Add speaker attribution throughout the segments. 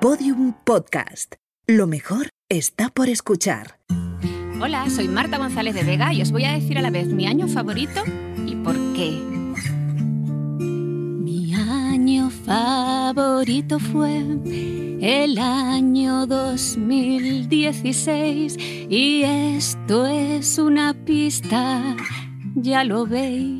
Speaker 1: Podium Podcast. Lo mejor está por escuchar.
Speaker 2: Hola, soy Marta González de Vega y os voy a decir a la vez mi año favorito y por qué.
Speaker 3: Mi año favorito fue el año 2016 y esto es una pista, ya lo veis.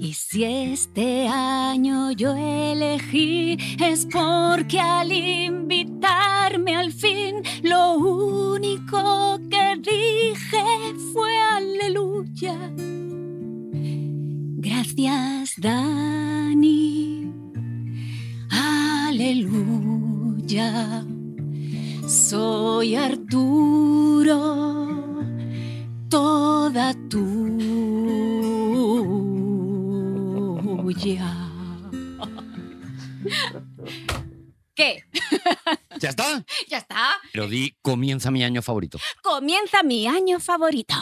Speaker 3: Y si este año yo elegí es porque al invitarme al fin lo único que dije fue aleluya. Gracias, Dani. Aleluya. Soy Arturo, toda tuya.
Speaker 2: ¿Qué?
Speaker 4: ¿Ya está?
Speaker 2: ¿Ya está?
Speaker 4: Pero di, comienza mi año favorito.
Speaker 3: Comienza mi año favorito.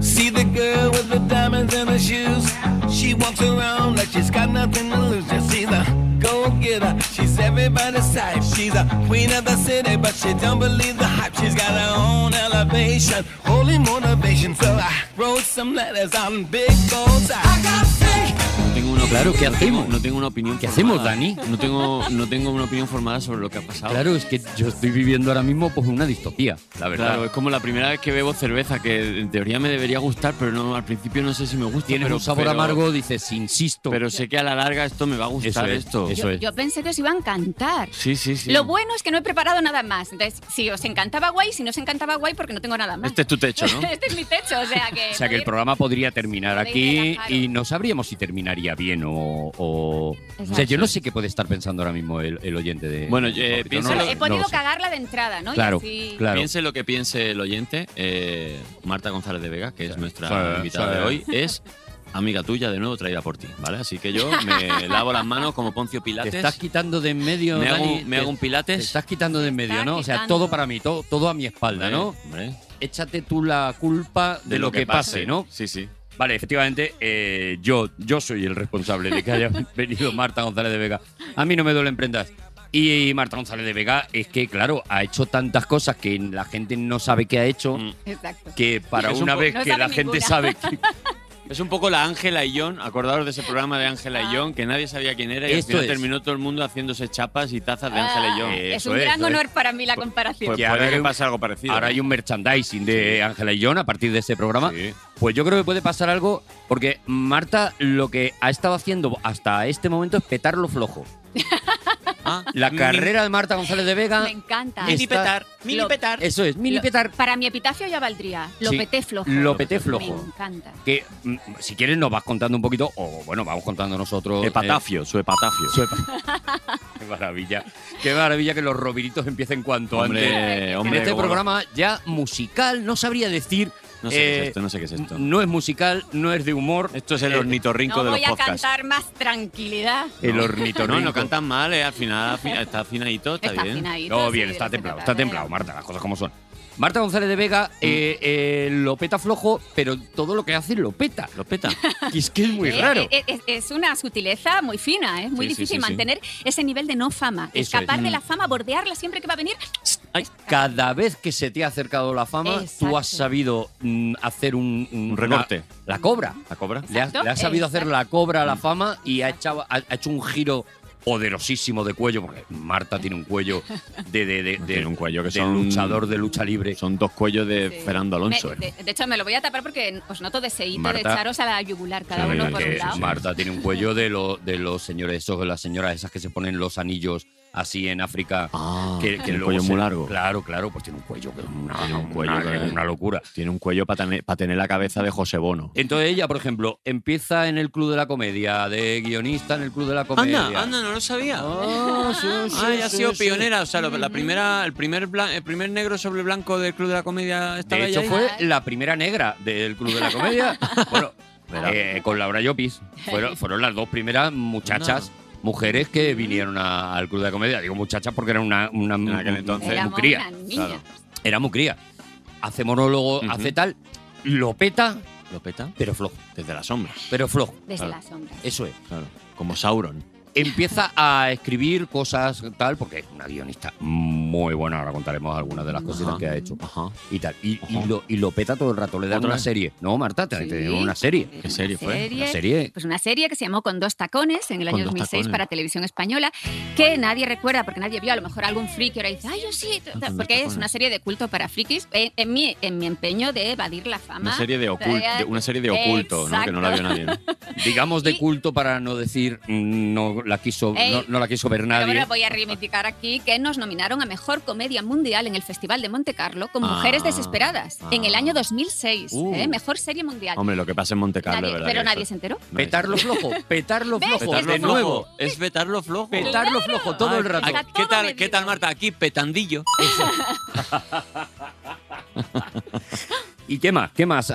Speaker 5: See the girl with the diamonds and the shoes. She walks around like she's got nothing to lose. Just see the go getter. She's everybody's type. She's a queen of the city, but she don't believe the hype. She's got her own elevation, holy motivation. So I wrote some letters on big goals. I got faith.
Speaker 6: No tengo una
Speaker 4: Claro,
Speaker 6: opinión-
Speaker 4: ¿qué
Speaker 6: no tengo-
Speaker 4: hacemos?
Speaker 6: no tengo una opinión
Speaker 4: ¿Qué
Speaker 6: formada.
Speaker 4: hacemos, Dani?
Speaker 6: No tengo, no tengo una opinión formada sobre lo que ha pasado.
Speaker 4: Claro, es que yo estoy viviendo ahora mismo pues una distopía, la verdad.
Speaker 6: Claro, es como la primera vez que bebo cerveza, que en teoría me debería gustar, pero no, al principio no sé si me gusta.
Speaker 4: Tienes
Speaker 6: pero,
Speaker 4: un sabor
Speaker 6: pero-
Speaker 4: amargo, dices, insisto.
Speaker 6: Pero sé que a la larga esto me va a gustar
Speaker 4: Eso es,
Speaker 6: esto.
Speaker 4: eso
Speaker 2: yo,
Speaker 4: es.
Speaker 2: yo pensé que os iba a encantar.
Speaker 6: Sí, sí, sí.
Speaker 2: Lo bueno es que no he preparado nada más. Entonces, si os encantaba guay, si no os encantaba guay, porque no tengo nada más.
Speaker 6: Este es tu techo, ¿no?
Speaker 2: Este es mi techo, o sea que.
Speaker 4: o sea que el
Speaker 2: podéis-
Speaker 4: programa podría terminar
Speaker 2: podéis
Speaker 4: aquí
Speaker 2: relajaros.
Speaker 4: y no sabríamos si terminaría bien o. o... o sea,
Speaker 2: Exacto.
Speaker 4: yo no sé qué puede estar pensando ahora mismo el, el oyente de.
Speaker 6: Bueno,
Speaker 4: de
Speaker 6: eh,
Speaker 4: favorito,
Speaker 6: piensa-
Speaker 4: no
Speaker 2: Bueno,
Speaker 4: lo-
Speaker 2: he
Speaker 4: no
Speaker 2: podido
Speaker 4: lo sé.
Speaker 2: cagarla de entrada, ¿no? Y
Speaker 4: Claro,
Speaker 2: así-
Speaker 4: claro.
Speaker 6: Piense lo que piense el oyente, eh, Marta González de Vega, que es
Speaker 4: Sí,
Speaker 6: nuestra
Speaker 4: sí,
Speaker 6: invitada
Speaker 4: sí.
Speaker 6: de hoy, es amiga tuya, de nuevo traída por ti, ¿vale? Así que yo me lavo las manos como Poncio
Speaker 4: Te
Speaker 6: Pilates.
Speaker 4: estás quitando de en medio.
Speaker 6: me hago,
Speaker 4: Dani,
Speaker 6: me
Speaker 4: te-
Speaker 6: hago un
Speaker 4: Te
Speaker 6: pilates.
Speaker 4: estás quitando de en medio,
Speaker 2: está
Speaker 4: ¿no? O sea,
Speaker 2: quitando.
Speaker 4: todo para mí, todo, todo a mi espalda, ¿no?
Speaker 6: Hombre, hombre,
Speaker 4: Échate tú la culpa de, lo, que, pase, ¿no?
Speaker 6: Sí, sí.
Speaker 4: Vale, efectivamente, eh, yo, yo soy el responsable de que haya venido Marta González de Vega. A mí no me duelen prendas. Y Marta González de Vega es que, claro, ha hecho tantas cosas que la gente no sabe que ha hecho,
Speaker 6: Mm.
Speaker 2: Exacto.
Speaker 4: que para
Speaker 6: Es un
Speaker 4: una
Speaker 6: po-
Speaker 4: vez
Speaker 2: no
Speaker 4: que
Speaker 2: sabe
Speaker 4: la gente
Speaker 2: ninguna.
Speaker 4: sabe que
Speaker 6: Es un poco la Ángela y John, acordaros de ese programa de Ángela
Speaker 2: Ah.
Speaker 6: y John, que nadie sabía quién era y
Speaker 4: Esto
Speaker 6: al final
Speaker 4: es.
Speaker 6: terminó todo el mundo haciéndose chapas y tazas de
Speaker 2: Ah,
Speaker 6: Ángela y John.
Speaker 4: eh,
Speaker 2: es
Speaker 4: eso
Speaker 2: un
Speaker 4: es,
Speaker 2: gran
Speaker 4: eso es.
Speaker 2: honor para mí la comparación.
Speaker 6: Pues
Speaker 4: que ahora
Speaker 6: puede
Speaker 4: hay
Speaker 6: que
Speaker 4: un-
Speaker 6: pase algo parecido. ¿eh?
Speaker 4: ahora hay un merchandising de Ángela y John a partir de este programa.
Speaker 6: Sí.
Speaker 4: Pues yo creo que puede pasar algo, porque Marta lo que ha estado haciendo hasta este momento es petar lo flojo.
Speaker 6: Ah,
Speaker 4: La
Speaker 6: mi-
Speaker 4: carrera de Marta González de Vega,
Speaker 2: Me encanta.
Speaker 4: Mini está- petar,
Speaker 2: mini Lo- petar.
Speaker 4: eso es, mini
Speaker 2: Lo-
Speaker 4: petar,
Speaker 2: Para mi epitafio ya valdría. Lo
Speaker 4: Sí,
Speaker 2: peté flojo.
Speaker 4: lo peté
Speaker 2: Me
Speaker 4: flojo.
Speaker 2: encanta.
Speaker 4: que mm, si quieres nos vas contando un poquito, o bueno, vamos contando nosotros. eh,
Speaker 6: Epatafio, su epatafio.
Speaker 4: qué maravilla. Qué maravilla que los robiritos empiecen cuanto antes.
Speaker 6: hombre,
Speaker 4: En
Speaker 6: hombre,
Speaker 4: este
Speaker 6: cómo
Speaker 4: programa ya musical, no sabría decir.
Speaker 6: No, no sé qué
Speaker 4: eh,
Speaker 6: es esto, no sé qué es esto.
Speaker 4: No es musical, no es de humor.
Speaker 6: Esto es el
Speaker 4: eh,
Speaker 6: ornitorrinco
Speaker 2: No
Speaker 6: de los
Speaker 2: voy a
Speaker 6: podcasts.
Speaker 2: cantar más tranquilidad.
Speaker 4: El
Speaker 6: No.
Speaker 4: ornitorrinco.
Speaker 6: No, no cantan mal, eh, al final afi- está afinadito, está,
Speaker 2: Está
Speaker 6: bien.
Speaker 2: afinadito,
Speaker 4: No,
Speaker 2: sí,
Speaker 4: bien,
Speaker 2: de
Speaker 4: está
Speaker 2: lo que se
Speaker 4: templado,
Speaker 2: trata,
Speaker 4: está templado,
Speaker 2: ¿eh?
Speaker 4: Marta, las cosas como son. Marta González de Vega eh, eh, lo peta flojo, pero todo lo que hace lo peta.
Speaker 6: Lo peta.
Speaker 4: Y es que es muy
Speaker 2: Eh,
Speaker 4: raro.
Speaker 2: eh, Es, es una sutileza muy fina, es muy
Speaker 6: Sí, sí,
Speaker 2: difícil
Speaker 6: sí, sí.
Speaker 2: mantener ese nivel de no fama.
Speaker 4: Eso es.
Speaker 2: escapar de
Speaker 4: Mm.
Speaker 2: la fama, bordearla siempre que va a venir.
Speaker 4: Ay, cada vez que se te ha acercado la fama, tú
Speaker 2: Exacto.
Speaker 4: has sabido mm, hacer un, un-
Speaker 6: Un recorte. Mm.
Speaker 4: una- la cobra.
Speaker 6: ¿La cobra?
Speaker 4: Le has,
Speaker 2: Exacto,
Speaker 4: le has sabido hacer la cobra a la fama y ha,
Speaker 2: Exacto.
Speaker 4: echado- ha- ha hecho un giro poderosísimo de cuello, porque Marta tiene un cuello de, de, de- de-
Speaker 6: Tiene un cuello que
Speaker 4: de
Speaker 6: son-
Speaker 4: luchador de lucha libre.
Speaker 6: Son dos cuellos de
Speaker 2: Sí.
Speaker 6: Fernando Alonso.
Speaker 2: Me-
Speaker 6: eh.
Speaker 2: de, de hecho, me lo voy a tapar porque os noto deseíto de
Speaker 4: Marta.
Speaker 2: echaros a la yugular cada
Speaker 6: Sí,
Speaker 2: uno
Speaker 6: sí,
Speaker 2: por
Speaker 4: Que
Speaker 2: un
Speaker 6: sí,
Speaker 2: lado.
Speaker 6: sí.
Speaker 4: Marta tiene un cuello de, lo- de los señores, esos, de las señoras esas que se ponen los anillos así en África.
Speaker 6: Ah,
Speaker 4: que, que
Speaker 6: tiene un
Speaker 4: luego
Speaker 6: cuello
Speaker 4: se-
Speaker 6: muy largo.
Speaker 4: Claro, claro, pues tiene un cuello que es una,
Speaker 6: Tiene un cuello
Speaker 4: una-
Speaker 6: que-
Speaker 4: una locura.
Speaker 6: Tiene un cuello para tener, pa' tener la cabeza de José Bono.
Speaker 4: Entonces ella, por ejemplo, empieza en el Club de la Comedia, de guionista en el Club de la Comedia.
Speaker 6: no lo sabía.
Speaker 4: Ah, sí, sí,
Speaker 6: Ah, ella ha
Speaker 4: sí,
Speaker 6: sido
Speaker 4: sí.
Speaker 6: pionera, o sea, lo- la primera, el primer, blan- el primer negro sobre blanco del Club de la Comedia estaba
Speaker 4: De hecho,
Speaker 6: ella ahí.
Speaker 4: fue la primera negra del Club de la Comedia. bueno, eh, con Laura Llopis. Fueron, fueron las dos primeras muchachas, mujeres que vinieron a- al Club de la Comedia. Digo muchachas porque era una, una
Speaker 6: En aquel entonces.
Speaker 4: era
Speaker 2: Éramos
Speaker 4: muy cría.
Speaker 2: una niña.
Speaker 6: Claro.
Speaker 4: Era muy cría. Hace monólogo,
Speaker 6: Ujú.
Speaker 4: hace tal, lo peta
Speaker 6: Lo peta
Speaker 4: Pero flojo.
Speaker 6: desde las sombras.
Speaker 4: Pero flojo.
Speaker 2: Desde
Speaker 6: Claro.
Speaker 2: las sombras.
Speaker 4: Eso es.
Speaker 6: Claro. Como Sauron.
Speaker 4: Empieza a escribir cosas tal, porque es una guionista muy buena. Ahora contaremos algunas de las cositas
Speaker 6: Ajá.
Speaker 4: que ha hecho.
Speaker 6: Ajá.
Speaker 4: Y tal. Y, y
Speaker 6: Ajá.
Speaker 4: lo, y lo peta todo el rato. Le dan
Speaker 6: ¿Otra
Speaker 4: una
Speaker 6: vez?
Speaker 4: serie. No, Marta, te,
Speaker 2: Sí.
Speaker 4: te digo una serie.
Speaker 6: ¿Qué serie fue?
Speaker 4: Una serie.
Speaker 2: Pues una serie que se llamó Con dos tacones en el
Speaker 6: Con
Speaker 2: año
Speaker 6: dos
Speaker 2: 2006
Speaker 6: tacones.
Speaker 2: para televisión española, que nadie recuerda porque nadie vio, a lo mejor algún friki ahora dice, ay, yo sí,
Speaker 6: Ah, con dos
Speaker 2: porque es
Speaker 6: tacones.
Speaker 2: una serie de culto para frikis, en, en mi, en mi empeño de evadir la fama.
Speaker 6: Una serie de, ocul-
Speaker 2: Todavía-
Speaker 6: de- una serie de oculto, ¿no? Que no la vio nadie. ¿no?
Speaker 4: Digamos de
Speaker 2: Y-
Speaker 4: culto para no decir mm, no la quiso,
Speaker 2: Ey,
Speaker 4: no, no la quiso ver
Speaker 2: Pero
Speaker 4: nadie.
Speaker 2: bueno, pues, voy a reivindicar aquí que nos nominaron a Mejor Comedia Mundial en el Festival de Monte Carlo con
Speaker 6: Ah,
Speaker 2: Mujeres Desesperadas en el año 2006.
Speaker 6: Uh.
Speaker 2: ¿eh? Mejor Serie Mundial.
Speaker 6: Hombre, lo que pasa en Monte Carlo,
Speaker 2: Nadie-
Speaker 6: de verdad.
Speaker 2: pero
Speaker 6: que
Speaker 2: nadie
Speaker 6: eso-
Speaker 2: se enteró.
Speaker 6: nadie
Speaker 4: Petarlo flojo, petarlo
Speaker 2: ¿Ves?
Speaker 4: flojo,
Speaker 6: Petarlo
Speaker 4: de
Speaker 6: flojo.
Speaker 4: nuevo.
Speaker 6: Es petarlo flojo.
Speaker 4: Petarlo flojo todo
Speaker 6: Ay,
Speaker 4: el rato.
Speaker 6: ay,
Speaker 2: Está
Speaker 6: ¿Qué
Speaker 2: todo
Speaker 6: tal,
Speaker 2: medido.
Speaker 6: ¿Qué tal, Marta? Aquí, petandillo.
Speaker 4: ¿Y qué más? ¿Qué más? Eh,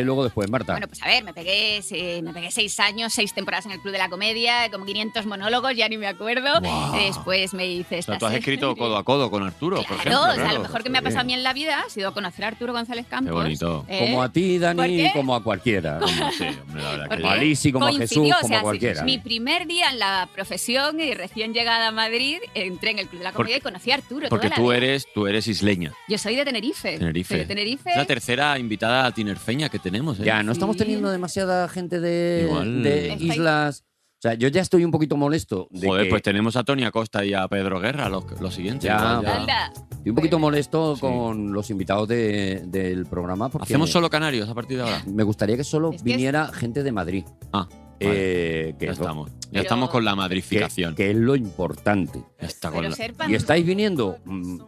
Speaker 4: eh, luego después, Marta.
Speaker 2: Bueno, pues a ver, me pegué, se- me pegué seis años, seis temporadas en el Club de la Comedia, como 500 monólogos, ya ni me acuerdo.
Speaker 6: Guau.
Speaker 2: Después me hice
Speaker 6: O sea,
Speaker 2: esta
Speaker 6: tú has
Speaker 2: serie.
Speaker 6: escrito codo a codo con Arturo,
Speaker 2: Claro,
Speaker 6: por ejemplo.
Speaker 2: o sea,
Speaker 6: claro.
Speaker 2: lo mejor que me ha pasado a mí en la vida ha sido conocer a Arturo González Campos.
Speaker 6: Qué bonito.
Speaker 2: ¿eh?
Speaker 4: como a ti,
Speaker 2: ¿Por
Speaker 4: Dani,
Speaker 2: qué?
Speaker 4: como a cualquiera.
Speaker 6: Hombre, sí, hombre, la verdad que
Speaker 2: Porque
Speaker 4: Como a Lisi, como a Jesús,
Speaker 2: coincidió, o
Speaker 4: como
Speaker 2: sea,
Speaker 4: a
Speaker 2: sí,
Speaker 4: cualquiera.
Speaker 2: Mi primer día en la profesión y recién llegada a Madrid, entré en el Club de la Comedia y conocí a Arturo.
Speaker 6: Porque
Speaker 2: toda la
Speaker 6: tú
Speaker 2: vida.
Speaker 6: eres, tú eres isleña.
Speaker 2: Yo soy de Tenerife.
Speaker 6: Tenerife.
Speaker 2: Soy de Tenerife.
Speaker 6: Es la tercera invitada tinerfeña que tenemos. ¿eh?
Speaker 4: Ya, no estamos
Speaker 2: Sí.
Speaker 4: teniendo demasiada gente de,
Speaker 6: Igual.
Speaker 4: de
Speaker 2: Estáis-
Speaker 4: islas. O sea, yo ya estoy un poquito molesto. de
Speaker 6: Joder,
Speaker 4: que-
Speaker 6: pues tenemos a Tony Acosta y a Pedro Guerra, los, los siguientes. Pues
Speaker 4: Ya,
Speaker 6: Igual
Speaker 2: Anda.
Speaker 4: estoy un poquito molesto
Speaker 6: Sí.
Speaker 4: con los invitados de- del programa. Porque
Speaker 6: Hacemos solo canarios a partir de ahora.
Speaker 4: Me gustaría que solo
Speaker 2: Es que es-
Speaker 4: viniera gente de Madrid.
Speaker 6: Ah,
Speaker 4: Eh, que,
Speaker 6: Ya
Speaker 4: es lo-
Speaker 6: estamos. Ya
Speaker 2: Pero-
Speaker 6: estamos con la
Speaker 4: que-
Speaker 6: madrificación.
Speaker 4: que es lo importante.
Speaker 6: Ya está con
Speaker 2: Pero
Speaker 6: la-
Speaker 2: ser pan-
Speaker 4: Y estáis viniendo, mm,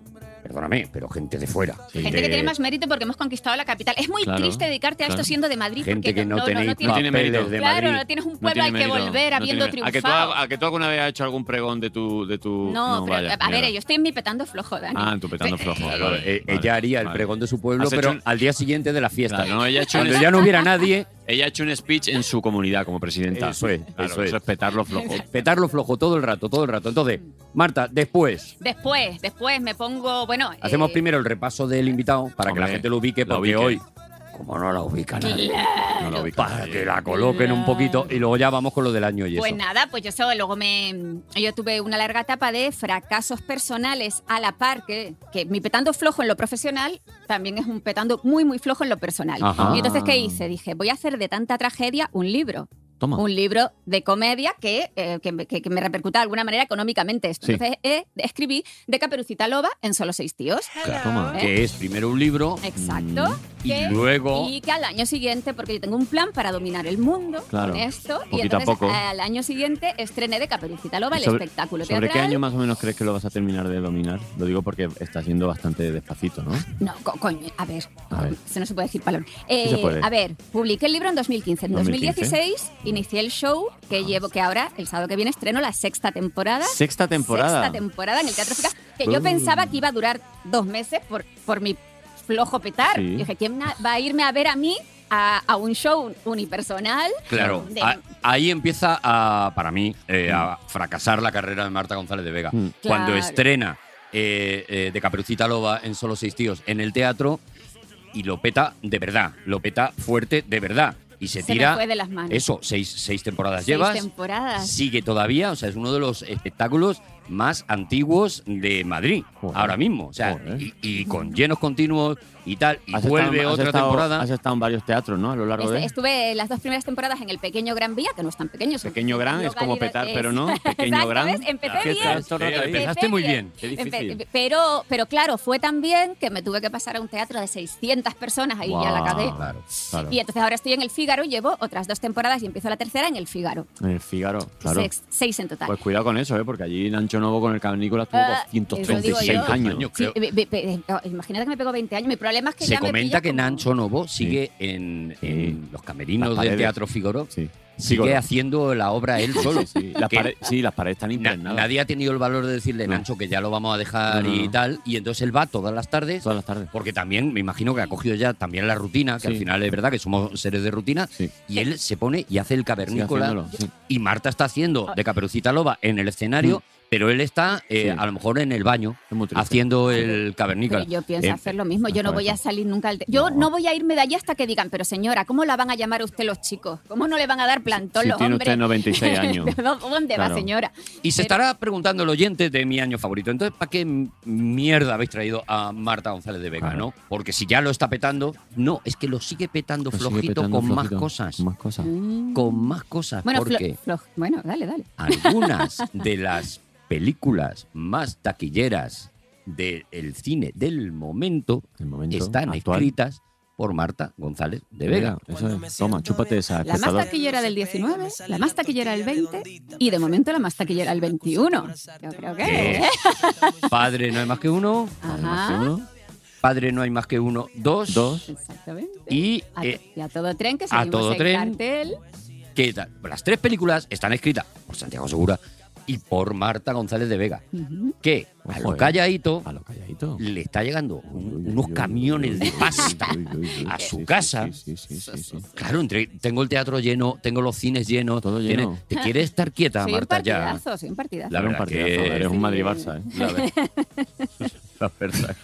Speaker 4: perdóname, pero gente de fuera.
Speaker 6: Sí.
Speaker 2: Gente
Speaker 4: De-
Speaker 2: que tiene más mérito porque hemos conquistado la capital. Es muy
Speaker 6: Claro,
Speaker 2: triste dedicarte a
Speaker 6: claro.
Speaker 2: esto siendo de Madrid.
Speaker 4: gente
Speaker 2: porque
Speaker 4: que no,
Speaker 2: no,
Speaker 4: tenéis
Speaker 2: tiene-
Speaker 6: tiene
Speaker 4: papeles
Speaker 6: mérito.
Speaker 4: de
Speaker 2: Claro, no
Speaker 4: Madrid.
Speaker 2: tienes un
Speaker 6: No
Speaker 2: pueblo
Speaker 6: tiene
Speaker 2: al que
Speaker 6: mérito,
Speaker 2: volver
Speaker 6: no
Speaker 2: habiendo
Speaker 6: tiene mérito. ¿A que, tú,
Speaker 2: triunfado.
Speaker 6: ha- a que tú alguna vez has hecho algún pregón de tu. De tu
Speaker 2: no, pero
Speaker 6: vaya,
Speaker 2: a ver,
Speaker 6: mierda.
Speaker 2: yo estoy en mi petando flojo, Dani.
Speaker 6: Ah, en tu petando
Speaker 2: Fe-
Speaker 6: flojo.
Speaker 4: Claro,
Speaker 6: vale,
Speaker 4: eh,
Speaker 6: vale,
Speaker 4: ella haría el
Speaker 6: vale.
Speaker 4: pregón de su pueblo,
Speaker 6: Has
Speaker 4: pero
Speaker 6: hecho un-
Speaker 4: al día siguiente de la fiesta.
Speaker 6: Claro, no, ella ha hecho un
Speaker 4: Cuando ya no hubiera nadie,
Speaker 6: Ella ha hecho un speech en su comunidad como presidenta.
Speaker 4: Eso es,
Speaker 6: Claro,
Speaker 4: eso es.
Speaker 6: petarlo flojo.
Speaker 4: petarlo flojo todo el rato, todo el rato. Entonces, Marta, después.
Speaker 2: Después, después me pongo, bueno.
Speaker 4: Hacemos
Speaker 2: eh,
Speaker 4: primero el repaso del invitado para que la
Speaker 6: Hombre,
Speaker 4: gente lo ubique,
Speaker 6: la
Speaker 4: porque
Speaker 6: ubique.
Speaker 4: hoy, como no la ubica nadie,
Speaker 6: No lo ubico.
Speaker 4: para que la coloquen un poquito y luego ya vamos con lo del año y eso.
Speaker 2: Pues nada, pues yo soy- luego me yo tuve una larga etapa de fracasos personales a la par que, que mi petando flojo en lo profesional también es un petando muy muy flojo en lo personal.
Speaker 4: Ajá.
Speaker 2: Y entonces qué hice? Dije, voy a hacer de tanta tragedia un libro.
Speaker 6: Toma.
Speaker 2: un libro de comedia que, eh, que, me- que- que me repercuta de alguna manera económicamente.
Speaker 6: Sí.
Speaker 2: Entonces eh, escribí de Caperucita Loba en Solo Seis Tíos.
Speaker 6: Toma.
Speaker 2: ¿eh?
Speaker 4: Que es primero un libro
Speaker 2: Exacto.
Speaker 4: y
Speaker 2: que-
Speaker 4: luego
Speaker 2: y que al año siguiente, porque yo tengo un plan para dominar el mundo
Speaker 6: Claro.
Speaker 2: con esto, y
Speaker 6: Poquito a
Speaker 2: entonces
Speaker 6: poco.
Speaker 2: al año siguiente estrené de Caperucita Loba el
Speaker 6: Sobre-
Speaker 2: espectáculo
Speaker 6: ¿Sobre
Speaker 2: teatral.
Speaker 6: qué año más o menos crees que lo vas a terminar de dominar? Lo digo porque está siendo bastante despacito, ¿no?
Speaker 2: No, co- coño, a ver,
Speaker 6: A ver.
Speaker 2: eso no se puede decir palabra.
Speaker 6: se puede.
Speaker 2: A ver, publiqué el libro en 2015. En
Speaker 6: 2015.
Speaker 2: 2016 inicié el show que llevo, que ahora, el sábado que viene, estreno la sexta temporada.
Speaker 6: Sexta temporada.
Speaker 2: Sexta temporada en el Teatro Fica, que
Speaker 6: Uh.
Speaker 2: yo pensaba que iba a durar dos meses por, por mi flojo petar.
Speaker 6: Sí.
Speaker 2: Yo dije, ¿quién va a irme a ver a mí a, a un show unipersonal?
Speaker 4: Claro,
Speaker 2: De-
Speaker 6: Ah,
Speaker 4: a- ahí empieza a, para mí, eh, a fracasar la carrera de Marta González de Vega.
Speaker 6: Mm.
Speaker 4: Cuando
Speaker 2: Claro.
Speaker 4: estrena eh, eh, de Caperucita Loba en Solo Seis Tíos en el teatro y lo peta de verdad, lo peta fuerte de verdad. Y se,
Speaker 2: se
Speaker 4: tira,
Speaker 2: me fue de las manos.
Speaker 4: eso, seis, seis temporadas
Speaker 2: Seis
Speaker 4: llevas,
Speaker 2: temporadas.
Speaker 4: sigue todavía, o sea, es uno de los espectáculos más antiguos de Madrid
Speaker 6: Joder.
Speaker 4: ahora mismo. O sea,
Speaker 6: Joder.
Speaker 4: y, y con llenos continuos y tal, y
Speaker 6: Has
Speaker 4: vuelve
Speaker 6: estado- has
Speaker 4: otra
Speaker 6: estado-
Speaker 4: temporada.
Speaker 6: Has estado en varios teatros, ¿no? A lo largo
Speaker 2: Este-
Speaker 6: de.
Speaker 2: Estuve las dos primeras temporadas en el Pequeño Gran Vía, que no es tan pequeño. es un
Speaker 6: Pequeño Gran es como
Speaker 2: localidad-
Speaker 6: petar,
Speaker 2: es-
Speaker 6: pero no. Pequeño
Speaker 2: Exacto,
Speaker 6: Gran.
Speaker 2: ¿ves? Empecé
Speaker 6: ¿Qué
Speaker 2: bien.
Speaker 6: tal? Todo el rato ahí.
Speaker 2: Empecé
Speaker 4: Empezaste muy bien.
Speaker 6: Qué
Speaker 2: Empe-
Speaker 6: difícil.
Speaker 2: Pero, pero claro, fue tan bien que me tuve que pasar a un teatro de 600 personas, ahí ya la
Speaker 6: Guau.
Speaker 2: acabé.
Speaker 4: Claro,
Speaker 6: claro.
Speaker 2: Y entonces ahora estoy en el Fígaro, llevo otras dos temporadas y empiezo la tercera en el Fígaro.
Speaker 6: En el Eh, Fígaro, claro.
Speaker 2: Seis, seis en total.
Speaker 6: Pues cuidado con eso, ¿eh? porque allí Nacho Novo con el Cavernícola tuvo
Speaker 2: Ah, eso
Speaker 6: 236
Speaker 2: digo yo.
Speaker 6: años.
Speaker 4: Años.
Speaker 2: Sí,
Speaker 4: creo-
Speaker 2: ve- ve- ve- oh, imagínate que me pego 20 años. Mi problema es que
Speaker 4: Se
Speaker 2: ya me pilla
Speaker 4: comenta que
Speaker 2: como-
Speaker 4: Nacho Novo sigue en,
Speaker 6: Sí.
Speaker 4: en los
Speaker 6: Las
Speaker 4: camerinos del
Speaker 6: paredes.
Speaker 4: Teatro Figoro,
Speaker 6: Sí.
Speaker 4: sigue
Speaker 6: Fígaro.
Speaker 4: haciendo la obra él solo.
Speaker 6: Sí, sí. Las
Speaker 4: Que
Speaker 6: paredes, sí, las paredes están
Speaker 4: na-
Speaker 6: impregnadas.
Speaker 4: nadie ha tenido el valor de decirle,
Speaker 6: No.
Speaker 4: Nacho, que ya lo vamos a dejar
Speaker 6: No, no,
Speaker 4: y
Speaker 6: no.
Speaker 4: tal. Y entonces él va todas las tardes,
Speaker 6: Todas las tardes.
Speaker 4: porque también me imagino que ha cogido ya también la rutina, que al
Speaker 6: Sí.
Speaker 4: final es verdad que somos seres de rutina.
Speaker 6: Sí.
Speaker 4: Y él se pone y hace el
Speaker 6: Sigue
Speaker 4: cavernícola.
Speaker 6: haciéndolo, sí.
Speaker 2: Ah.
Speaker 4: Y Marta está haciendo de Caperucita Loba en el escenario, Pero él está, eh,
Speaker 6: Mm. Sí.
Speaker 4: a lo mejor, en el baño,
Speaker 6: Es muy triste.
Speaker 4: haciendo el cavernícola.
Speaker 2: Pero yo pienso
Speaker 4: Eh,
Speaker 2: hacer lo mismo. Yo no voy a salir nunca al. te- Yo no. voy a irme de allí hasta que digan, pero señora, ¿cómo la van a llamar a usted los chicos? ¿Cómo no le van a dar plantón
Speaker 6: Si
Speaker 2: los
Speaker 6: tiene
Speaker 2: hombres?
Speaker 6: usted 96 años.
Speaker 2: ¿Dónde
Speaker 6: Claro.
Speaker 2: va, señora?
Speaker 4: Y
Speaker 2: Pero-
Speaker 4: se estará preguntando el oyente de mi año favorito. Entonces, ¿para qué m- mierda habéis traído a Marta González de Vega,
Speaker 6: Claro.
Speaker 4: no? Porque si ya lo está petando, no, es que lo sigue petando
Speaker 6: Lo sigue
Speaker 4: flojito
Speaker 6: petando
Speaker 4: con más
Speaker 6: flojito,
Speaker 4: cosas.
Speaker 6: Con más cosas.
Speaker 2: Mm.
Speaker 4: Con más cosas.
Speaker 2: Bueno, flo-
Speaker 4: porque
Speaker 2: floj- bueno, dale, dale.
Speaker 4: algunas de las películas más taquilleras del cine del momento
Speaker 6: El momento
Speaker 4: están
Speaker 6: actual.
Speaker 4: escritas por Marta González de Vega.
Speaker 6: Eso es. Toma, chúpate esa.
Speaker 2: La más
Speaker 6: espectador.
Speaker 2: taquillera del 19, la más taquillera del 20 y de momento la más taquillera del 21. Yo creo que.
Speaker 4: ¿Qué? Padre no hay más que uno,
Speaker 2: Ajá.
Speaker 6: Uno,
Speaker 4: padre no hay más que uno, dos,
Speaker 6: dos.
Speaker 2: Exactamente.
Speaker 4: y
Speaker 2: A,
Speaker 4: eh,
Speaker 2: y a todo tren que
Speaker 4: a
Speaker 2: seguimos
Speaker 4: todo
Speaker 2: el
Speaker 4: tren.
Speaker 2: cartel.
Speaker 4: que da- las tres películas están escritas por Santiago Segura y por Marta González de Vega,
Speaker 2: Ujú.
Speaker 4: que a
Speaker 6: Ojo,
Speaker 4: lo
Speaker 6: eh.
Speaker 4: calladito
Speaker 6: A lo calladito.
Speaker 4: le está llegando un-
Speaker 6: Uy, uy,
Speaker 4: unos
Speaker 6: uy,
Speaker 4: camiones
Speaker 6: uy,
Speaker 4: de
Speaker 6: uy,
Speaker 4: pasta.
Speaker 6: uy, uy, uy,
Speaker 4: a
Speaker 6: sí,
Speaker 4: su
Speaker 6: sí,
Speaker 4: casa.
Speaker 6: Sí, sí, sí, sí, sí.
Speaker 4: Claro, entre- tengo el teatro lleno, tengo los cines llenos.
Speaker 6: Todo
Speaker 4: tiene-
Speaker 6: lleno.
Speaker 4: te quieres estar quieta,
Speaker 2: Soy un
Speaker 4: Marta, ya.
Speaker 2: partidazo, soy un partidazo.
Speaker 4: La
Speaker 6: Era un
Speaker 4: verdad
Speaker 6: partidazo,
Speaker 4: que-
Speaker 6: eres un Madrid-Barça, ¿eh?
Speaker 4: La ver- la verdad.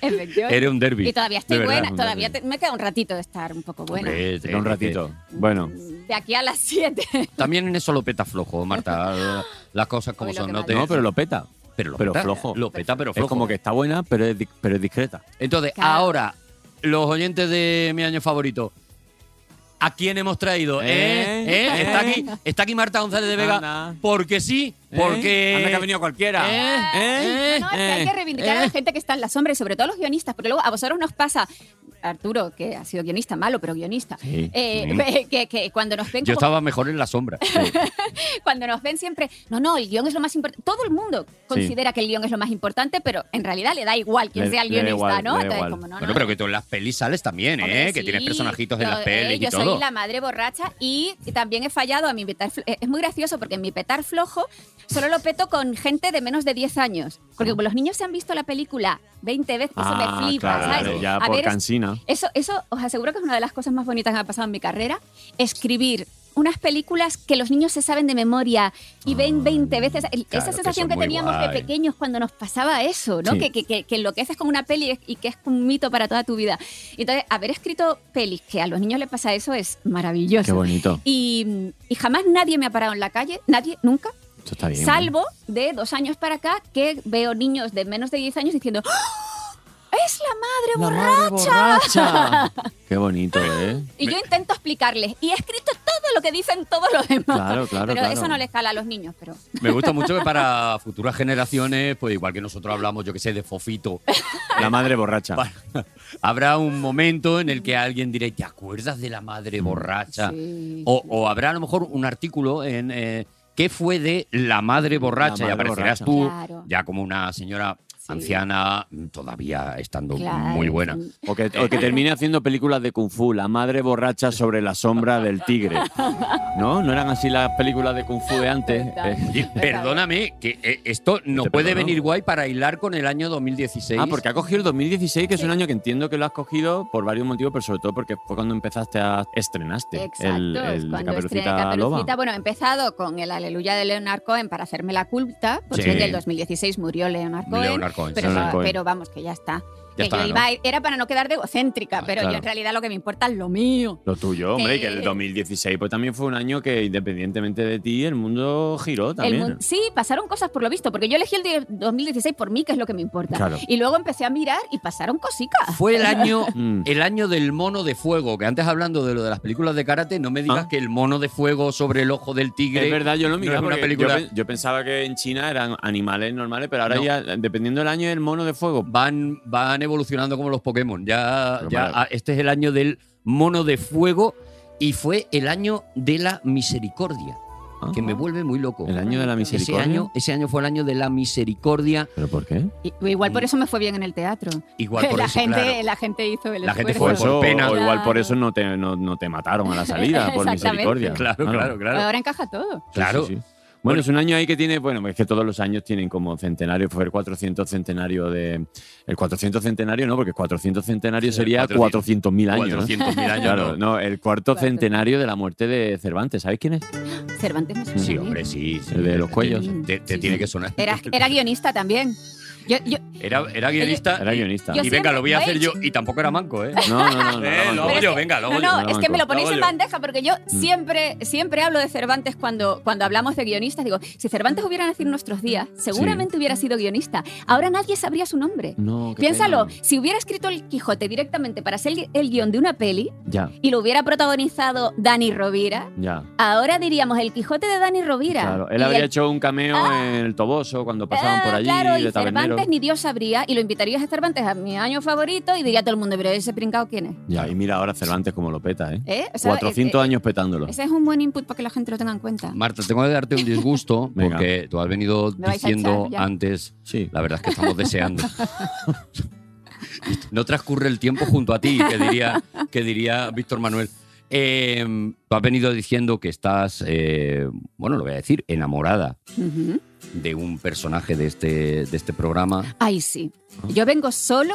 Speaker 2: Efectivamente.
Speaker 4: Eres un derby.
Speaker 2: Y todavía estoy
Speaker 4: de verdad.
Speaker 2: buena,
Speaker 6: un
Speaker 2: todavía
Speaker 6: derbi.
Speaker 2: te- me queda un ratito de estar un poco buena.
Speaker 4: Hombre,
Speaker 6: Te queda un
Speaker 4: eh,
Speaker 6: ratito. Bueno,
Speaker 2: De aquí a las 7.
Speaker 4: eh, También en eso lo peta flojo, Marta. Las cosas como
Speaker 2: Hoy lo
Speaker 4: son.
Speaker 2: que
Speaker 4: No,
Speaker 2: más
Speaker 4: te-
Speaker 6: no, pero lo peta.
Speaker 4: pero lo
Speaker 6: pero
Speaker 4: peta,
Speaker 6: flojo.
Speaker 4: Lo peta, pero flojo. ¿eh?
Speaker 6: Es como que está buena, pero es, di- pero es discreta.
Speaker 4: Entonces,
Speaker 2: Claro.
Speaker 4: ahora, los oyentes de mi año favorito, ¿a quién hemos traído? ¿Eh?
Speaker 6: ¿Eh?
Speaker 4: ¿Eh? Está,
Speaker 6: ¿Eh?
Speaker 4: aquí, está aquí Marta González de Vega.
Speaker 6: Anda. ¿Eh?
Speaker 4: Porque sí, ¿Eh? porque.
Speaker 6: Anda que ha venido cualquiera.
Speaker 4: ¿Eh? ¿Eh?
Speaker 2: No, es que hay que reivindicar a
Speaker 6: eh.
Speaker 2: la gente que está en la sombra y sobre todo a los guionistas, porque luego a vosotros nos pasa, Arturo, que ha sido guionista malo, pero guionista,
Speaker 6: Sí.
Speaker 2: eh, que, que cuando nos ven
Speaker 4: Yo
Speaker 2: como-
Speaker 4: estaba mejor en la sombra.
Speaker 2: cuando nos ven siempre, no, no, el guión es lo más importante. Todo el mundo considera que el guión es lo más importante, pero en realidad le da igual quién
Speaker 6: Le-
Speaker 2: sea el
Speaker 6: le da
Speaker 2: guionista,
Speaker 6: igual,
Speaker 2: ¿no?
Speaker 6: le da
Speaker 2: Entonces,
Speaker 6: igual.
Speaker 2: como no,
Speaker 4: Bueno,
Speaker 2: no,
Speaker 4: pero que tú en las pelis sales también, ¿eh?
Speaker 2: Hombre,
Speaker 4: que
Speaker 2: sí,
Speaker 4: tienes personajitos en
Speaker 2: todo,
Speaker 4: las pelis
Speaker 2: eh,
Speaker 4: y
Speaker 2: yo
Speaker 4: todo.
Speaker 2: soy la madre borracha y también he fallado a mi petar fl- eh, Es muy gracioso porque en mi petar flojo solo lo peto con gente de menos de 10 años. Porque
Speaker 4: Ah.
Speaker 2: como los niños se han visto la película 20 veces, eso me flipa,
Speaker 6: Ah, claro,
Speaker 2: ¿sabes?
Speaker 6: ya
Speaker 2: A
Speaker 6: por
Speaker 2: ver, es-
Speaker 6: cansina.
Speaker 2: eso, eso os aseguro que es una de las cosas más bonitas que me ha pasado en mi carrera, escribir unas películas que los niños se saben de memoria y ven 20 veces. El-
Speaker 4: claro, que
Speaker 2: esa sensación
Speaker 4: son
Speaker 2: que
Speaker 4: muy
Speaker 2: teníamos de
Speaker 4: guay.
Speaker 2: pequeños cuando nos pasaba eso, ¿no?
Speaker 6: Sí.
Speaker 2: Que, que, que, que enloqueces con una peli y que es un mito para toda tu vida. Entonces, haber escrito pelis que a los niños les pasa eso es maravilloso.
Speaker 6: Qué bonito.
Speaker 2: Y, y jamás nadie me ha parado en la calle, nadie, nunca,
Speaker 6: Eso está bien. ¿eh?
Speaker 2: Salvo de dos años para acá que veo niños de menos de 10 años diciendo ¡Ah! ¡Es la madre borracha!
Speaker 6: borracha. Qué bonito, ¿eh?
Speaker 2: Y yo intento explicarles. Y he escrito todo lo que dicen todos los demás.
Speaker 6: Claro, claro,
Speaker 2: Pero
Speaker 6: claro.
Speaker 2: eso no le escala a los niños, pero...
Speaker 4: Me gusta mucho que para futuras generaciones, pues igual que nosotros hablamos, yo que sé, de fofito,
Speaker 6: La madre borracha.
Speaker 2: Ah.
Speaker 4: habrá un momento en el que alguien dirá, ¿te acuerdas de la madre borracha?
Speaker 2: Mm. Sí.
Speaker 6: Oh,
Speaker 4: O, o habrá a lo mejor un artículo en eh, qué fue de la madre borracha y
Speaker 6: La madre
Speaker 4: aparecerás
Speaker 6: borracha.
Speaker 4: tú
Speaker 2: Claro.
Speaker 4: ya como una señora anciana mm, todavía estando
Speaker 2: Claro,
Speaker 4: muy buena.
Speaker 2: sí.
Speaker 6: O que, o que termine haciendo películas de Kung Fu, La madre borracha sobre la sombra del tigre. ¿No? ¿No eran así las películas de Kung Fu de antes? Eh,
Speaker 4: Oye, perdóname, que eh, esto no
Speaker 6: te
Speaker 4: puede
Speaker 6: perdono.
Speaker 4: venir guay para hilar con el año 2016.
Speaker 6: Ah, porque ha cogido el 2016, que es un año que entiendo que lo has cogido por varios motivos, pero sobre todo porque fue cuando empezaste a estrenaste
Speaker 2: Exacto,
Speaker 6: el,
Speaker 2: es
Speaker 6: el
Speaker 2: cuando estrené
Speaker 6: Caperucita
Speaker 2: Caperucita.
Speaker 6: Loba.
Speaker 2: Bueno, he empezado con el Aleluya de Leonard Cohen para hacerme la culpa, porque
Speaker 4: Sí.
Speaker 2: en el 2016 murió Leonard Cohen.
Speaker 4: Leonard Cohen,
Speaker 2: pero,
Speaker 6: Leonard Cohen.
Speaker 2: pero vamos, que ya está. que
Speaker 4: está,
Speaker 2: yo
Speaker 4: ¿no?
Speaker 2: iba, Era para no quedar de egocéntrica, pero yo
Speaker 6: Ah, claro.
Speaker 2: en realidad lo que me importa es lo mío.
Speaker 6: Lo tuyo, hombre, y que el
Speaker 2: Eh.
Speaker 6: 2016 pues también fue un año que independientemente de ti el mundo giró
Speaker 2: El
Speaker 6: también.
Speaker 2: mun- sí, pasaron cosas por lo visto, porque yo elegí el de 2016 por mí, que es lo que me importa.
Speaker 6: Claro.
Speaker 2: Y luego empecé a mirar y pasaron cositas.
Speaker 4: Fue el año,
Speaker 6: Mm.
Speaker 4: el año del mono de fuego, que antes hablando de lo de las películas de karate, no me digas
Speaker 6: Ah.
Speaker 4: que el mono de fuego sobre el ojo del tigre.
Speaker 6: Es verdad, yo lo
Speaker 4: no
Speaker 6: miraba
Speaker 4: es una
Speaker 6: porque
Speaker 4: película.
Speaker 6: Yo, pe- yo pensaba que en China eran animales normales, pero ahora
Speaker 4: No.
Speaker 6: ya, dependiendo del año, el mono de fuego.
Speaker 4: Van, van evolucionando como los Pokémon. Ya,
Speaker 6: Pero
Speaker 4: ya
Speaker 6: marav-
Speaker 4: ah, este es el año del mono de fuego y fue el año de la misericordia,
Speaker 6: Ah.
Speaker 4: que me vuelve muy loco.
Speaker 6: El año de la
Speaker 4: ese
Speaker 6: misericordia.
Speaker 4: año, ese año fue el año de la misericordia,
Speaker 6: ¿Pero por qué?
Speaker 2: Y- igual por eso me fue bien en el teatro.
Speaker 4: Mm. igual por
Speaker 2: la,
Speaker 4: eso,
Speaker 2: gente,
Speaker 4: claro.
Speaker 2: la gente hizo el
Speaker 4: La gente
Speaker 6: Por
Speaker 4: Por
Speaker 2: esfuerzo.
Speaker 6: eso,
Speaker 4: pena.
Speaker 6: O igual por
Speaker 2: Claro.
Speaker 6: eso no te, no, no te mataron a la salida, por
Speaker 2: Exactamente.
Speaker 6: misericordia.
Speaker 4: Claro, claro, claro.
Speaker 2: Ahora encaja todo.
Speaker 6: Sí,
Speaker 4: Claro.
Speaker 6: sí, sí. Bueno, es un año ahí que tiene, bueno, es que todos los años tienen como centenario, fue el 400 centenario de... El 400 centenario no, porque 400 centenario
Speaker 4: Sí,
Speaker 6: sería
Speaker 4: 400.
Speaker 6: 400.000 años. ¿no?
Speaker 4: 400.000 años.
Speaker 6: Claro,
Speaker 4: ¿no?
Speaker 6: no, el cuarto centenario de la muerte de Cervantes. ¿Sabéis quién es?
Speaker 2: Cervantes no sé
Speaker 4: Sí, hombre, sí. sí.
Speaker 6: El de los
Speaker 4: Te-
Speaker 6: cuellos.
Speaker 4: Te, te- te
Speaker 2: Sí.
Speaker 4: tiene que sonar.
Speaker 2: Era, era guionista también. Yo, yo-
Speaker 4: Era, era guionista.
Speaker 6: Era guionista.
Speaker 2: Yo
Speaker 4: Y
Speaker 2: sé-
Speaker 4: venga, lo voy a
Speaker 2: lo he
Speaker 4: hacer yo.
Speaker 2: hecho.
Speaker 4: Y tampoco era manco, ¿eh?
Speaker 6: No, no, no. no,
Speaker 4: Eh, lo
Speaker 6: no, no.
Speaker 4: hago
Speaker 2: Pero
Speaker 4: yo, venga, lo hago
Speaker 2: no,
Speaker 4: yo.
Speaker 2: no,
Speaker 6: lo
Speaker 2: es
Speaker 6: hago
Speaker 2: que
Speaker 6: yo.
Speaker 2: me lo
Speaker 4: Lo
Speaker 2: ponéis
Speaker 4: hago
Speaker 2: en
Speaker 4: yo.
Speaker 2: bandeja porque yo
Speaker 4: Mm.
Speaker 2: siempre, siempre hablo de Cervantes cuando, cuando hablamos de guionistas. Digo, si Cervantes hubiera nacido en nuestros días, seguramente hubiera sido guionista. Ahora nadie sabría su nombre.
Speaker 6: No, qué
Speaker 2: Piénsalo,
Speaker 6: pena.
Speaker 2: si hubiera escrito el Quijote directamente para ser el, el guión de una peli
Speaker 6: Ya,
Speaker 2: y lo hubiera protagonizado Dani Rovira,
Speaker 6: ya.
Speaker 2: ahora diríamos el Quijote de Dani Rovira.
Speaker 6: Claro,
Speaker 2: Y
Speaker 6: él habría
Speaker 2: el-
Speaker 6: hecho un cameo en el Toboso cuando pasaban
Speaker 2: Ah,
Speaker 6: por allí
Speaker 2: claro, y
Speaker 6: de tabernero.
Speaker 2: Cervantes ni Dios sabría, y lo invitarías a Cervantes a mi año favorito y diría a todo el mundo, pero ese pringao quién es.
Speaker 6: Ya, y mira ahora Cervantes como lo peta, ¿eh?
Speaker 2: ¿Eh? O sea, eh,
Speaker 6: 400
Speaker 2: eh,
Speaker 6: años petándolo.
Speaker 2: Ese es un buen input para que la gente lo tenga en cuenta.
Speaker 4: Marta, tengo que darte un disgusto
Speaker 6: Venga.
Speaker 4: porque tú has venido
Speaker 2: Me vais a
Speaker 4: diciendo
Speaker 2: echar ya.
Speaker 4: antes,
Speaker 6: Sí.
Speaker 4: la verdad es que estamos deseando. no transcurre el tiempo junto a ti, que diría, que diría Víctor Manuel. Eh, tú has venido diciendo que estás, eh, bueno, lo voy a decir, enamorada
Speaker 6: Mm.
Speaker 2: Ujú.
Speaker 4: de un personaje de este, de este programa.
Speaker 2: Ay, sí.
Speaker 6: Ah.
Speaker 2: Yo vengo solo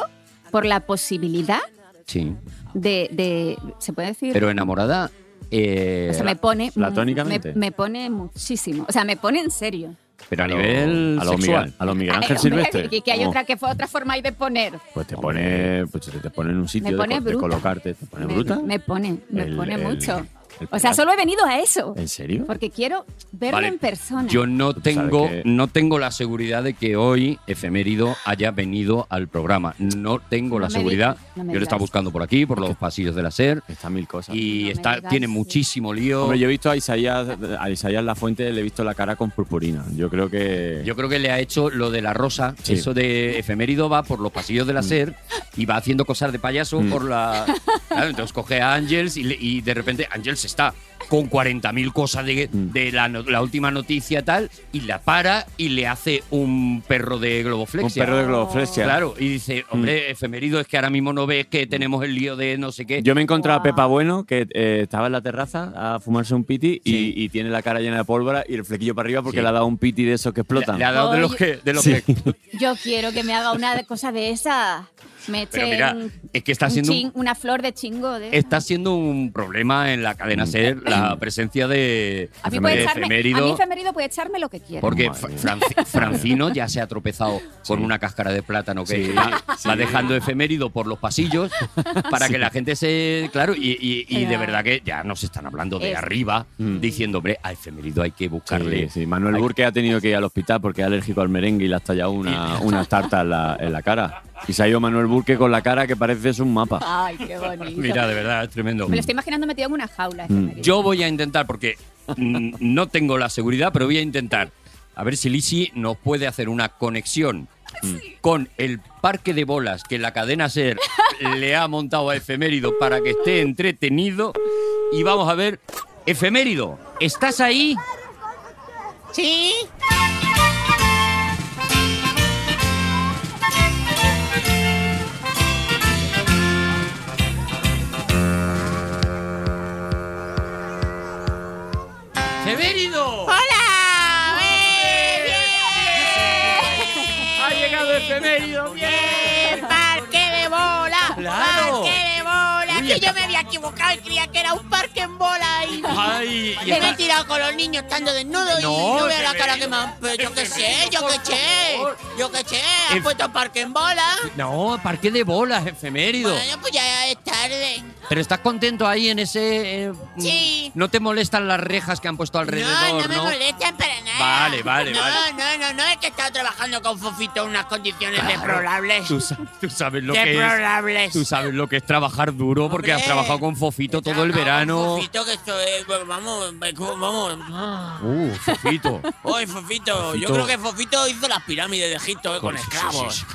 Speaker 2: por la posibilidad
Speaker 4: Sí.
Speaker 2: de. de- ¿Se puede decir?
Speaker 4: Pero enamorada. eh,
Speaker 2: o sea, me pone.
Speaker 6: platónicamente.
Speaker 2: Me, me pone muchísimo. O sea, me pone en serio.
Speaker 4: pero a,
Speaker 6: lo-
Speaker 4: nivel
Speaker 6: a lo
Speaker 4: sexual.
Speaker 6: Miguel, a lo Miguel
Speaker 2: Ah,
Speaker 6: Ángel
Speaker 2: hombre,
Speaker 6: Silvestre.
Speaker 2: Que, que hay
Speaker 6: Vamos,
Speaker 2: otra, que fue otra forma hay de poner.
Speaker 6: Pues te pone, pues te te pone en un sitio
Speaker 2: Me
Speaker 6: de
Speaker 2: pone
Speaker 6: co- de,
Speaker 2: bruta.
Speaker 6: colocarte. ¿Te pone
Speaker 2: Me-
Speaker 6: bruta?
Speaker 2: Me, pone, me
Speaker 6: El-
Speaker 2: pone
Speaker 6: el-
Speaker 2: mucho.
Speaker 6: el
Speaker 2: O sea,
Speaker 6: pedazo-
Speaker 2: solo he venido a eso.
Speaker 6: ¿En serio?
Speaker 2: Porque quiero verlo
Speaker 4: Vale,
Speaker 2: en persona.
Speaker 4: Yo no
Speaker 6: Tú sabes
Speaker 4: tengo,
Speaker 6: que-
Speaker 4: no tengo la seguridad de que hoy Efemérido haya venido al programa. No tengo
Speaker 2: No
Speaker 4: la
Speaker 2: me
Speaker 4: seguridad.
Speaker 2: digas, no me
Speaker 4: Yo lo estaba
Speaker 2: digas.
Speaker 4: buscando por aquí, por los pasillos de la SER.
Speaker 6: Está mil cosas.
Speaker 4: Y
Speaker 2: No me
Speaker 4: está,
Speaker 2: digas,
Speaker 4: tiene
Speaker 2: sí.
Speaker 4: muchísimo lío.
Speaker 6: Hombre,
Speaker 4: yo,
Speaker 6: yo he visto a Isaías, a Isaías La Fuente, le he visto la cara con purpurina. Yo creo que.
Speaker 4: creo que le ha hecho lo de la rosa.
Speaker 6: Sí.
Speaker 4: Eso de efemérido va por los pasillos
Speaker 2: Mm.
Speaker 4: de la SER y va haciendo cosas de payaso
Speaker 6: Mm.
Speaker 4: por la. Claro, entonces coge a Ángels y, le- y de repente Ángels está con 40.000 cosas de,
Speaker 6: Mm.
Speaker 4: de la, no- la última noticia tal y la para y le hace un perro de
Speaker 6: un
Speaker 4: globoflexia.
Speaker 6: perro de globoflexia.
Speaker 4: Claro, y dice,
Speaker 6: Mm.
Speaker 4: hombre, efemérido, es que ahora mismo no ves que tenemos el lío de no sé qué.
Speaker 6: Yo me encontré a
Speaker 2: Guau.
Speaker 6: Pepa Bueno, que eh, estaba en la terraza a fumarse un piti y-
Speaker 4: Sí.
Speaker 6: y, tiene la cara llena de pólvora y el flequillo para arriba porque
Speaker 4: Sí.
Speaker 6: le ha dado un piti de esos que
Speaker 4: le,
Speaker 6: explotan.
Speaker 4: le ha dado de
Speaker 2: Ay,
Speaker 4: los
Speaker 2: yo-
Speaker 4: que. De los
Speaker 6: Sí.
Speaker 4: que
Speaker 2: Yo quiero que me haga una de- cosa de esa. Me eche
Speaker 4: pero mira,
Speaker 2: un-
Speaker 4: es que está
Speaker 2: un
Speaker 4: siendo,
Speaker 2: chin-
Speaker 4: un, Este
Speaker 2: una flor de chingo. De
Speaker 4: está siendo un problema en la cadena
Speaker 6: Mm.
Speaker 4: SER la presencia de,
Speaker 2: a mí
Speaker 4: de
Speaker 2: puede echarme, a mí
Speaker 4: efemérido.
Speaker 2: efemérido puede echarme lo que quiera.
Speaker 4: Porque
Speaker 6: Madre
Speaker 4: Fra-
Speaker 6: mía.
Speaker 4: Franci- Francino ya se ha tropezado con una cáscara de plátano que
Speaker 6: Sí,
Speaker 4: va,
Speaker 6: sí.
Speaker 4: va dejando efemérido por los pasillos para que la gente se. Claro, y, y- y de
Speaker 2: Claro.
Speaker 4: verdad que ya nos están hablando de
Speaker 2: Es-
Speaker 4: arriba,
Speaker 6: Mm.
Speaker 4: diciendo, hombre, a efemérido hay que buscarle.
Speaker 6: Sí, sí. Manuel Burke ha tenido que ir al hospital porque es alérgico al merengue y le ha estallado una, una tarta en la, en la cara. Y se ha ido Manuel Burke con la cara que parece es un mapa.
Speaker 2: Ay, qué bonito.
Speaker 4: Mira, de verdad, es tremendo.
Speaker 6: Mm.
Speaker 2: me lo estoy imaginando metido en una jaula. efemérido.
Speaker 4: Yo voy a intentar, porque mm, no tengo la seguridad, pero voy a intentar. A ver si Lisi nos puede hacer una conexión con el parque de bolas que la cadena Ser le ha montado a Efemérido para que esté entretenido. Y vamos a ver, Efemérido, ¿estás ahí?
Speaker 7: Sí,
Speaker 4: ¡Efemérido!
Speaker 7: hola. ¡Eh, bien!
Speaker 4: ¡Ha llegado Efemérido!
Speaker 7: ¡Bien! ¡Parque de bola!
Speaker 4: Claro.
Speaker 7: ¡Parque de bola!
Speaker 4: Uy,
Speaker 7: que
Speaker 4: está-
Speaker 7: yo me había equivocado y creía que era un parque en bola y.
Speaker 4: ¡Ay! y
Speaker 7: Que me he
Speaker 4: está-
Speaker 7: tirado con los niños estando desnudos
Speaker 4: No,
Speaker 7: y no veo la
Speaker 4: Efemérido.
Speaker 7: cara que me han. Pero Pues yo qué sé, yo
Speaker 4: Efemérido,
Speaker 7: qué
Speaker 4: Este, por
Speaker 7: sé.
Speaker 4: favor.
Speaker 7: Yo qué sé, has
Speaker 4: Ef-
Speaker 7: puesto parque en bola.
Speaker 4: Oh, No, parque de bolas, Efemérido.
Speaker 7: Bueno, pues ya es tarde.
Speaker 4: Pero estás contento ahí en ese. eh,
Speaker 7: Sí.
Speaker 4: No te molestan las rejas que han puesto
Speaker 7: No,
Speaker 4: alrededor,
Speaker 7: no me
Speaker 4: ¿no?
Speaker 7: molestan para nada.
Speaker 4: Vale, vale,
Speaker 7: no,
Speaker 4: vale.
Speaker 7: No, no, no, es que he estado trabajando con Fofito en unas condiciones
Speaker 4: Claro.
Speaker 7: deplorables.
Speaker 4: Tú, sa- tú sabes lo que es.
Speaker 7: Deplorables.
Speaker 4: Tú sabes lo que es trabajar duro porque has
Speaker 7: Hombre.
Speaker 4: trabajado con Fofito todo el
Speaker 7: Trabajo,
Speaker 4: verano.
Speaker 7: Fofito, que esto es- bueno, vamos, eh, vamos.
Speaker 4: Uh, Fofito.
Speaker 7: Hoy, Fofito,
Speaker 4: Fofito.
Speaker 7: yo creo que Fofito hizo las pirámides de Egipto eh, con
Speaker 4: Con- sí, sí,
Speaker 7: esclavos.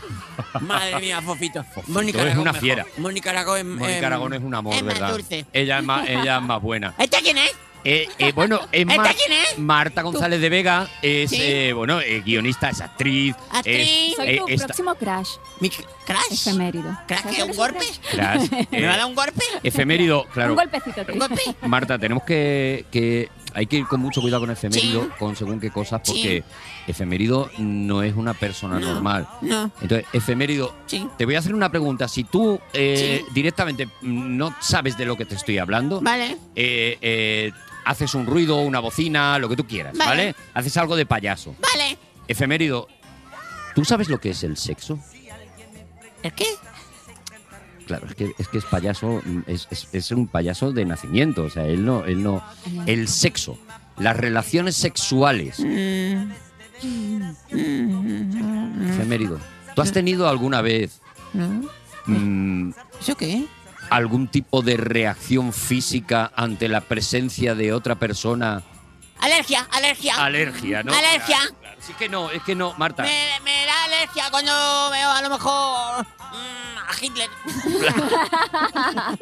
Speaker 7: Madre mía, Fofito. Mónica
Speaker 4: es
Speaker 7: Aragón
Speaker 4: una
Speaker 7: mejor.
Speaker 4: fiera.
Speaker 7: Mónica Aragón es, em,
Speaker 4: Mónica Aragón es un amor,
Speaker 7: es más
Speaker 4: ¿verdad?
Speaker 7: dulce.
Speaker 4: Ella es más, ella es más buena.
Speaker 7: ¿Esta ¿Este quién es?
Speaker 4: Eh, eh, bueno, es
Speaker 7: ¿Esta
Speaker 4: Mar-
Speaker 7: ¿Este quién es?
Speaker 4: Marta González de Vega es
Speaker 7: Sí.
Speaker 4: eh, bueno, eh, guionista, es actriz. es-
Speaker 7: Actriz.
Speaker 2: Soy
Speaker 4: eh,
Speaker 2: tu
Speaker 4: esta-
Speaker 2: próximo crash
Speaker 7: Mi crash.
Speaker 2: efemérido.
Speaker 7: ¿Crash que es un
Speaker 2: ¿Sabes
Speaker 7: golpe?
Speaker 4: Tras, eh,
Speaker 7: ¿Me va a dar un golpe?
Speaker 4: efemérido,
Speaker 2: Un
Speaker 4: claro.
Speaker 2: golpecito. tío.
Speaker 7: ¿Un golpe?
Speaker 4: Marta, tenemos que, que- Hay que ir con mucho cuidado con efemérido,
Speaker 7: Sí.
Speaker 4: con según qué cosas,
Speaker 7: Sí.
Speaker 4: porque efemérido no es una persona
Speaker 7: No.
Speaker 4: normal.
Speaker 7: No,
Speaker 4: Entonces, efemérido,
Speaker 7: sí.
Speaker 4: te voy a hacer una pregunta. Si tú eh,
Speaker 7: Sí.
Speaker 4: directamente no sabes de lo que te estoy hablando,
Speaker 7: Vale.
Speaker 4: eh, eh, haces un ruido, una bocina, lo que tú quieras, ¿vale?
Speaker 7: Vale.
Speaker 4: Haces algo de payaso.
Speaker 7: Vale.
Speaker 4: Efemérido, ¿tú sabes lo que es el sexo?
Speaker 7: ¿El qué?
Speaker 4: Claro, es que es, que es payaso, mm, es, es- es un payaso de nacimiento, o sea, él no, él no. El sexo, las relaciones sexuales.
Speaker 7: Mm.
Speaker 4: Efemérido, ¿tú has tenido alguna vez
Speaker 7: ¿No?
Speaker 4: mm,
Speaker 7: ¿Eso qué?
Speaker 4: algún tipo de reacción física ante la presencia de otra persona?
Speaker 7: Alergia, alergia.
Speaker 4: Alergia, ¿no?
Speaker 7: Ah. Alergia.
Speaker 4: Claro, claro. Sí que no, es que no, Marta.
Speaker 7: Me, me da alergia cuando veo a lo mejor mm, a Hitler.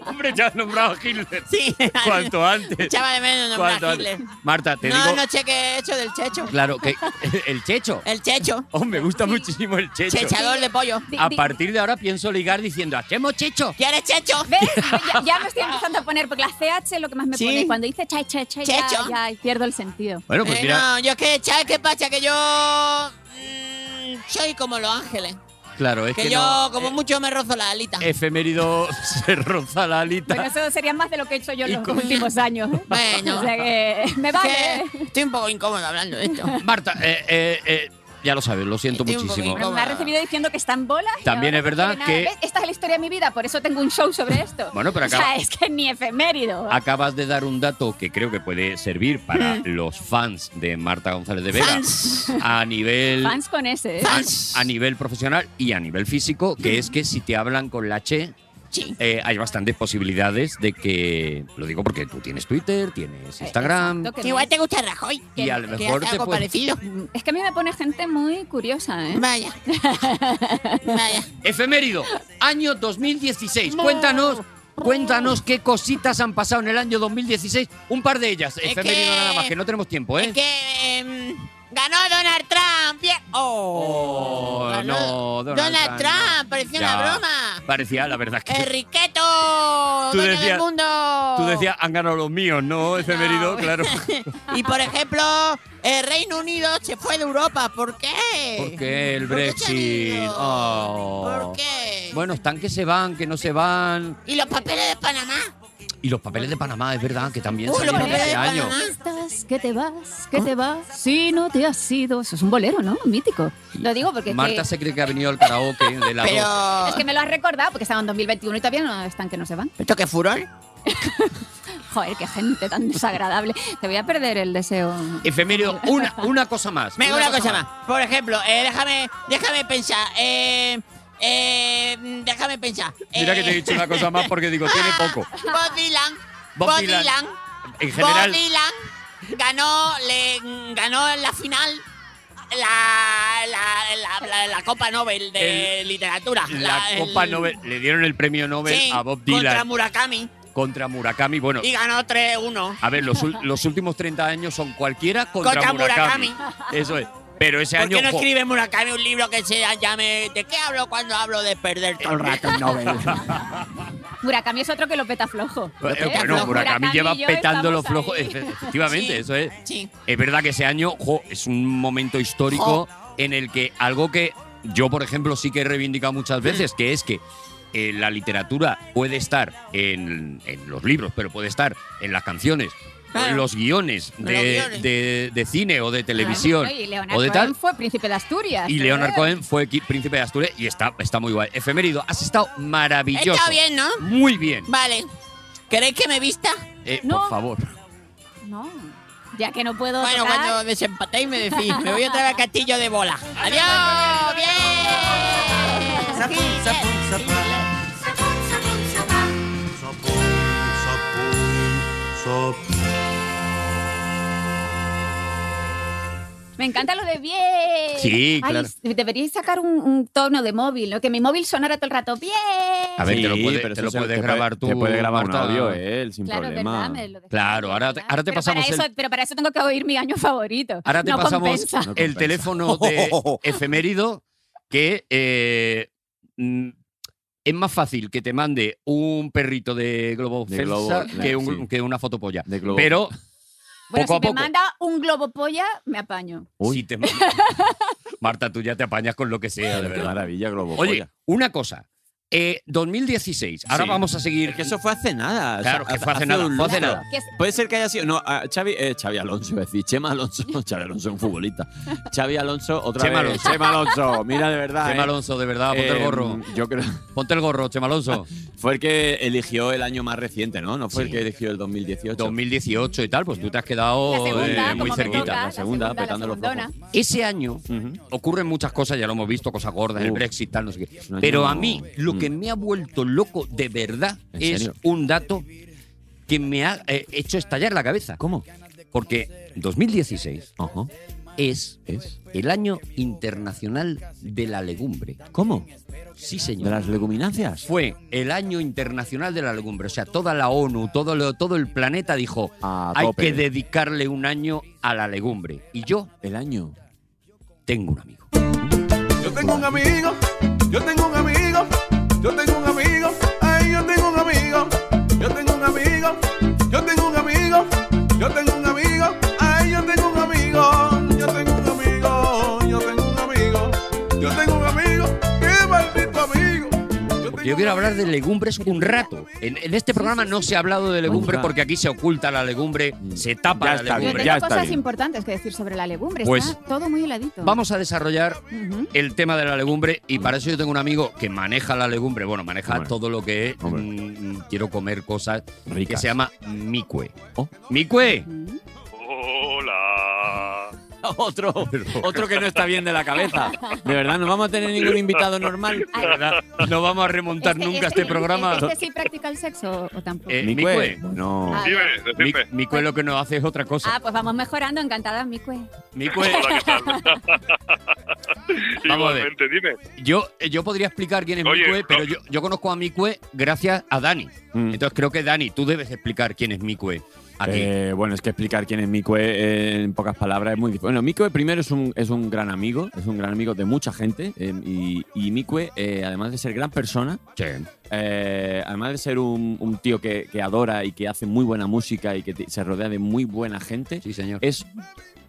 Speaker 4: Hombre, ya has nombrado a Hitler.
Speaker 7: Sí.
Speaker 4: Cuanto antes.
Speaker 7: Chaval, me da
Speaker 4: Cuanto
Speaker 7: nombrar a
Speaker 4: antes.
Speaker 7: Hitler.
Speaker 4: Marta, te
Speaker 7: no,
Speaker 4: digo.
Speaker 7: no cheque hecho del checho.
Speaker 4: Claro, que el checho.
Speaker 7: El checho.
Speaker 4: Oh, me gusta muchísimo el checho.
Speaker 7: Chechador de pollo.
Speaker 2: Di-
Speaker 4: A
Speaker 2: di-
Speaker 4: partir de ahora pienso ligar diciendo, ¡hacemos checho!
Speaker 7: ¿Quieres checho?
Speaker 2: ¿Ves? Ya, ya me estoy empezando a poner, porque la CH es lo que más me
Speaker 7: Sí.
Speaker 2: pone. Cuando dice chai, chai, chai, ya,
Speaker 7: Checho.
Speaker 2: ya pierdo el sentido.
Speaker 4: Bueno, pues
Speaker 7: Eh,
Speaker 4: mira,
Speaker 7: No, yo es que, ¿sabes qué pasa? Que yo. mm, soy como los ángeles.
Speaker 4: claro, es
Speaker 7: Que,
Speaker 4: que,
Speaker 7: yo,
Speaker 4: no,
Speaker 7: como
Speaker 4: eh,
Speaker 7: mucho, me rozo la alita.
Speaker 4: efemérido se roza la
Speaker 2: Pero
Speaker 4: alita.
Speaker 2: eso sería más de lo que he hecho yo
Speaker 4: Y
Speaker 2: en los
Speaker 4: con-
Speaker 2: últimos años. ¿eh?
Speaker 7: Bueno.
Speaker 2: O sea que me vale.
Speaker 7: Que estoy un poco incómodo hablando de esto.
Speaker 4: Marta, eh, eh, eh, ya lo sabes, lo siento
Speaker 7: Estoy un
Speaker 4: muchísimo.
Speaker 7: poquito-
Speaker 2: Bueno, me ha recibido diciendo que está en bola. y
Speaker 4: También
Speaker 2: ahora
Speaker 4: es
Speaker 2: no
Speaker 4: verdad
Speaker 2: quiere nada.
Speaker 4: que-
Speaker 2: ¿Ves? Esta es la historia de mi vida, por eso tengo un show sobre esto.
Speaker 4: Bueno,
Speaker 2: O
Speaker 4: pero acaba-
Speaker 2: sea, es que ni efemérido.
Speaker 4: Acabas de dar un dato que creo que puede servir para los fans de Marta González de Vega
Speaker 7: Mm. Fans.
Speaker 4: a nivel
Speaker 2: Fans con ese. ¿eh?
Speaker 7: Fans. Mm.
Speaker 4: a nivel profesional y a nivel físico, que es que si te hablan con la Che,
Speaker 7: Sí.
Speaker 4: eh, hay bastantes posibilidades de que lo digo porque tú tienes Twitter,
Speaker 7: Eh,
Speaker 4: tienes Instagram
Speaker 2: Exacto, que
Speaker 7: Igual
Speaker 2: no-
Speaker 7: te gusta Rajoy.
Speaker 4: y a lo
Speaker 7: que
Speaker 4: mejor
Speaker 7: hace
Speaker 4: te
Speaker 7: algo
Speaker 4: puede-
Speaker 7: parecido.
Speaker 2: Es que a mí me pone gente muy curiosa, ¿eh?
Speaker 7: Vaya. Vaya.
Speaker 4: Efemérido, año 2016. Cuéntanos, cuéntanos qué cositas han pasado en el año 2016. Un par de ellas,
Speaker 7: Es
Speaker 4: efemérido
Speaker 7: que-
Speaker 4: nada más, que no tenemos tiempo, ¿eh?
Speaker 7: Es que em, ganó Donald Trump. bien. Oh,
Speaker 4: Oh,
Speaker 7: ganó
Speaker 4: no, Donald Trump,
Speaker 7: Trump,
Speaker 4: no.
Speaker 7: parecía
Speaker 4: Ya.
Speaker 7: una broma.
Speaker 4: Parecía, la verdad que.
Speaker 7: El riqueto
Speaker 4: Tú
Speaker 7: dueño
Speaker 4: decías-
Speaker 7: del mundo.
Speaker 4: Tú decías, han ganado los míos, ¿no? Efemérido,
Speaker 7: No.
Speaker 4: claro.
Speaker 7: Y por ejemplo, el Reino Unido se fue de Europa. ¿Por qué?
Speaker 4: ¿Por qué el
Speaker 7: ¿Por qué se han
Speaker 4: Brexit?
Speaker 7: ido?
Speaker 4: Oh.
Speaker 7: ¿Por qué?
Speaker 4: Bueno, están que se van, que no se van.
Speaker 7: ¿Y los papeles de Panamá?
Speaker 4: Y los papeles de Panamá, es verdad, que también
Speaker 7: Uy, los
Speaker 4: salieron
Speaker 7: papeles
Speaker 4: este
Speaker 7: de
Speaker 4: año.
Speaker 7: Panamá.
Speaker 2: Estás, que te vas, que te vas, si no te has ido. Eso es un bolero, ¿no? Mítico. Lo digo porque es
Speaker 4: Marta
Speaker 2: que-
Speaker 4: se cree que ha venido al karaoke de la dos.
Speaker 7: Pero.
Speaker 2: es que me lo has recordado porque estaba en 2021 y todavía no están que no se van.
Speaker 7: ¿Esto qué furor?
Speaker 2: Joder, qué gente tan desagradable. Te voy a perder el deseo.
Speaker 4: Efemérido, una, una cosa más.
Speaker 7: Venga, una cosa más. Por ejemplo, eh, déjame, déjame pensar. Eh, eh, mm, déjame pensar.
Speaker 4: Mira que
Speaker 7: Eh,
Speaker 4: te he dicho una cosa más porque digo, tiene poco.
Speaker 7: Bob Dylan.
Speaker 4: Bob
Speaker 7: Bob,
Speaker 4: Dylan.
Speaker 7: Dylan.
Speaker 4: En
Speaker 7: Bob
Speaker 4: general,
Speaker 7: Dylan ganó, le, ganó en la final la, la, la, la- la Copa Nobel de Literatura.
Speaker 4: la
Speaker 7: el-
Speaker 4: Copa Nobel, le dieron el premio Nobel
Speaker 7: sí,
Speaker 4: a Bob
Speaker 7: Contra
Speaker 4: Dylan
Speaker 7: Murakami.
Speaker 4: contra Murakami. Bueno,
Speaker 7: Y ganó 3-1.
Speaker 4: A ver, los, ul- los últimos 30 años son cualquiera contra,
Speaker 7: Contra
Speaker 4: Murakami.
Speaker 7: Murakami.
Speaker 4: Eso es. Pero ese
Speaker 7: ¿Por
Speaker 4: año.
Speaker 7: qué no
Speaker 4: jo, Eh,
Speaker 7: escribe Murakami un libro que se llame ¿De qué hablo cuando hablo de perder todo el rato el Nobel?
Speaker 2: Murakami es otro que lo peta flojo.
Speaker 4: eh,
Speaker 2: ¿Eh?
Speaker 4: bueno, Murakami,
Speaker 2: Murakami
Speaker 4: lleva
Speaker 2: y yo
Speaker 4: petando los
Speaker 2: estamos
Speaker 4: flojos.
Speaker 2: ahí.
Speaker 4: Efe- Efectivamente,
Speaker 7: Sí.
Speaker 4: eso es.
Speaker 7: Sí.
Speaker 4: Es verdad que ese año jo, es un momento histórico en el que algo que yo, por ejemplo, sí que he reivindicado
Speaker 7: Mm.
Speaker 4: muchas veces, que es que eh, la literatura puede estar en, en los libros, pero puede estar en las canciones, o en
Speaker 7: Claro.
Speaker 4: los guiones de,
Speaker 7: En Ah. los guiones.
Speaker 4: de- de cine o de televisión
Speaker 2: Claro, y Leonard
Speaker 4: o de
Speaker 2: Cohen
Speaker 4: tal.
Speaker 2: fue príncipe de Asturias.
Speaker 4: Y
Speaker 2: ¿eh?
Speaker 4: Leonard Cohen fue qui- príncipe de Asturias y está, está muy guay. Efemérido, has estado maravilloso.
Speaker 7: Está bien, ¿no?
Speaker 4: Muy bien.
Speaker 7: Vale. ¿Queréis que me vista?
Speaker 4: Eh, Por
Speaker 2: No.
Speaker 4: favor.
Speaker 2: No, ya que no puedo
Speaker 7: Bueno,
Speaker 2: tocar,
Speaker 7: cuando desempatéis me decís, me voy otra vez al castillo de bola. ¡Adiós! ¡Bien!
Speaker 2: me encanta lo de bien.
Speaker 4: Sí,
Speaker 2: Ay,
Speaker 4: claro.
Speaker 2: deberíais sacar un, un tono de móvil, ¿no? que mi móvil sonara todo el rato bien.
Speaker 4: A ver, te lo
Speaker 6: Sí,
Speaker 4: puede-
Speaker 6: pero
Speaker 4: te
Speaker 6: eso
Speaker 4: lo
Speaker 6: se-
Speaker 4: puedes
Speaker 6: puede-
Speaker 4: grabar tú,
Speaker 6: Te puede grabar
Speaker 4: Marta.
Speaker 6: un audio, eh, él, sin
Speaker 2: Claro, es
Speaker 6: problema.
Speaker 2: verdad, me lo dejaste
Speaker 4: Claro, ahora te- ahora te
Speaker 2: Pero
Speaker 4: pasamos
Speaker 2: para eso-
Speaker 4: el-
Speaker 2: Pero para eso tengo que oír mi año favorito.
Speaker 4: Ahora te
Speaker 2: No
Speaker 4: pasamos
Speaker 2: compensa.
Speaker 6: No
Speaker 4: el
Speaker 6: compensa.
Speaker 4: teléfono de efemérido que eh, mm, es más fácil que te mande un perrito de globo,
Speaker 6: De
Speaker 4: ofensa
Speaker 6: globo,
Speaker 4: que,
Speaker 6: eh,
Speaker 4: un-
Speaker 6: sí.
Speaker 4: que una fotopolla.
Speaker 6: De globo.
Speaker 4: Pero
Speaker 2: Bueno,
Speaker 4: poco
Speaker 2: si
Speaker 4: a poco.
Speaker 2: me manda un globo polla, me apaño.
Speaker 6: Uy.
Speaker 4: si te manda- Marta, tú ya te apañas con lo que sea, de
Speaker 6: Qué
Speaker 4: verdad.
Speaker 6: maravilla, Globo.
Speaker 4: Oye, una cosa. Eh, 2016. Ahora
Speaker 6: Sí.
Speaker 4: vamos a seguir.
Speaker 6: Es que eso fue hace nada. o sea,
Speaker 4: Claro, que fue hace nada,
Speaker 6: un
Speaker 4: fue hace
Speaker 6: lustro.
Speaker 4: nada.
Speaker 2: Que es-
Speaker 6: Puede ser que haya sido. No, a Xavi, eh, Xavi Alonso, iba a decir, Chema Alonso. no, Xavi Alonso es un futbolista. Xavi Alonso, otra
Speaker 4: Chema
Speaker 6: vez.
Speaker 4: Alonso.
Speaker 6: Chema Alonso, mira de verdad.
Speaker 4: Chema
Speaker 6: eh.
Speaker 4: Alonso, de verdad, ponte el
Speaker 6: Eh,
Speaker 4: gorro.
Speaker 6: Yo creo.
Speaker 4: Ponte el gorro, Chema Alonso.
Speaker 6: Fue el que eligió el año más reciente, ¿no? No fue el
Speaker 4: Sí.
Speaker 6: que eligió el 2018.
Speaker 4: 2018 y tal, pues tú te has quedado
Speaker 2: La segunda,
Speaker 4: eh, muy
Speaker 2: como me
Speaker 4: cerquita.
Speaker 2: toca, la
Speaker 6: segunda,
Speaker 2: segunda, la
Speaker 6: petando los
Speaker 2: segundona.
Speaker 6: focos.
Speaker 4: Ese año
Speaker 6: Ujú.
Speaker 4: ocurren muchas cosas, ya lo hemos visto, cosas gordas, el
Speaker 6: Uf.
Speaker 4: Brexit, tal, no sé qué.
Speaker 6: un año-
Speaker 4: Pero a mí lo
Speaker 6: Mm.
Speaker 4: que me ha vuelto loco de verdad
Speaker 6: ¿En
Speaker 4: es
Speaker 6: serio?
Speaker 4: un dato que me ha eh, hecho estallar la cabeza.
Speaker 6: ¿Cómo?
Speaker 4: Porque 2016
Speaker 6: Ajá.
Speaker 4: es
Speaker 6: ¿Es?
Speaker 4: el año internacional de la legumbre.
Speaker 6: ¿Cómo?
Speaker 4: Sí,
Speaker 6: ¿De
Speaker 4: señor.
Speaker 6: las legumináceas?
Speaker 4: Fue el año internacional de la legumbre. O sea, toda la ONU, todo, lo- todo el planeta dijo,
Speaker 6: A
Speaker 4: hay
Speaker 6: tope.
Speaker 4: que dedicarle un año a la legumbre. Y yo
Speaker 6: El año.
Speaker 4: tengo un amigo.
Speaker 5: Yo tengo un amigo, yo tengo un amigo, yo tengo un amigo, ay, yo tengo un amigo, yo tengo un amigo, yo tengo un amigo, yo tengo un amigo, ay, yo tengo un amigo, yo tengo un amigo, yo tengo un amigo, yo tengo un amigo, qué maldito amigo.
Speaker 4: Porque
Speaker 5: tengo
Speaker 4: yo
Speaker 5: un
Speaker 4: quiero hablar
Speaker 5: amigo.
Speaker 4: de legumbres un rato. En, en este programa no se ha hablado de legumbre
Speaker 6: Nunca. Mm.
Speaker 4: porque aquí se oculta la legumbre, se tapa
Speaker 6: Ya
Speaker 4: la
Speaker 6: está
Speaker 2: Yo
Speaker 4: legumbre.
Speaker 6: bien,
Speaker 2: tengo
Speaker 6: está
Speaker 2: cosas
Speaker 6: bien.
Speaker 2: importantes que decir sobre la legumbre.
Speaker 4: Pues-
Speaker 2: está todo muy heladito.
Speaker 4: Vamos a desarrollar
Speaker 2: Ujú.
Speaker 4: el tema de la legumbre y para eso yo tengo un amigo que maneja la legumbre, bueno, maneja
Speaker 6: Hombre.
Speaker 4: todo lo que es,
Speaker 6: Hombre.
Speaker 4: mm, mm, quiero comer cosas, que
Speaker 6: Ricas.
Speaker 4: se llama Micue.
Speaker 6: Oh.
Speaker 4: Micue,
Speaker 2: Ujú.
Speaker 8: Hola.
Speaker 6: Otro, otro que no está bien de la cabeza. De verdad, no vamos a tener ningún invitado normal.
Speaker 4: de verdad, no vamos a remontar
Speaker 2: Este-
Speaker 4: nunca
Speaker 2: este-
Speaker 4: este programa.
Speaker 2: ¿Este sí practica el sexo o tampoco?
Speaker 4: Eh,
Speaker 6: Micue.
Speaker 4: Micue.
Speaker 6: No.
Speaker 2: Ah,
Speaker 8: Dime,
Speaker 4: Mi-
Speaker 8: decime.
Speaker 4: Micue lo que nos hace es otra cosa.
Speaker 2: Ah, pues vamos mejorando. Encantada, mi cue.
Speaker 4: Micue,
Speaker 8: Hola, ¿qué tal?
Speaker 4: Vamos a ver.
Speaker 8: Igualmente, dime.
Speaker 4: yo, yo podría explicar quién es
Speaker 8: Oye,
Speaker 4: Micue,
Speaker 8: no.
Speaker 4: pero yo, yo conozco a Micue gracias a Dani.
Speaker 6: Mm.
Speaker 4: Entonces creo que Dani, tú debes explicar quién es E. Micue aquí.
Speaker 6: Eh, bueno, es que explicar quién es Micue eh, en pocas palabras es muy difícil. Bueno, Micue primero es un, es un gran amigo, es un gran amigo de mucha gente. eh, y y Micue, eh, además de ser gran persona,
Speaker 4: Che.
Speaker 6: eh, además de ser un, un tío que, que adora y que hace muy buena música y que te- se rodea de muy buena gente,
Speaker 4: Sí, señor.
Speaker 6: es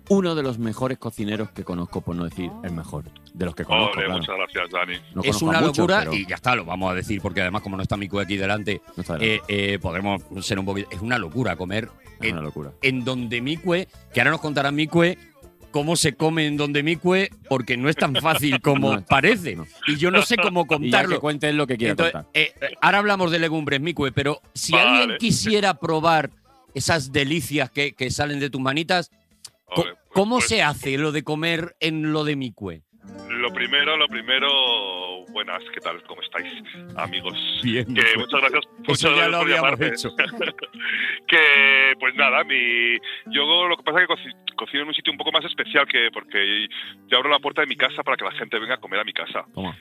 Speaker 6: uno de los mejores cocineros que conozco, por no decir el mejor. De los que conozco,
Speaker 8: Ole,
Speaker 6: claro.
Speaker 8: muchas gracias, Dani.
Speaker 6: No
Speaker 4: es
Speaker 6: conozco a
Speaker 4: una
Speaker 6: muchos,
Speaker 4: locura
Speaker 6: pero
Speaker 4: y ya está, lo vamos a decir, porque además como no está Micue aquí delante,
Speaker 6: no está de
Speaker 4: eh, eh, podremos ser un poquito... Es una locura comer
Speaker 6: nada, es
Speaker 4: en,
Speaker 6: una locura.
Speaker 4: en donde Micue, que ahora nos contará Micue cómo se come en donde Micue, porque no es tan fácil como
Speaker 6: No, no.
Speaker 4: parece. Y yo no sé cómo
Speaker 6: Y ya
Speaker 4: contarlo.
Speaker 6: que cuentes lo que quieras
Speaker 4: Entonces,
Speaker 6: contar.
Speaker 4: eh, eh, ahora hablamos de legumbres, Micue, pero si
Speaker 8: Vale.
Speaker 4: alguien quisiera probar esas delicias que, que salen de tus manitas, co-
Speaker 8: Ole, pues-
Speaker 4: ¿cómo
Speaker 8: pues,
Speaker 4: se hace lo de comer en lo de Micue?
Speaker 8: Lo primero, lo primero. Buenas, ¿qué tal? ¿Cómo estáis, amigos?
Speaker 4: Bien.
Speaker 8: Que muchas gracias, muchas
Speaker 4: Eso ya
Speaker 8: gracias
Speaker 4: lo
Speaker 8: por
Speaker 4: habíamos
Speaker 8: llamarme.
Speaker 4: hecho.
Speaker 8: Que, pues nada, mi, yo lo que pasa es que coci- cocino en un sitio un poco más especial que porque yo abro la puerta de mi casa para que la gente venga a comer a mi casa.
Speaker 6: Toma.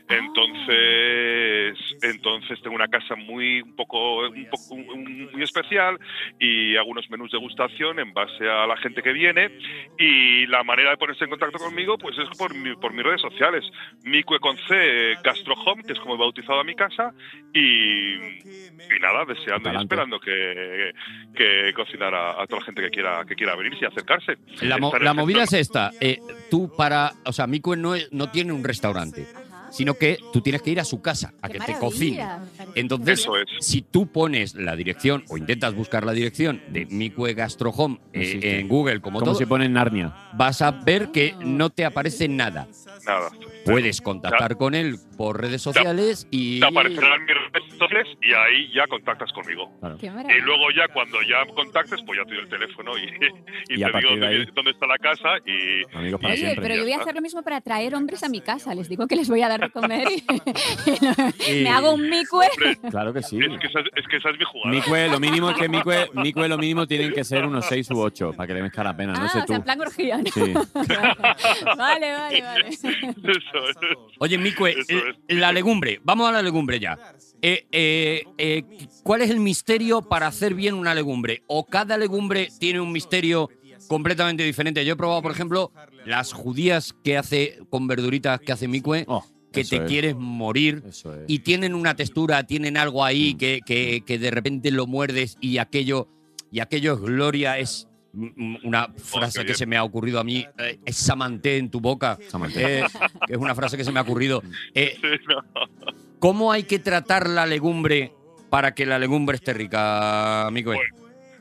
Speaker 8: Entonces, entonces tengo una casa muy un poco, un poco- un- un- muy especial y hago unos menús de gustación en base a la gente que viene y la manera de ponerse en contacto conmigo pues es por, mi- por mis redes sociales, Micue con C, eh, Castro Home, que es como he bautizado a mi casa y, y nada, deseando y
Speaker 6: Adelante.
Speaker 8: esperando que, que cocinar a, a toda la gente que quiera que quiera venirse y acercarse.
Speaker 4: La, mo-
Speaker 8: Estar
Speaker 4: la
Speaker 8: en-
Speaker 4: movida es esta. eh, tú para. O sea, Micue no, es- no tiene un restaurante, sino que tú tienes que ir a su casa a que te cocine. Entonces,
Speaker 8: Eso es.
Speaker 4: si tú pones la dirección o intentas buscar la dirección de Micue Gastro Home eh,
Speaker 6: Existe.
Speaker 4: en Google, como,
Speaker 6: ¿Cómo
Speaker 4: todo,
Speaker 6: se pone en Narnia?
Speaker 4: vas a ver que no te aparece nada.
Speaker 8: Nada.
Speaker 4: Puedes contactar con él por redes sociales y.
Speaker 8: Te aparecerán mis redes sociales y ahí ya contactas conmigo.
Speaker 2: Qué
Speaker 8: Y
Speaker 2: maravilla.
Speaker 8: luego ya cuando ya contactes, pues ya te doy el teléfono y, y
Speaker 6: Y a
Speaker 8: te
Speaker 6: partir
Speaker 8: digo
Speaker 6: de ahí-
Speaker 8: dónde, dónde está la casa y...
Speaker 6: Amigos para
Speaker 2: Oye,
Speaker 6: siempre.
Speaker 2: pero yo voy a hacer lo mismo para traer hombres a mi casa. Les digo que les voy a dar de comer y,
Speaker 4: Y-
Speaker 2: me hago un micue.
Speaker 6: Claro que sí.
Speaker 8: Es que, esa, es que esa es mi jugada.
Speaker 6: Micue, lo mínimo es que Micue, Micue lo mínimo tienen que ser unos 6 u 8 para que le mezca la pena, no
Speaker 2: ah,
Speaker 6: sé
Speaker 2: o
Speaker 6: tú.
Speaker 2: sea, en plan orgía. ¿no?
Speaker 6: Sí.
Speaker 2: vale, vale, vale.
Speaker 8: Eso es.
Speaker 4: Oye, Micue,
Speaker 8: Eso
Speaker 4: eh,
Speaker 8: es.
Speaker 4: la legumbre. Vamos a la legumbre ya. Eh, eh, eh, ¿Cuál es el misterio para hacer bien una legumbre? ¿O cada legumbre tiene un misterio completamente diferente? Yo he probado, por ejemplo, las judías que hace con verduritas que hace Micue,
Speaker 6: Oh,
Speaker 4: que
Speaker 6: eso
Speaker 4: te
Speaker 6: es,
Speaker 4: quieres morir.
Speaker 6: Eso es.
Speaker 4: Y tienen una textura, tienen algo ahí
Speaker 6: Mm.
Speaker 4: que, que- que de repente lo muerdes y aquello, y aquello es gloria, es mm, una frase que
Speaker 8: bien.
Speaker 4: se me ha ocurrido a mí, eh, es samanté en tu boca.
Speaker 6: Samanté.
Speaker 4: Eh, que es una frase que se me ha ocurrido. Eh, ¿Cómo hay que tratar la legumbre para que la legumbre esté rica, Micue?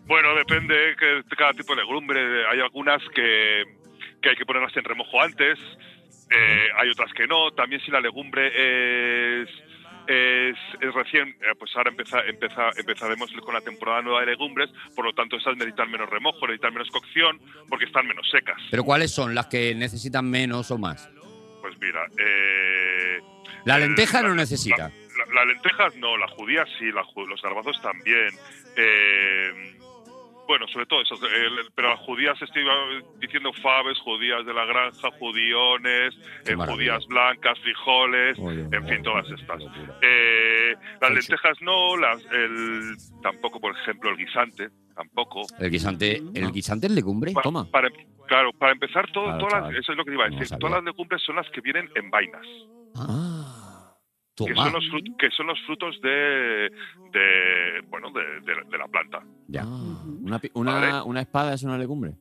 Speaker 8: Bueno, depende de cada tipo de legumbre. Hay algunas que, que hay que ponerlas en remojo antes, eh, hay otras que no. También si la legumbre es, es, es recién, eh, pues ahora empieza, empieza, empezaremos con la temporada nueva de legumbres, por lo tanto esas necesitan menos remojo, necesitan menos cocción, porque están menos secas.
Speaker 4: ¿Pero cuáles son las que necesitan menos o más?
Speaker 8: Pues mira, eh,
Speaker 4: La
Speaker 8: El-
Speaker 4: lenteja no
Speaker 8: la-
Speaker 4: necesita.
Speaker 8: la- las lentejas no, las judías sí, la ju- los garbanzos también. Eh, bueno, sobre todo eso, pero las judías estoy eh, diciendo faves, judías de la granja, judiones,
Speaker 4: Qué
Speaker 8: eh,
Speaker 4: maravilla.
Speaker 8: judías blancas, frijoles,
Speaker 6: Oh,
Speaker 4: Oye,
Speaker 8: en fin,
Speaker 4: oye,
Speaker 8: todas
Speaker 4: qué
Speaker 8: estas.
Speaker 4: locura.
Speaker 8: Eh, las
Speaker 4: Sí, sí.
Speaker 8: lentejas no, las, el, tampoco, por ejemplo, el guisante, tampoco.
Speaker 4: El guisante, el guisante es legumbre.
Speaker 8: Pa-
Speaker 6: toma.
Speaker 8: Para, em, claro, para empezar, todo,
Speaker 6: Claro,
Speaker 8: todas las-
Speaker 6: chaval.
Speaker 8: eso es lo que iba a
Speaker 4: No
Speaker 8: decir,
Speaker 4: sabía.
Speaker 8: todas las legumbres son las que vienen en vainas.
Speaker 4: Ah,
Speaker 8: que son,
Speaker 4: toma.
Speaker 8: los frutos, que son los frutos de, de bueno de, de la- de la planta.
Speaker 4: Ya.
Speaker 6: Ah, una, pi- una-
Speaker 8: Vale.
Speaker 6: una espada es una legumbre.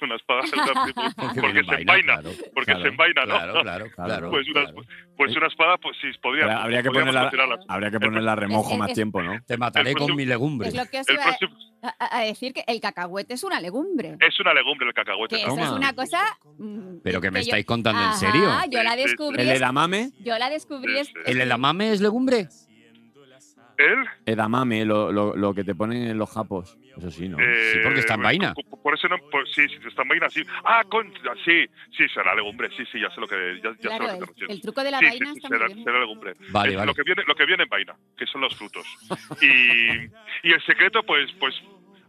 Speaker 8: Una espada es una tribu- porque,
Speaker 4: viene en
Speaker 8: se
Speaker 4: vaina,
Speaker 8: envaina.
Speaker 4: claro,
Speaker 8: porque se envaina, ¿no?
Speaker 4: Claro, claro, claro.
Speaker 8: Pues una-
Speaker 4: claro.
Speaker 8: Pues una espada, pues sí, podría.
Speaker 6: Pero habría, que
Speaker 8: podríamos
Speaker 6: ponerla,
Speaker 8: considerarla
Speaker 2: Ah,
Speaker 8: así.
Speaker 6: habría que ponerla a remojo
Speaker 2: es-
Speaker 6: más
Speaker 2: es-
Speaker 6: tiempo, ¿no?
Speaker 4: Te mataré
Speaker 8: el
Speaker 4: con
Speaker 8: próximo-
Speaker 4: mi legumbre.
Speaker 2: Es lo que os
Speaker 8: El
Speaker 2: iba
Speaker 8: próximo-
Speaker 2: a, a- a decir, que el cacahuete es una legumbre.
Speaker 8: es una legumbre el cacahuete.
Speaker 2: Que
Speaker 8: ¿no?
Speaker 2: eso es
Speaker 6: Toma.
Speaker 2: una cosa... mm,
Speaker 4: Pero que me
Speaker 2: yo-
Speaker 4: estáis contando en
Speaker 2: Ajá,
Speaker 4: serio.
Speaker 2: yo la
Speaker 8: Sí, sí, sí.
Speaker 2: descubrí...
Speaker 6: El edamame,
Speaker 2: Yo la descubrí...
Speaker 8: Sí,
Speaker 4: ¿El edamame es legumbre?
Speaker 8: Él,
Speaker 6: edamame, lo, lo- lo que te ponen en los japos. Eso sí, ¿no?
Speaker 8: eh,
Speaker 4: sí, porque está en vaina.
Speaker 8: por- Por eso no. por- sí, sí, está en vaina, sí. Ah, con, sí, sí, será legumbre. Sí, sí, ya sé lo que. Ya, ya sé
Speaker 2: Claro,
Speaker 8: lo que te
Speaker 2: el,
Speaker 8: refieres.
Speaker 2: el truco de la
Speaker 8: Sí, sí,
Speaker 2: vaina
Speaker 8: sí,
Speaker 2: está
Speaker 8: será,
Speaker 2: muy bien.
Speaker 8: será legumbre.
Speaker 4: Vale,
Speaker 8: Es
Speaker 4: vale.
Speaker 8: Lo que viene, lo que viene en vaina, que son los frutos. Y, y el secreto, pues, pues,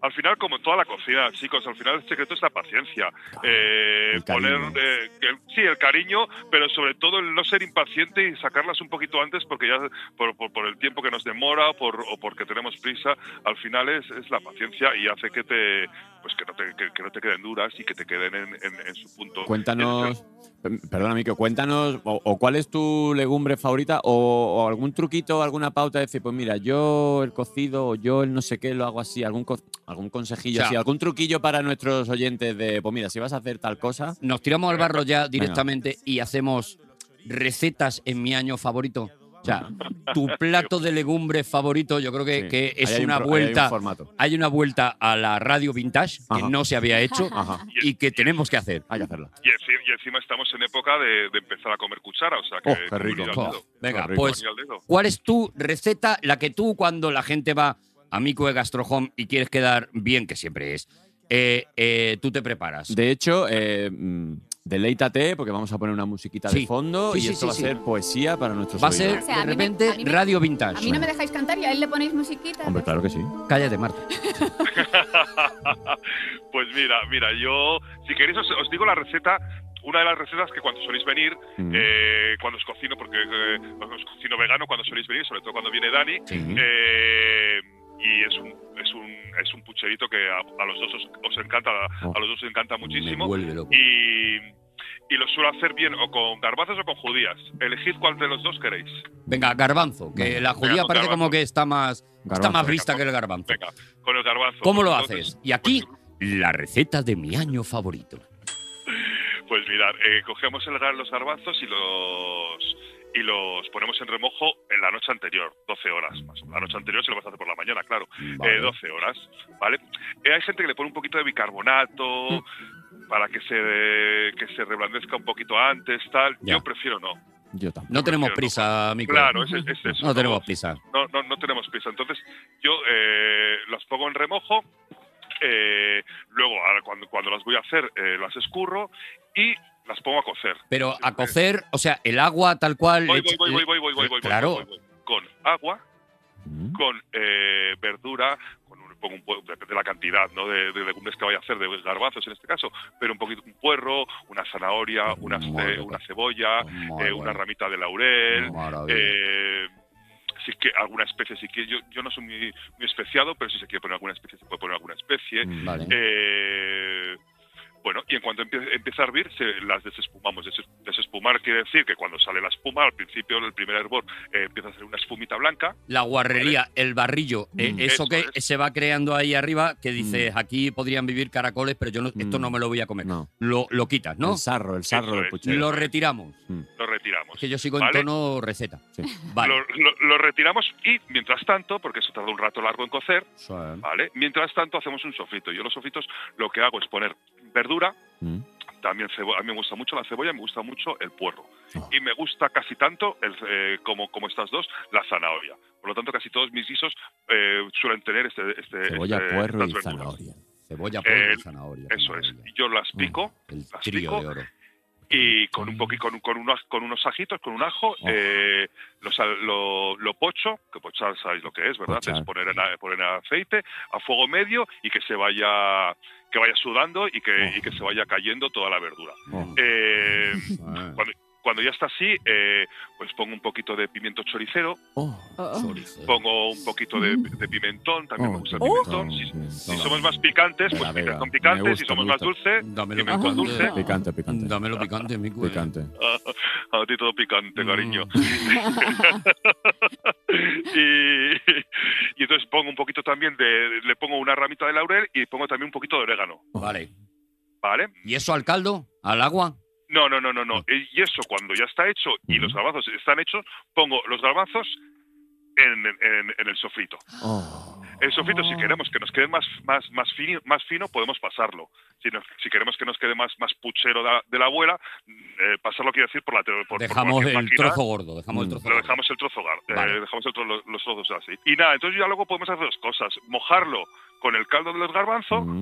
Speaker 8: al final, como en toda la cocina, chicos, al final el secreto es la paciencia. Eh,
Speaker 6: el
Speaker 8: poner,
Speaker 6: cariño.
Speaker 8: eh, el- sí, el cariño, pero sobre todo el no ser impaciente y sacarlas un poquito antes, porque ya por, por- por el tiempo que nos demora por, o porque tenemos prisa, al final es, es la paciencia y hace que te pues que no te, que, que no te queden duras y que te queden en, en- en su punto.
Speaker 6: Cuéntanos, per- perdona, Miquel, cuéntanos o, o cuál es tu legumbre favorita o, o algún truquito, alguna pauta de decir, pues mira, yo el cocido o yo el no sé qué lo hago así, algún, co- algún consejillo
Speaker 4: O sea-
Speaker 6: así, algún truquillo para nuestros oyentes de, pues mira, si vas a hacer tal cosa,
Speaker 4: Nos tiramos al barro ya directamente y hacemos recetas en mi año favorito. O sea, tu plato de legumbres favorito, yo creo que,
Speaker 6: sí,
Speaker 4: que es
Speaker 6: ahí hay un
Speaker 4: una
Speaker 6: pro- ahí hay un
Speaker 4: vuelta.
Speaker 6: formato.
Speaker 4: Hay una vuelta a la radio vintage que
Speaker 6: Ajá.
Speaker 4: no se había hecho
Speaker 6: Ajá,
Speaker 4: y que tenemos que hacer.
Speaker 6: hay que hacerlo.
Speaker 8: Y, enci- y encima estamos en época de, de empezar a comer cuchara, o sea que...
Speaker 6: Oh, qué rico.
Speaker 8: comunidad,
Speaker 4: Jo,
Speaker 8: dedo.
Speaker 4: Venga,
Speaker 6: Qué rico.
Speaker 4: pues,
Speaker 8: Comunidad, dedo.
Speaker 4: ¿cuál es tu receta, la que tú cuando la gente va a Mico de Gastrohome y quieres quedar bien, que siempre es, eh, eh, tú te preparas?
Speaker 6: De hecho, eh, mm, deleítate porque vamos a poner una musiquita
Speaker 4: Sí.
Speaker 6: de fondo
Speaker 4: Sí,
Speaker 6: y
Speaker 4: sí,
Speaker 6: esto
Speaker 4: sí,
Speaker 6: va
Speaker 4: sí.
Speaker 6: a ser poesía para nuestros
Speaker 4: Va a
Speaker 6: oídos.
Speaker 4: ser,
Speaker 2: O sea,
Speaker 4: de
Speaker 2: a mí me-
Speaker 4: repente,
Speaker 2: a mí me-
Speaker 4: radio vintage.
Speaker 2: A mí no me dejáis cantar y a él le ponéis musiquita.
Speaker 6: Hombre, claro que sí.
Speaker 4: Cállate, Marta.
Speaker 8: Pues mira, mira, yo, si queréis, os, os digo la receta, una de las recetas que cuando soléis venir,
Speaker 6: Mm.
Speaker 8: eh, cuando os cocino, porque eh, os cocino vegano, cuando soléis venir, sobre todo cuando viene Dani,
Speaker 4: Sí.
Speaker 8: eh, y es un, es un, es un pucherito que a, a los dos os, os encanta, a los dos os encanta
Speaker 4: Oh. Me
Speaker 8: muchísimo,
Speaker 4: vuelve loco.
Speaker 8: y, y lo suelo hacer bien o con garbanzos o con judías, elegid cuál de los dos queréis.
Speaker 4: Venga, garbanzo, que la judía
Speaker 8: Venga,
Speaker 4: parece como
Speaker 8: garbanzo.
Speaker 4: que está más, está
Speaker 6: Garbanzo. eh.
Speaker 4: más vista que el garbanzo.
Speaker 8: Venga, con el garbanzo.
Speaker 4: ¿Cómo lo
Speaker 8: Entonces,
Speaker 4: haces? Y aquí, la receta de mi año favorito.
Speaker 8: Pues mirad, eh, cogemos el, gar- los garbanzos y los y los ponemos en remojo en la noche anterior, 12 horas más. o menos. La noche anterior se lo vas a hacer por la mañana, claro.
Speaker 4: Vale.
Speaker 8: Eh, 12 horas, ¿vale? Eh, hay gente que le pone un poquito de bicarbonato
Speaker 4: Mm.
Speaker 8: para que se que se reblandezca un poquito antes, tal.
Speaker 4: Ya.
Speaker 8: Yo prefiero no.
Speaker 6: Yo tampoco.
Speaker 4: No tenemos
Speaker 8: prefiero
Speaker 4: prisa, Mico.
Speaker 8: Claro, es, es eso.
Speaker 4: No tenemos prisa.
Speaker 8: No, no, no tenemos prisa. Entonces, yo eh, las pongo en remojo, eh, luego ahora cuando, cuando las voy a hacer eh, las escurro y las pongo a cocer.
Speaker 4: Pero a cocer, o sea, el agua tal cual.
Speaker 8: Voy,
Speaker 4: le echa-
Speaker 8: voy, voy, voy, voy, voy, voy, voy,
Speaker 4: Claro.
Speaker 8: voy, voy, voy. Con agua,
Speaker 6: Mm.
Speaker 8: con eh, verdura, con un, pongo un pu- depende de la cantidad ¿no? de, de legumbres que vaya a hacer, de garbanzos en este caso, pero un poquito, un puerro, una zanahoria, una, ce-
Speaker 4: Madre
Speaker 8: una
Speaker 4: mía.
Speaker 8: cebolla,
Speaker 4: Madre
Speaker 8: eh, una
Speaker 4: mía.
Speaker 8: ramita de laurel,
Speaker 4: Maravilla.
Speaker 8: eh, sí que alguna especie, si quiere, yo, yo no soy muy, eh, muy especiado, pero si se quiere poner alguna especie, se puede poner alguna especie.
Speaker 6: Mm,
Speaker 4: Vale.
Speaker 8: Eh, Bueno, y en cuanto empie- empieza a hervir, se- las desespumamos. Deses- Desespumar quiere decir que cuando sale la espuma, al principio del primer hervor eh, empieza a ser una espumita blanca.
Speaker 4: La guarrería, el barrillo, eh,
Speaker 6: Mm.
Speaker 4: eso
Speaker 8: Eso
Speaker 4: que se va creando ahí arriba, que
Speaker 6: Mm.
Speaker 4: dices, aquí podrían vivir caracoles, pero yo no, esto
Speaker 6: Mm.
Speaker 4: no me lo voy a comer.
Speaker 6: No.
Speaker 4: Lo, lo quitas, ¿no?
Speaker 6: El sarro, el sarro
Speaker 8: Eso
Speaker 6: del
Speaker 8: es.
Speaker 6: puchero.
Speaker 4: Lo retiramos.
Speaker 8: Lo retiramos.
Speaker 4: Es que yo sigo en
Speaker 8: Vale.
Speaker 4: tono receta.
Speaker 6: Sí.
Speaker 4: Vale.
Speaker 8: Lo, lo- lo retiramos y, mientras tanto, porque eso tarda un rato largo en cocer,
Speaker 4: eh,
Speaker 8: ¿vale? Mientras tanto hacemos un sofrito. Yo los sofitos lo que hago es poner verdura,
Speaker 6: Mm.
Speaker 8: también cebo- a mí me gusta mucho la cebolla, me gusta mucho el puerro.
Speaker 6: Oh.
Speaker 8: Y me gusta casi tanto, el, eh, como, como estas dos, la zanahoria. Por lo tanto, casi todos mis guisos eh, suelen tener este, este,
Speaker 6: Cebolla,
Speaker 8: este-
Speaker 6: puerro
Speaker 8: estas
Speaker 6: y
Speaker 8: verduras.
Speaker 6: zanahoria. Ah,
Speaker 4: Cebolla, pollo y
Speaker 8: Eh,
Speaker 4: zanahoria. qué
Speaker 8: Eso es.
Speaker 4: maravilla.
Speaker 8: Yo las pico
Speaker 4: El
Speaker 8: las
Speaker 4: trío
Speaker 8: pico.
Speaker 4: de oro.
Speaker 8: y con un poquito, con, un- con unos, con unos ajitos, con un ajo,
Speaker 6: Ah.
Speaker 8: eh, lo, sal- lo, lo pocho, que pochar sabéis lo que es, ¿verdad?
Speaker 6: Pochar.
Speaker 8: Es poner en, a- poner en aceite a fuego medio y que se vaya que vaya sudando y que,
Speaker 6: Oh.
Speaker 8: y que se vaya cayendo toda la verdura.
Speaker 6: Oh.
Speaker 8: Eh,
Speaker 4: Ah,
Speaker 8: cuando ya está así, eh, pues pongo un poquito de pimiento choricero,
Speaker 6: Oh.
Speaker 2: Oh,
Speaker 4: chorizo.
Speaker 8: pongo un poquito de, de pimentón, también me gusta el
Speaker 6: Oh,
Speaker 8: pimentón. Si,
Speaker 6: pimentón.
Speaker 8: si somos más picantes,
Speaker 6: De la
Speaker 8: pues
Speaker 6: Vega.
Speaker 8: picas con
Speaker 6: Me
Speaker 8: picantes, si
Speaker 6: gusta,
Speaker 8: somos
Speaker 6: me
Speaker 8: más
Speaker 6: gusta.
Speaker 8: dulce,
Speaker 4: Dámelo
Speaker 8: pimiento
Speaker 4: picante.
Speaker 2: dulce.
Speaker 6: Picante, picante.
Speaker 4: Dámelo picante, mi cuero.
Speaker 6: Picante.
Speaker 8: Ah. a ti todo picante,
Speaker 4: Mm.
Speaker 8: cariño. y, y entonces pongo un poquito también de, le pongo una ramita de laurel y pongo también un poquito de orégano,
Speaker 4: Vale.
Speaker 8: ¿vale?
Speaker 4: ¿Y eso al caldo? ¿Al agua?
Speaker 8: No, no, no, no,
Speaker 6: Ah.
Speaker 8: no. Eh, Y eso cuando ya está hecho y los garbanzos están hechos, pongo los garbanzos en, en- en el sofrito.
Speaker 6: Oh.
Speaker 8: El sofrito, Eh, si queremos que nos quede más, más, más, fino, más fino, podemos pasarlo. Si, nos- si queremos que nos quede más, más puchero de la, de la abuela, eh, pasarlo quiero decir por la por- por
Speaker 4: Dejamos el
Speaker 8: cualquier máquina.
Speaker 4: trozo gordo. Dejamos el
Speaker 6: Mm.
Speaker 4: trozo
Speaker 8: Lo
Speaker 4: gordo.
Speaker 8: dejamos el trozo gar- eh,
Speaker 4: Vale.
Speaker 8: dejamos el tro- los, los trozos así. Y nada, entonces ya luego podemos hacer dos cosas. Mojarlo con el caldo de los garbanzos
Speaker 6: Mm.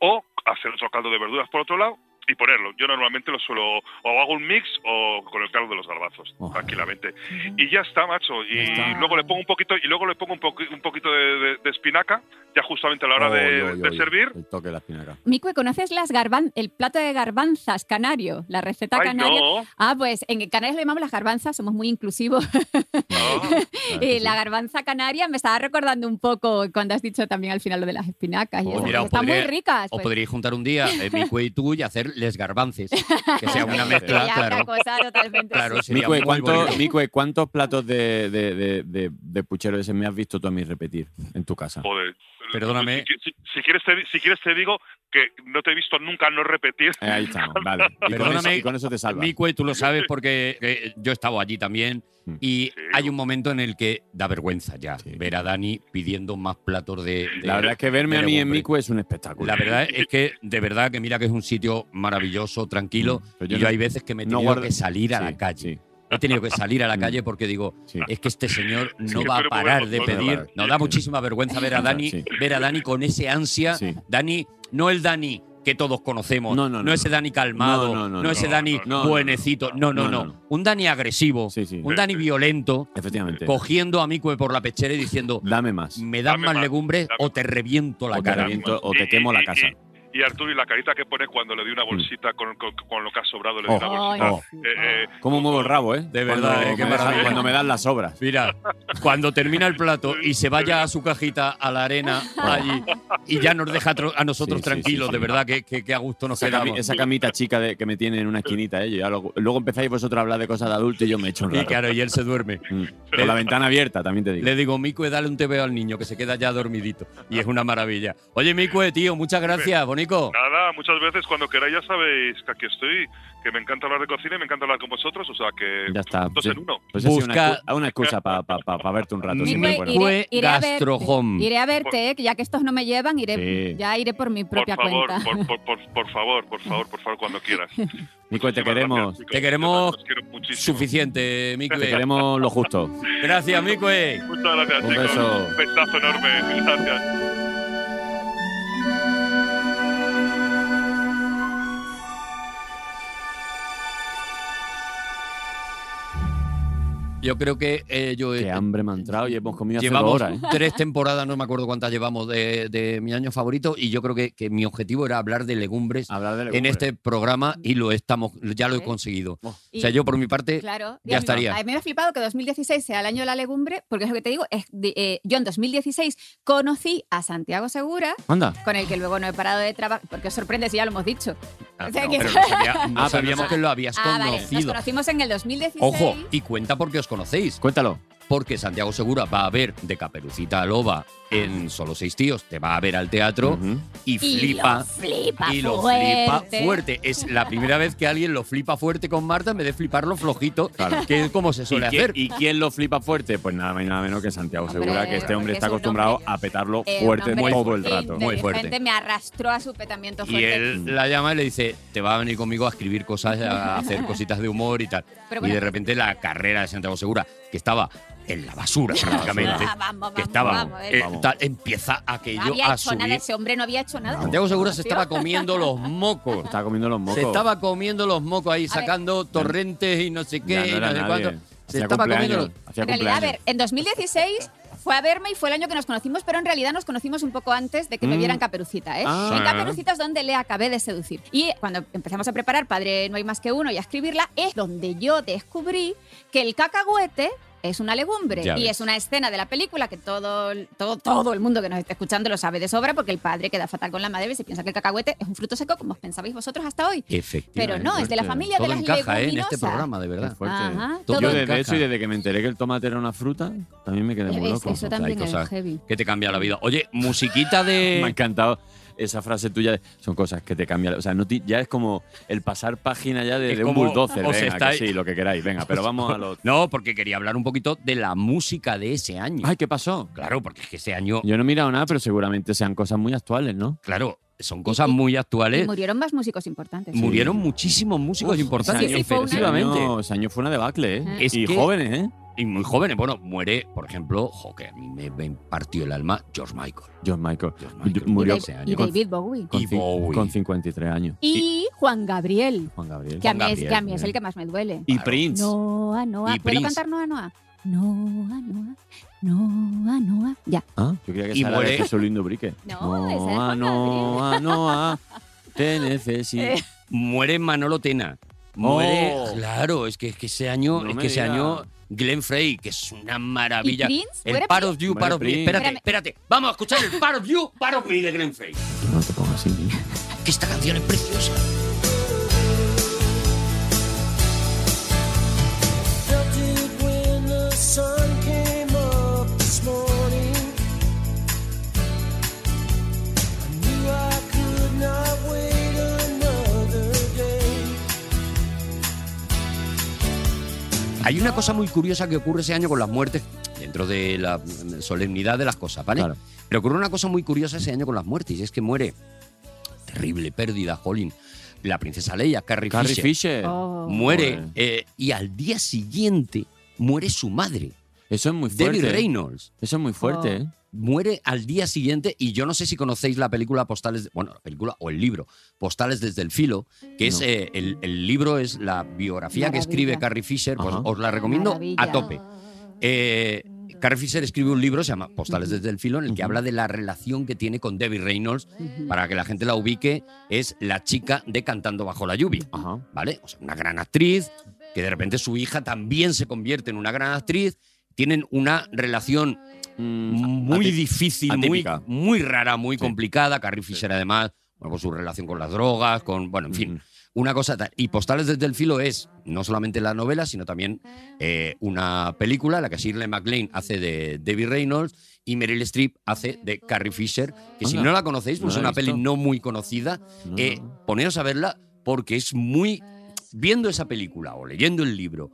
Speaker 8: o hacer otro caldo de verduras por otro lado y ponerlo. Yo normalmente lo suelo o hago un mix o con el caldo de los garbanzos,
Speaker 6: Ojo.
Speaker 8: tranquilamente. Y ya está, macho. Y
Speaker 6: Ya está.
Speaker 8: luego le pongo un poquito y luego le pongo un, poqui- un poquito de, de- de espinaca, ya justamente a la hora
Speaker 6: Oh,
Speaker 8: de,
Speaker 6: oy, oy,
Speaker 8: de
Speaker 6: oy.
Speaker 8: servir.
Speaker 6: El toque de la espinaca.
Speaker 2: Micue, ¿conoces las garban el plato de garbanzas canario? La receta
Speaker 8: Ay,
Speaker 2: canaria.
Speaker 8: no.
Speaker 2: Ah, pues en Canarias le llamamos las garbanzas, somos muy inclusivos.
Speaker 4: Ah,
Speaker 8: no.
Speaker 6: Claro que
Speaker 2: Y
Speaker 6: sí.
Speaker 2: Eh, la garbanza canaria me estaba recordando un poco cuando has dicho también al final lo de las espinacas. y
Speaker 6: Oh,
Speaker 2: esas
Speaker 6: mira,
Speaker 2: cosas.
Speaker 4: os
Speaker 2: Están muy
Speaker 4: podría-
Speaker 2: ricas.
Speaker 4: O
Speaker 2: pues.
Speaker 4: podríais juntar un día eh, mi cue y tú y hacer les garbances. Que sea una mezcla,
Speaker 2: Sería
Speaker 4: claro.
Speaker 2: una cosa totalmente.
Speaker 4: Claro, sería
Speaker 6: Micue,
Speaker 4: muy
Speaker 6: ¿cuánto-
Speaker 4: bonito.
Speaker 6: Micue, ¿cuántos platos de, de, de, de, de puchero ese me has visto tú a mí repetir en tu casa?
Speaker 8: Joder.
Speaker 4: Perdóname.
Speaker 8: Si, si- si quieres te, di- si quieres te digo que no te he visto nunca no repetir.
Speaker 6: Eh, ahí estamos, vale. Y con,
Speaker 4: Perdóname,
Speaker 6: eso, y con eso te salvas.
Speaker 4: Micue, tú lo sabes porque eh, yo he estado allí también
Speaker 6: Mm.
Speaker 4: y
Speaker 8: Sí.
Speaker 4: hay un momento en el que da vergüenza ya
Speaker 6: Sí.
Speaker 4: ver a Dani pidiendo más platos de... de-
Speaker 6: La verdad es que verme a
Speaker 4: de
Speaker 6: mí en
Speaker 4: legumbre.
Speaker 6: Micue es un espectáculo.
Speaker 4: La verdad es que, de verdad, que mira que es un sitio maravilloso, tranquilo.
Speaker 6: Mm. Pero
Speaker 4: y yo
Speaker 6: no-
Speaker 4: hay veces que me he
Speaker 6: no
Speaker 4: tenido
Speaker 6: guardo-
Speaker 4: que salir a
Speaker 6: Sí,
Speaker 4: la calle.
Speaker 6: sí,
Speaker 4: He tenido que salir a la
Speaker 6: Mm.
Speaker 4: calle porque digo,
Speaker 6: sí.
Speaker 4: es que este señor no
Speaker 6: Sí,
Speaker 4: va a
Speaker 8: pero
Speaker 4: parar de
Speaker 8: podemos,
Speaker 6: podemos.
Speaker 4: pedir. Nos da muchísima vergüenza ver a Dani,
Speaker 6: Sí.
Speaker 4: ver a Dani con ese ansia.
Speaker 6: Sí.
Speaker 4: Dani, no el Dani que todos conocemos,
Speaker 6: No,
Speaker 4: no,
Speaker 6: no, no,
Speaker 4: ese
Speaker 6: no.
Speaker 4: Dani calmado,
Speaker 6: No,
Speaker 4: no,
Speaker 6: no, no,
Speaker 4: ese
Speaker 8: no,
Speaker 4: Dani
Speaker 6: no, no,
Speaker 4: buenecito, no no no,
Speaker 6: No, no, no.
Speaker 4: un Dani agresivo,
Speaker 6: Sí, sí.
Speaker 4: un Dani violento,
Speaker 6: Efectivamente.
Speaker 4: cogiendo a Micue por la pechera y diciendo,
Speaker 6: Dame más.
Speaker 4: me das
Speaker 8: Dame
Speaker 4: más
Speaker 8: más,
Speaker 4: legumbres
Speaker 8: dame
Speaker 4: o te reviento la
Speaker 6: O te,
Speaker 4: cara.
Speaker 6: reviento- o
Speaker 8: Y-
Speaker 6: te quemo
Speaker 8: y-
Speaker 6: la
Speaker 8: y-
Speaker 6: casa.
Speaker 8: Y Arturo y la carita que pone cuando le di una bolsita con, con- con lo que ha sobrado, le di
Speaker 6: Oh.
Speaker 8: una
Speaker 2: Ay,
Speaker 8: bolsita.
Speaker 6: Oh.
Speaker 2: sí.
Speaker 8: Eh, eh,
Speaker 6: ¿Cómo muevo el rabo, eh?
Speaker 4: De
Speaker 6: Cuando
Speaker 4: verdad, eh, qué
Speaker 6: me dejan-
Speaker 4: maravilla.
Speaker 6: Cuando me dan las obras.
Speaker 4: Mira, cuando termina el plato y se vaya a su cajita, a la arena, allí, y ya nos deja tro- a nosotros
Speaker 6: Ah. Sí, sí,
Speaker 4: tranquilos,
Speaker 6: sí, sí.
Speaker 4: de verdad, que, que, que a gusto nos
Speaker 6: Esa, cami-
Speaker 4: quedamos.
Speaker 6: esa camita chica de- que me tiene en una esquinita, ¿eh? Yo ya lo- luego empezáis vosotros a hablar de cosas de adulto y yo me echo un
Speaker 4: Y
Speaker 6: rato.
Speaker 4: claro, y él se duerme.
Speaker 6: Mm. Con la ventana abierta, también te digo.
Speaker 4: Le digo, Micue, dale un tebeo al niño, que se queda ya dormidito. Y es una maravilla. Oye, Micue, tío, muchas gracias, bonico.
Speaker 8: nada, muchas veces cuando queráis ya sabéis que aquí estoy, que me encanta hablar de cocina y me encanta hablar con vosotros, o sea que
Speaker 6: Ya está.
Speaker 8: dos
Speaker 6: Sí.
Speaker 8: en uno.
Speaker 6: Pues es una,
Speaker 4: Busca-
Speaker 6: excu- una excusa para verte un rato.
Speaker 4: Micue
Speaker 6: siempre es bueno.
Speaker 4: y- Fue Gastrohome.
Speaker 2: verte. Iré a verte, eh, que ya que estos no me llevan, iré,
Speaker 6: Sí.
Speaker 2: ya iré por mi
Speaker 8: Por
Speaker 2: propia
Speaker 8: favor,
Speaker 2: cuenta.
Speaker 8: por, por, por, por favor, por favor, por favor, cuando quieras.
Speaker 6: Micue, te
Speaker 8: Muchísimas gracias,
Speaker 6: queremos.
Speaker 8: chicos.
Speaker 4: Te queremos
Speaker 8: Os quiero muchísimo.
Speaker 4: Suficiente,
Speaker 6: Te
Speaker 4: Micue.
Speaker 6: queremos lo justo.
Speaker 4: Gracias, eh. Micue.
Speaker 8: Muchas gracias,
Speaker 6: Un
Speaker 8: chicos.
Speaker 6: beso.
Speaker 8: Un besazo enorme. Gracias.
Speaker 4: Y yo creo que eh, yo
Speaker 6: Qué
Speaker 4: eh,
Speaker 6: hambre me ha entrado y hemos comido hace
Speaker 4: llevamos
Speaker 6: dos horas. ¿eh?
Speaker 4: tres temporadas, no me acuerdo cuántas llevamos, de, de mi año favorito y yo creo que, que mi objetivo era hablar de legumbres
Speaker 6: Hablar de
Speaker 4: en
Speaker 6: Ah, legumbres.
Speaker 4: este programa y lo estamos, ya lo he
Speaker 2: ¿Eh?
Speaker 4: conseguido.
Speaker 6: Oh.
Speaker 4: O sea, yo por mi parte,
Speaker 2: Claro, y
Speaker 4: Ya
Speaker 2: a mí-
Speaker 4: estaría.
Speaker 2: A mí me ha flipado que 2016 sea el año de la legumbre, porque es lo que te digo. es de- eh, yo en 2016 conocí a Santiago Segura,
Speaker 6: Anda.
Speaker 2: con el que luego no he parado de trabajar, porque os sorprende si ya lo hemos dicho.
Speaker 4: Ah,
Speaker 2: O sea
Speaker 4: no,
Speaker 2: que-
Speaker 4: pero no sabía- no
Speaker 6: pero no
Speaker 4: sabíamos
Speaker 6: sab-
Speaker 4: que lo habías
Speaker 2: Ah, vale, nos
Speaker 4: conocido.
Speaker 2: conocimos en el 2016.
Speaker 4: Ojo, y cuenta porque os conocéis.
Speaker 6: Cuéntalo.
Speaker 4: Porque Santiago Segura va a ver de Caperucita a Loba en Solo Seis Tíos, te va a ver al teatro
Speaker 6: Ujú.
Speaker 4: y
Speaker 2: Y lo
Speaker 4: flipa.
Speaker 2: flipa
Speaker 4: Y lo flipa fuerte. Es la primera vez que alguien lo flipa fuerte con Marta en vez de fliparlo flojito, que es como se
Speaker 6: ¿Y,
Speaker 4: suele
Speaker 6: quién-
Speaker 4: hacer.
Speaker 6: y quién lo flipa fuerte? Pues nada más y nada menos que Santiago
Speaker 2: Hombre,
Speaker 6: Segura, que este hombre
Speaker 2: porque
Speaker 6: está
Speaker 2: es un
Speaker 6: acostumbrado
Speaker 2: hombre-
Speaker 6: a petarlo
Speaker 2: Eh, un
Speaker 6: fuerte
Speaker 2: hombre
Speaker 6: todo el rato.
Speaker 4: muy fuerte.
Speaker 2: inteligente, me arrastró a su petamiento
Speaker 4: Y
Speaker 2: fuerte.
Speaker 4: él Mm. la llama y le dice, te va a venir conmigo a escribir cosas, a hacer cositas de humor y tal.
Speaker 2: Pero
Speaker 4: Y
Speaker 2: bueno.
Speaker 4: de repente la carrera de Santiago Segura, que estaba en la basura prácticamente,
Speaker 2: Ah, vamos,
Speaker 4: que
Speaker 2: vamos,
Speaker 4: estaba,
Speaker 2: vamos, él
Speaker 4: eh,
Speaker 6: Vamos.
Speaker 4: tal, empieza aquello
Speaker 2: no había
Speaker 4: a
Speaker 2: hecho nada,
Speaker 4: subir.
Speaker 2: ese hombre no había hecho nada.
Speaker 4: Santiago Segura se estaba comiendo los mocos.
Speaker 6: Estaba comiendo los mocos.
Speaker 4: Se estaba comiendo los mocos ahí,
Speaker 2: A ver.
Speaker 4: sacando torrentes y no sé qué,
Speaker 6: Ya no
Speaker 4: y
Speaker 6: era
Speaker 4: no sé
Speaker 6: nadie.
Speaker 4: cuánto. Se
Speaker 6: Hacía
Speaker 4: estaba
Speaker 6: cumpleaños,
Speaker 4: comiendo los-
Speaker 6: hacía
Speaker 2: en realidad, a ver,
Speaker 6: cumpleaños.
Speaker 2: en 2016 fue a verme y fue el año que nos conocimos, pero en realidad nos conocimos un poco antes de que me
Speaker 6: Mm.
Speaker 2: vieran Caperucita, ¿eh?
Speaker 6: Ah.
Speaker 2: En Caperucita es donde le acabé de seducir. Y cuando empezamos a preparar Padre No hay más que uno y a escribirla, es donde yo descubrí que el cacahuete es una legumbre
Speaker 4: Ya
Speaker 2: y
Speaker 4: ves.
Speaker 2: es una escena de la película que todo, el- todo, todo el mundo que nos esté escuchando lo sabe de sobra porque el padre queda fatal con la madre y se piensa que el cacahuete es un fruto seco como os pensabais vosotros hasta hoy.
Speaker 4: Efectivamente.
Speaker 2: Pero no, es de la
Speaker 6: fuerte.
Speaker 2: familia
Speaker 4: Todo
Speaker 2: de las
Speaker 4: encaja ¿eh? en
Speaker 2: leguminosas.
Speaker 4: este programa, de
Speaker 6: Qué
Speaker 4: verdad.
Speaker 6: fuerte.
Speaker 2: Ajá,
Speaker 4: Todo
Speaker 6: Yo
Speaker 2: todo
Speaker 6: desde
Speaker 4: encaja.
Speaker 6: eso y desde que me enteré que el tomate era una fruta, también me quedé muy
Speaker 2: Es-
Speaker 6: loco.
Speaker 2: eso también
Speaker 4: pues, Hay
Speaker 2: es
Speaker 4: cosas
Speaker 2: heavy.
Speaker 4: que te cambia la vida. Oye, musiquita
Speaker 6: Me ha
Speaker 4: de...
Speaker 6: encantado esa frase tuya. de, Son cosas que te cambian. O sea, no ti- ya es como el pasar página ya de,
Speaker 4: Es
Speaker 6: de un
Speaker 4: como
Speaker 6: bulldozer.
Speaker 4: os
Speaker 6: Venga, que
Speaker 4: estáis-
Speaker 6: sí, lo que queráis. Venga, pero vamos a lo.
Speaker 4: No, porque quería hablar un poquito de la música de ese año.
Speaker 6: Ay, ¿qué pasó?
Speaker 4: Claro, porque es que ese año,
Speaker 6: Yo no he mirado nada, pero seguramente sean cosas muy actuales, ¿no?
Speaker 4: claro, son cosas
Speaker 2: Y- y-
Speaker 4: muy
Speaker 2: Y
Speaker 4: actuales.
Speaker 2: murieron más músicos importantes.
Speaker 6: Mu-
Speaker 4: Murieron
Speaker 6: Sí.
Speaker 4: muchísimos músicos importantes,
Speaker 2: sí, sí, fue un año.
Speaker 4: efectivamente.
Speaker 6: Ese año, ese año fue una debacle, ¿eh?
Speaker 4: Es
Speaker 6: y
Speaker 4: que-
Speaker 6: jóvenes, ¿eh?
Speaker 4: Y muy jóvenes. Bueno, muere, por ejemplo, jo, que a mí me, me partió el alma, George Michael.
Speaker 6: John Michael.
Speaker 4: George Michael
Speaker 2: Y
Speaker 6: murió
Speaker 2: Dave-
Speaker 4: ese
Speaker 2: y
Speaker 4: año.
Speaker 2: David Bowie.
Speaker 6: Con,
Speaker 4: Y
Speaker 6: cin-
Speaker 4: Bowie.
Speaker 6: con 53 años.
Speaker 2: Y Juan Gabriel,
Speaker 6: Juan Gabriel.
Speaker 2: que a
Speaker 4: Juan
Speaker 2: mí, es,
Speaker 4: Gabriel,
Speaker 2: que a mí es
Speaker 6: bien.
Speaker 2: el que más me duele.
Speaker 6: Y
Speaker 4: Claro.
Speaker 6: Prince.
Speaker 2: Noa, Noa.
Speaker 4: Y
Speaker 2: ¿Puedo
Speaker 4: Prince.
Speaker 2: cantar Noa, Noa?
Speaker 3: Noa, noa, noa, noa.
Speaker 2: Ya.
Speaker 6: Ah, Yo creía que
Speaker 4: Y
Speaker 6: esa era de
Speaker 4: muere-
Speaker 6: Jesús Lindo ah, Brique.
Speaker 2: No, esa es
Speaker 6: Noa,
Speaker 2: Juan
Speaker 6: Noa, Noa, ah, te necesito.
Speaker 2: Eh,
Speaker 4: Muere Manolo Tena. Muere, claro, es que, es que ese año,
Speaker 6: Oh. No
Speaker 4: es
Speaker 6: me
Speaker 4: que ese
Speaker 6: digas.
Speaker 4: año Glenn Frey, que es una
Speaker 2: ¿Y
Speaker 4: maravilla.
Speaker 2: Prince?
Speaker 4: El
Speaker 2: ¿Muere
Speaker 4: Part of You,
Speaker 6: Muere
Speaker 4: Part of Me.
Speaker 6: Prince.
Speaker 4: Espérate,
Speaker 2: Espérame.
Speaker 4: espérate. Vamos a escuchar el Part of You, Part of Me de Glenn Frey.
Speaker 6: No te pongas así. niño.
Speaker 4: Que esta canción es preciosa.
Speaker 9: felt it when the sun came up this morning. I knew I could not wait another day.
Speaker 4: Hay una cosa muy curiosa que ocurre ese año con las muertes, dentro de la mm, solemnidad de las cosas, ¿vale?
Speaker 6: Claro.
Speaker 4: Pero ocurre una cosa muy curiosa ese año con las muertes, y es que muere, terrible pérdida, Jolín, la princesa Leia, Carrie,
Speaker 6: Carrie
Speaker 4: Fisher,
Speaker 6: Fisher.
Speaker 2: Oh.
Speaker 4: muere,
Speaker 6: Joder.
Speaker 4: eh, y al día siguiente muere su madre,
Speaker 6: Eso es muy
Speaker 4: Debbie
Speaker 6: fuerte.
Speaker 4: Reynolds.
Speaker 6: Eso es muy fuerte,
Speaker 2: Oh.
Speaker 6: ¿eh?
Speaker 4: Muere al día siguiente, y yo no sé si conocéis la película Postales, bueno, la película o el libro, Postales desde el filo, que es
Speaker 6: No.
Speaker 4: eh, el, el libro, es la biografía que
Speaker 2: Maravilla.
Speaker 4: escribe Carrie Fisher, pues
Speaker 6: Ajá.
Speaker 4: os la recomiendo a
Speaker 2: Maravilla.
Speaker 4: tope. Eh, Carrie Fisher escribe un libro, se llama Postales desde el filo, en el que
Speaker 6: Ujú.
Speaker 4: habla de la relación que tiene con Debbie Reynolds.
Speaker 2: Ujú.
Speaker 4: Para que la gente la ubique, es la chica de Cantando bajo la lluvia,
Speaker 6: Ajá.
Speaker 4: ¿vale? O sea, una gran actriz, que de repente su hija también se convierte en una gran actriz. Tienen una relación Mm, muy
Speaker 6: Ati-
Speaker 4: difícil, muy,
Speaker 6: atípica.
Speaker 4: muy rara, muy
Speaker 6: Sí.
Speaker 4: complicada. Carrie Fisher, además, bueno, por su relación con las drogas, con, bueno, en fin,
Speaker 6: Mm.
Speaker 4: una cosa tal. Y Postales desde el filo es no solamente la novela, sino también eh, una película, en la que Shirley MacLaine hace de Debbie Reynolds y Meryl Streep hace de Carrie Fisher, que si
Speaker 6: Anda,
Speaker 4: no la conocéis,
Speaker 6: no
Speaker 4: pues es
Speaker 6: la he
Speaker 4: una peli
Speaker 6: visto.
Speaker 4: no muy conocida,
Speaker 6: No,
Speaker 4: eh,
Speaker 6: no, no.
Speaker 4: poneros a verla porque es muy... Viendo esa película o leyendo el libro,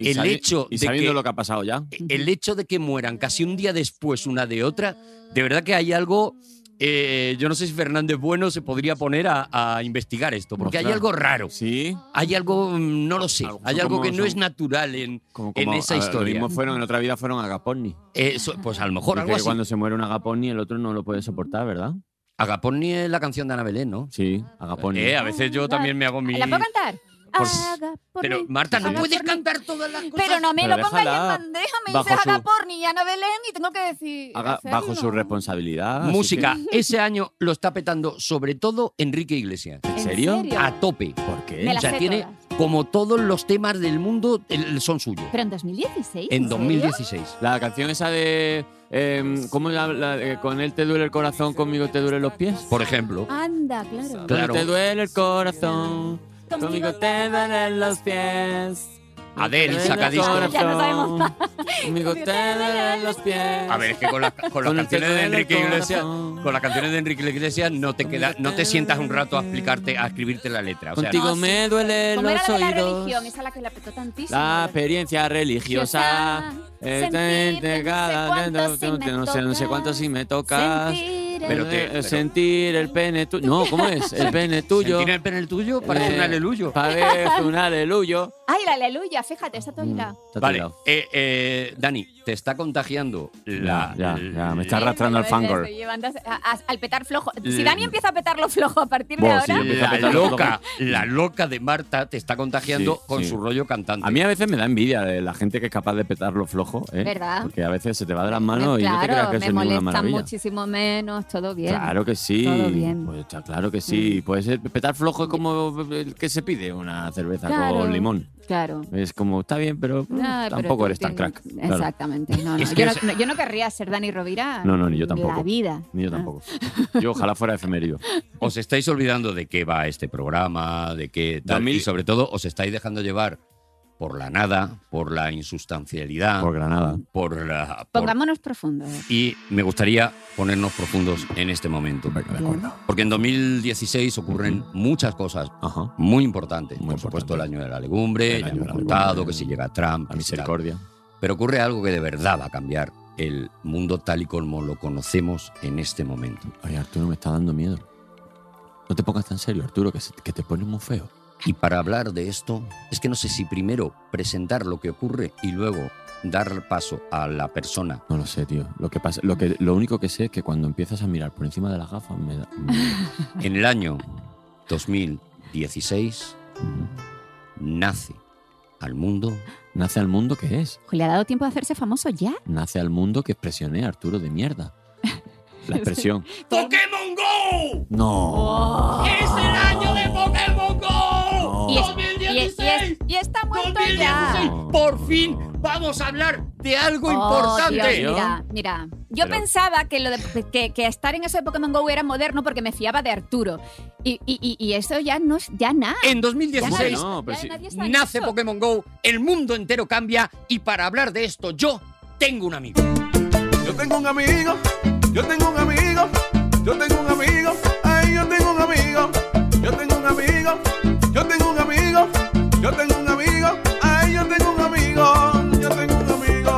Speaker 6: Y
Speaker 4: el
Speaker 6: sabi-
Speaker 4: hecho
Speaker 6: y
Speaker 4: de
Speaker 6: sabiendo
Speaker 4: que-
Speaker 6: lo que ha pasado ya.
Speaker 4: el hecho de que mueran casi un día después una de otra, de verdad que hay algo... eh, yo no sé si Fernández Bueno se podría poner a, a investigar esto, porque hay
Speaker 6: Ostras.
Speaker 4: algo raro.
Speaker 6: Sí.
Speaker 4: Hay algo, mm, no lo sé,
Speaker 6: Algo-
Speaker 4: hay algo
Speaker 6: como
Speaker 4: que no
Speaker 6: son-
Speaker 4: es natural en...
Speaker 6: Como,
Speaker 4: En
Speaker 6: como-
Speaker 4: esa
Speaker 6: a ver,
Speaker 4: historia.
Speaker 6: Lo mismo fueron, en otra vida fueron Agaponni.
Speaker 4: eso, pues a lo mejor
Speaker 6: Dice
Speaker 4: algo
Speaker 6: que
Speaker 4: así.
Speaker 6: cuando se muere un Agaponni, el otro no lo puede soportar, ¿verdad?
Speaker 4: Agaponi es la canción de Ana Belén, ¿no?
Speaker 6: Sí, Agaponni.
Speaker 4: Eh, a Eh, veces yo también me hago mi...
Speaker 2: ¿La puedo cantar? haga por
Speaker 4: Pero
Speaker 2: mí.
Speaker 4: Marta, no
Speaker 2: Haga
Speaker 4: puedes
Speaker 2: por mí.
Speaker 4: cantar todas las cosas.
Speaker 2: Pero no me
Speaker 6: Pero
Speaker 2: lo pongas en
Speaker 6: déjala
Speaker 2: bandeja, me
Speaker 6: bajo
Speaker 2: dices haga
Speaker 6: su-
Speaker 2: porni y Ana Belén y tengo que decir.
Speaker 6: Haga- bajo su
Speaker 2: hacerlo.
Speaker 6: responsabilidad. así
Speaker 4: Música, ese año lo está petando sobre todo Enrique Iglesias.
Speaker 6: que- ¿En
Speaker 2: ¿En
Speaker 6: serio? Ah.
Speaker 2: serio?
Speaker 4: A tope.
Speaker 6: ¿Por
Speaker 2: Me
Speaker 6: qué?
Speaker 2: la-
Speaker 4: o sea,
Speaker 2: sé
Speaker 4: tiene
Speaker 2: todas.
Speaker 4: como todos los temas del mundo el- son suyos.
Speaker 2: Pero en 2016.
Speaker 4: En
Speaker 2: serio?
Speaker 4: 2016.
Speaker 6: La canción esa de. eh, ¿Cómo la, la de Con él te duele el corazón, conmigo te duelen los pies?
Speaker 4: Por ejemplo,
Speaker 2: Anda, claro.
Speaker 6: Con él
Speaker 4: Claro.
Speaker 6: te duele el corazón, conmigo te duelen los pies.
Speaker 4: Adele
Speaker 6: Te duele
Speaker 4: saca
Speaker 6: el
Speaker 4: disco.
Speaker 6: corazón,
Speaker 2: Ya no sabemos
Speaker 6: Conmigo te duelen los pies.
Speaker 2: Ah,
Speaker 4: a ver, es que con, las- con las
Speaker 6: Con el
Speaker 4: canciones de
Speaker 6: terreno del
Speaker 4: Enrique Iglesias,
Speaker 6: corazón.
Speaker 4: con las canciones de Enrique Iglesias no te queda, no te sientas un rato a explicarte, a escribirte la letra. O sea,
Speaker 6: Contigo
Speaker 2: no, Ah, sí.
Speaker 6: me duelen
Speaker 2: ¿Cómo era
Speaker 6: los
Speaker 2: la de la
Speaker 6: oídos.
Speaker 2: religión? Esa la que la petó tantísimo.
Speaker 6: La
Speaker 2: ¿verdad?
Speaker 6: experiencia religiosa
Speaker 2: Sentir,
Speaker 6: está
Speaker 2: no sé
Speaker 6: entregada, no
Speaker 2: cuánto
Speaker 6: sé,
Speaker 2: si me
Speaker 6: no sé, no sé cuánto si me tocas.
Speaker 2: Sentir el-
Speaker 4: Pero te-
Speaker 6: Eh,
Speaker 4: pero-
Speaker 6: sentir el pene tuyo. No, ¿cómo es? El pene tuyo.
Speaker 4: sentir el pene tuyo parece
Speaker 6: Eh,
Speaker 4: un aleluyo.
Speaker 6: Parece un aleluyo.
Speaker 2: Ay, la aleluya, fíjate, está
Speaker 6: Mm.
Speaker 2: todo hilado.
Speaker 6: Está
Speaker 4: Vale,
Speaker 6: tirado.
Speaker 4: eh, eh, Dani, te está contagiando la.
Speaker 6: Ya, ya, ya, me
Speaker 2: Mira,
Speaker 6: está arrastrando al
Speaker 2: pero
Speaker 6: fangor.
Speaker 2: estoy llevando a- a- al petar flojo.
Speaker 4: L-
Speaker 2: Si Dani empieza a petarlo flojo a partir de
Speaker 6: Buah, sí,
Speaker 2: ahora,
Speaker 6: empieza a
Speaker 4: La
Speaker 6: petar
Speaker 4: loca, la loca de Marta te está contagiando
Speaker 6: Sí,
Speaker 4: con
Speaker 6: sí.
Speaker 4: su rollo cantante.
Speaker 6: A mí a veces me da envidia de la gente que es capaz de petarlo flojo, ¿eh?
Speaker 2: ¿Verdad?
Speaker 6: Porque a veces se te va de las manos y no te creas
Speaker 2: claro,
Speaker 6: que eso
Speaker 2: me
Speaker 6: es ninguna
Speaker 2: molesta
Speaker 6: maravilla.
Speaker 2: muchísimo menos, todo bien.
Speaker 6: Claro que sí.
Speaker 2: Todo bien. Mm.
Speaker 6: Pues está claro que sí. Pues eh, petar flojo es como el que se pide una cerveza
Speaker 2: Claro.
Speaker 6: con limón.
Speaker 2: Claro.
Speaker 6: Es como, está bien, pero mm,
Speaker 2: Ay, Ah, pero
Speaker 6: tampoco
Speaker 2: tú
Speaker 6: eres tan
Speaker 2: tienes-
Speaker 6: crack. Claro.
Speaker 2: Exactamente. No, no.
Speaker 4: Es que
Speaker 2: Yo, no,
Speaker 4: es-
Speaker 2: no, yo no querría ser Dani Rovira.
Speaker 6: No, no, ni yo
Speaker 2: en
Speaker 6: tampoco.
Speaker 2: La vida. Ah.
Speaker 6: Ni yo tampoco. Yo ojalá fuera efemérido.
Speaker 4: Os estáis olvidando de qué va este programa, de qué tal.
Speaker 6: 2000.
Speaker 4: Y sobre todo, os estáis dejando llevar por la nada, por la insustancialidad,
Speaker 6: Por
Speaker 4: por,
Speaker 6: Granada.
Speaker 4: la. por-
Speaker 2: Pongámonos profundos.
Speaker 4: Y me gustaría ponernos profundos en este momento.
Speaker 6: de acuerdo.
Speaker 4: Porque en 2016 ocurren muchas cosas
Speaker 6: Ajá.
Speaker 4: muy importantes.
Speaker 6: Muy
Speaker 4: por supuesto, el
Speaker 6: importantes.
Speaker 4: año de la legumbre,
Speaker 6: El
Speaker 4: ya
Speaker 6: año de
Speaker 4: hemos
Speaker 6: la
Speaker 4: contado
Speaker 6: legumbre.
Speaker 4: que si llega Trump,
Speaker 6: La
Speaker 4: que si tal.
Speaker 6: misericordia.
Speaker 4: Pero ocurre algo que de verdad va a cambiar el mundo tal y como lo conocemos en este momento.
Speaker 6: Oye, Arturo me está dando miedo. No te pongas tan serio, Arturo, que, se- que te pones muy feo.
Speaker 4: Y para hablar de esto, es que no sé si primero presentar lo que ocurre y luego dar paso a la persona.
Speaker 6: No lo sé, tío. Lo que pasa, lo que, lo único que sé es que cuando empiezas a mirar por encima de las gafas me da. me-
Speaker 4: En el año 2016 nace al mundo
Speaker 6: Nace al mundo que es.
Speaker 2: Ojo, ¿Le ha dado tiempo de hacerse famoso ya?
Speaker 6: Nace al mundo que expresioné, Arturo, de mierda. La expresión.
Speaker 7: ¡Pokémon Go!
Speaker 6: No.
Speaker 7: ¡Es el año de Pokémon Go!
Speaker 6: No.
Speaker 2: Y, es- y, es- y es-
Speaker 7: 2016.
Speaker 2: y está muerto
Speaker 7: 2016.
Speaker 2: ya.
Speaker 7: Por
Speaker 6: No.
Speaker 7: fin vamos a hablar de algo
Speaker 2: Oh,
Speaker 7: importante.
Speaker 2: Dios, mira, mira. Yo
Speaker 6: Pero-
Speaker 2: pensaba que, lo de, que, que estar en eso de Pokémon GO era moderno porque me fiaba de Arturo. Y, y, y- y eso ya no es ya nada.
Speaker 4: en
Speaker 2: Ya
Speaker 4: 2016
Speaker 2: nadie-
Speaker 6: no, pero
Speaker 2: ya
Speaker 6: sí.
Speaker 2: nadie está en
Speaker 4: nace
Speaker 2: eso.
Speaker 4: Pokémon Go, el mundo entero cambia y para hablar de esto yo tengo un amigo.
Speaker 9: Yo tengo un amigo, yo tengo un amigo, yo tengo un amigo, ay, yo tengo un amigo, yo tengo un amigo, yo tengo un amigo, yo tengo un amigo, ay, yo tengo un amigo, yo tengo un amigo,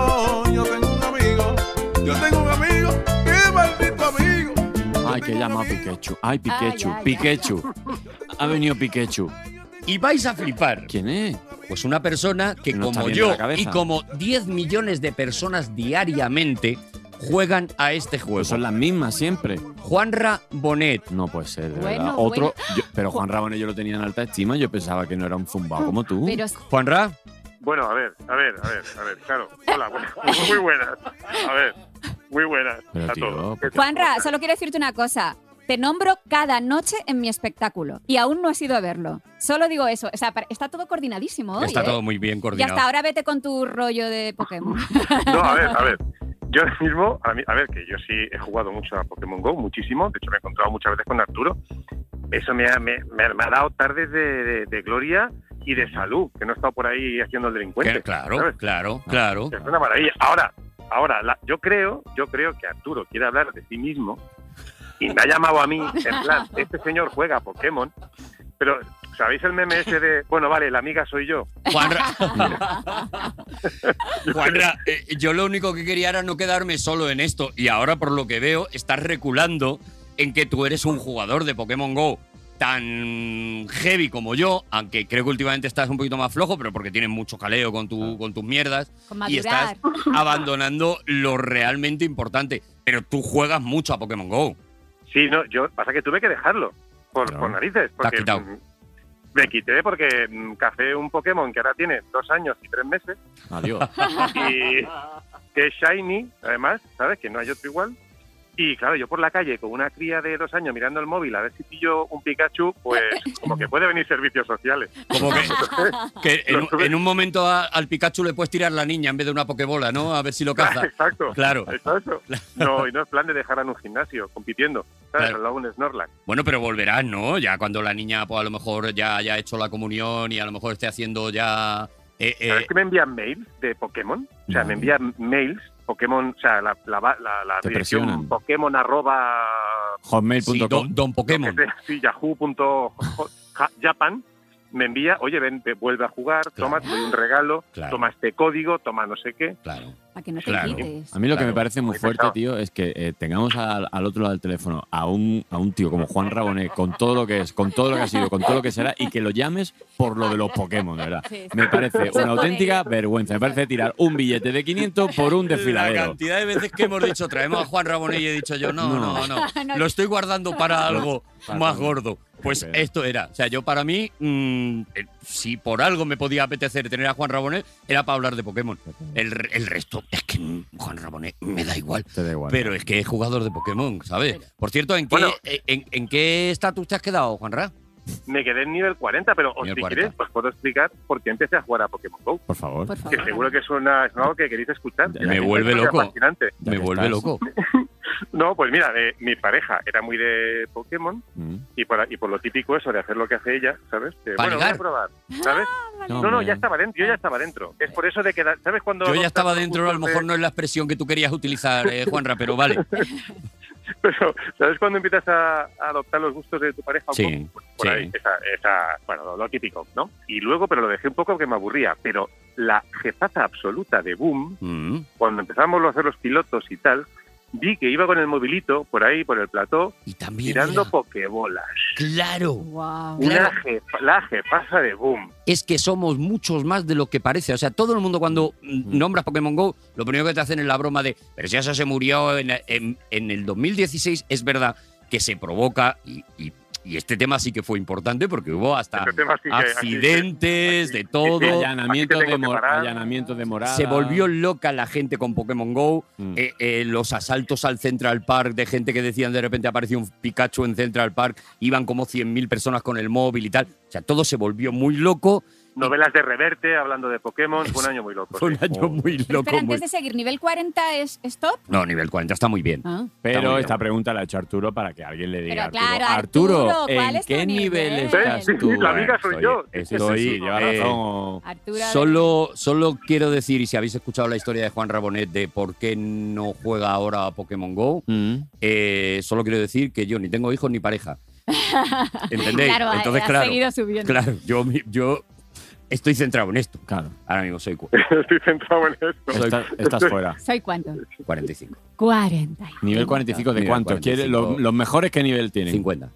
Speaker 9: yo tengo un amigo, yo tengo un amigo, qué maldito amigo. Yo
Speaker 6: Ay, que
Speaker 9: tengo un
Speaker 6: llama
Speaker 9: amigo.
Speaker 6: Pikachu. Ay, Pikachu,
Speaker 2: Ay, ay,
Speaker 6: Pikachu. Ha venido Pikachu.
Speaker 4: Y vais a flipar.
Speaker 6: ¿Quién es?
Speaker 4: Pues una persona que
Speaker 6: No está
Speaker 4: como
Speaker 6: bien de
Speaker 4: yo
Speaker 6: la cabeza.
Speaker 4: y como 10 millones de personas diariamente juegan a este
Speaker 6: Pues son
Speaker 4: juego.
Speaker 6: las mismas siempre.
Speaker 4: Juanra Bonet.
Speaker 6: No puede ser, de
Speaker 2: Bueno,
Speaker 6: verdad. Otro. yo- pero Juan Rabonet yo lo tenía en alta estima. Yo pensaba que no era un zumbao como tú.
Speaker 2: Pero
Speaker 4: Uh, Juanra,
Speaker 8: Bueno, a ver, a ver, a ver, a ver, claro. Hola, buenas. Muy buenas. A ver, muy buenas
Speaker 6: Pero,
Speaker 8: a
Speaker 6: tío,
Speaker 8: todos.
Speaker 6: ¿por qué?
Speaker 2: Juanra, solo quiero decirte una cosa. Te nombro cada noche en mi espectáculo y aún no has ido a verlo. Solo digo eso. O sea, para- está todo coordinadísimo hoy.
Speaker 4: está
Speaker 2: ¿eh?
Speaker 4: todo muy bien
Speaker 2: y hasta
Speaker 4: coordinado.
Speaker 2: ahora vete con tu rollo de Pokémon.
Speaker 8: No, a ver, a ver. Yo ahora mismo, a, mí- a ver, que yo sí he jugado mucho a Pokémon Go, muchísimo. De hecho, me he encontrado muchas veces con Arturo. Eso me ha, me, me- me ha dado tardes de, de- de gloria y de salud, que no he estado por ahí haciendo el delincuente.
Speaker 4: Que- Claro,
Speaker 8: ¿sabes?
Speaker 4: claro, claro.
Speaker 8: Es una maravilla. Ahora, ahora, la- yo creo, yo creo que Arturo quiere hablar de sí mismo y me ha llamado a mí en plan, este señor juega a Pokémon, pero ¿sabéis el meme ese de, bueno, vale, la amiga soy yo?
Speaker 4: Juanra, Juanra, eh, yo lo único que quería era no quedarme solo en esto y ahora por lo que veo estás reculando en que tú eres un jugador de Pokémon Go tan heavy como yo, aunque creo que últimamente estás un poquito más flojo, pero porque tienes mucho jaleo con, tu, con tus mierdas.
Speaker 2: Con
Speaker 4: y estás
Speaker 2: madurar.
Speaker 4: abandonando lo realmente importante. Pero tú juegas mucho a Pokémon Go.
Speaker 8: Sí, no, yo, pasa que tuve que dejarlo, por,
Speaker 6: Claro.
Speaker 8: por narices,
Speaker 4: Te has
Speaker 8: porque
Speaker 4: quitado.
Speaker 8: mm,
Speaker 10: Me quité porque mm, café un Pokémon que ahora tiene dos años y tres meses
Speaker 6: Adiós.
Speaker 10: y que es shiny, además, ¿sabes? Que no hay otro igual. Y claro, yo por la calle con una cría de dos años mirando el móvil a ver si pillo un Pikachu, pues como que puede venir servicios sociales.
Speaker 4: Como que, que en, un- en un momento a- al Pikachu le puedes tirar la niña en vez de una pokebola, ¿no? A ver si lo caza.
Speaker 10: Exacto.
Speaker 4: Claro.
Speaker 10: Exacto. No, y no es plan de dejar en un gimnasio compitiendo, ¿sabes?
Speaker 4: Claro.
Speaker 10: Al lado de un Snorlax.
Speaker 4: Bueno, pero volverás, ¿no? Ya cuando la niña, pues a lo mejor ya haya hecho la comunión y a lo mejor esté haciendo ya. eh, eh,
Speaker 10: ¿Sabes que me envían mails de Pokémon? O sea, me envían mails Pokémon, o sea, la, la, la, la
Speaker 6: Te
Speaker 10: dirección
Speaker 6: presionan.
Speaker 10: Pokémon arroba...
Speaker 4: sí, don,
Speaker 6: Hotmail.com.
Speaker 4: don Pokémon.
Speaker 10: que sea, sí, yahoo.japan me envía, oye, ven, ve- vuelve a jugar, toma, te doy un regalo,
Speaker 4: Claro.
Speaker 10: toma este código, toma no sé qué.
Speaker 4: Claro.
Speaker 2: Para que no te
Speaker 4: Claro.
Speaker 2: quites.
Speaker 6: A mí lo que
Speaker 4: Claro,
Speaker 6: me parece muy
Speaker 10: muy
Speaker 6: fuerte,
Speaker 10: pesado.
Speaker 6: tío, es que eh, tengamos al, al otro lado del teléfono a un, a un tío como Juan Rabonet, con todo lo que es, con todo lo que ha sido, con todo lo que será, y que lo llames por lo de los Pokémon, de verdad.
Speaker 2: Sí, sí.
Speaker 6: Me parece
Speaker 2: Eso es
Speaker 6: una auténtica vergüenza. Me parece tirar un billete de 500 por un
Speaker 4: La
Speaker 6: desfiladero.
Speaker 4: cantidad de veces que hemos dicho traemos a Juan Rabonet y he dicho yo, no, no,
Speaker 6: No.
Speaker 4: no, lo estoy guardando para algo
Speaker 6: Para
Speaker 4: más
Speaker 6: algo.
Speaker 4: gordo. Pues
Speaker 6: Ok.
Speaker 4: esto era, o sea, yo para mí, mm, eh, si por algo me podía apetecer tener a Juan Rabonet, era para hablar de Pokémon. El, re- el resto, es que mm, Juan Rabonet me da igual.
Speaker 6: Te da igual.
Speaker 4: Pero es que es jugador de Pokémon, ¿sabes? Por cierto, ¿en qué
Speaker 10: Bueno.
Speaker 4: en, en- en qué estatus te has quedado, Juanra?
Speaker 10: Me quedé en nivel 40, pero os
Speaker 4: Nivel
Speaker 10: si
Speaker 4: 40.
Speaker 10: queréis, pues puedo explicar por qué empecé a jugar a Pokémon GO.
Speaker 6: Por favor.
Speaker 2: Por
Speaker 10: Que
Speaker 2: favor.
Speaker 10: seguro que es, una- es algo que queréis escuchar.
Speaker 6: Me
Speaker 10: Es una
Speaker 4: Ah. vuelve
Speaker 10: historia
Speaker 4: loco.
Speaker 10: Fascinante.
Speaker 6: Ya
Speaker 4: Me
Speaker 6: que
Speaker 4: vuelve
Speaker 6: estás.
Speaker 4: loco.
Speaker 10: No, pues mira, eh, mi pareja era muy de Pokémon
Speaker 6: Mm.
Speaker 10: y por, y por lo típico eso de hacer lo que hace ella, ¿sabes? Que,
Speaker 4: Pa'
Speaker 10: bueno, voy
Speaker 4: ligar. Ah.
Speaker 10: a probar, ¿sabes? No, no,
Speaker 6: hombre.
Speaker 10: ya estaba dentro, yo ya estaba dentro. Es por eso de que, ¿sabes cuando...?
Speaker 4: Yo ya
Speaker 10: dos
Speaker 4: estaba
Speaker 10: tantos
Speaker 4: dentro, a lo
Speaker 10: juntos
Speaker 4: mejor
Speaker 10: de-
Speaker 4: no es la expresión que tú querías utilizar, eh, Juanra, pero vale.
Speaker 10: Pero, ¿sabes cuando empiezas a, a adoptar los gustos de tu pareja? un
Speaker 4: Sí,
Speaker 10: poco? Pues por
Speaker 4: sí.
Speaker 10: ahí, esa, esa- bueno, lo, lo típico, ¿no? Y luego, pero lo dejé un poco porque me aburría. Pero la jefaza absoluta de Boom,
Speaker 4: Mm.
Speaker 10: cuando empezamos a hacer los pilotos y tal, vi que iba con el movilito por ahí, por el plató,
Speaker 4: Y también.
Speaker 10: tirando
Speaker 4: mira,
Speaker 10: pokebolas.
Speaker 4: claro.
Speaker 2: Wow.
Speaker 10: Una
Speaker 4: Claro.
Speaker 10: jefa- la jefaza de Boom.
Speaker 4: es que somos muchos más de lo que parece. O sea, todo el mundo cuando mm, nombras Pokémon Go, lo primero que te hacen es la broma de, pero si eso se murió en, en- en el 2016, es verdad que se provoca y, y- y este tema sí que fue importante porque hubo hasta
Speaker 10: Este tema sí que-
Speaker 4: accidentes
Speaker 10: aquí-
Speaker 4: de
Speaker 10: Sí,
Speaker 4: todo.
Speaker 6: Allanamiento
Speaker 10: Aquí te
Speaker 6: de,
Speaker 10: tengo
Speaker 6: mor-
Speaker 10: preparado.
Speaker 6: allanamiento de morada.
Speaker 4: Se volvió loca la gente con Pokémon Go,
Speaker 6: Mm.
Speaker 4: eh, eh, los asaltos al Central Park de gente que decían de repente apareció un Pikachu en Central Park, iban como 100.000 personas con el móvil y tal. O sea, todo se volvió muy loco.
Speaker 10: Novelas de Reverte, hablando de Pokémon, fue un año muy loco.
Speaker 4: Fue un
Speaker 10: sí.
Speaker 4: año muy
Speaker 2: Pero
Speaker 4: loco.
Speaker 2: espera,
Speaker 4: muy-
Speaker 2: antes de seguir, ¿nivel 40 es stop?
Speaker 4: No, nivel 40 está muy bien.
Speaker 2: Ah.
Speaker 4: Está muy
Speaker 6: Pero
Speaker 4: bien.
Speaker 6: esta pregunta la ha hecho Arturo para que alguien le diga.
Speaker 2: Pero claro,
Speaker 6: Arturo,
Speaker 2: Arturo, ¿cuál
Speaker 6: ¿en
Speaker 2: es tu
Speaker 6: qué nivel
Speaker 2: nivel?
Speaker 6: estás
Speaker 10: Sí, sí,
Speaker 6: tú?
Speaker 10: la amiga soy
Speaker 6: Estoy-
Speaker 10: yo.
Speaker 6: Estoy,
Speaker 4: Sí, sí, sí.
Speaker 6: lleva
Speaker 4: Eh,
Speaker 6: razón o-
Speaker 2: Arturo.
Speaker 4: Solo, solo quiero decir, y si habéis escuchado la historia de Juan Rabonet de por qué no juega ahora a Pokémon Go,
Speaker 6: Mm.
Speaker 4: eh, solo quiero decir que yo ni tengo hijos ni pareja. ¿Entendéis?
Speaker 2: Claro, ha-
Speaker 4: Entonces,
Speaker 2: ha
Speaker 4: claro,
Speaker 2: seguido subiendo.
Speaker 4: claro, yo, mi- yo estoy centrado en esto.
Speaker 6: Claro,
Speaker 4: Ahora mismo soy cu-
Speaker 10: Estoy centrado en esto.
Speaker 6: estás, estás fuera.
Speaker 2: ¿Soy cuánto? Pues
Speaker 4: 45,
Speaker 2: 40.
Speaker 6: Nivel 45, ¿de
Speaker 4: Nivel
Speaker 6: cuánto?
Speaker 4: 45.
Speaker 6: ¿Quieres lo- los mejores qué nivel tienen?
Speaker 4: 50.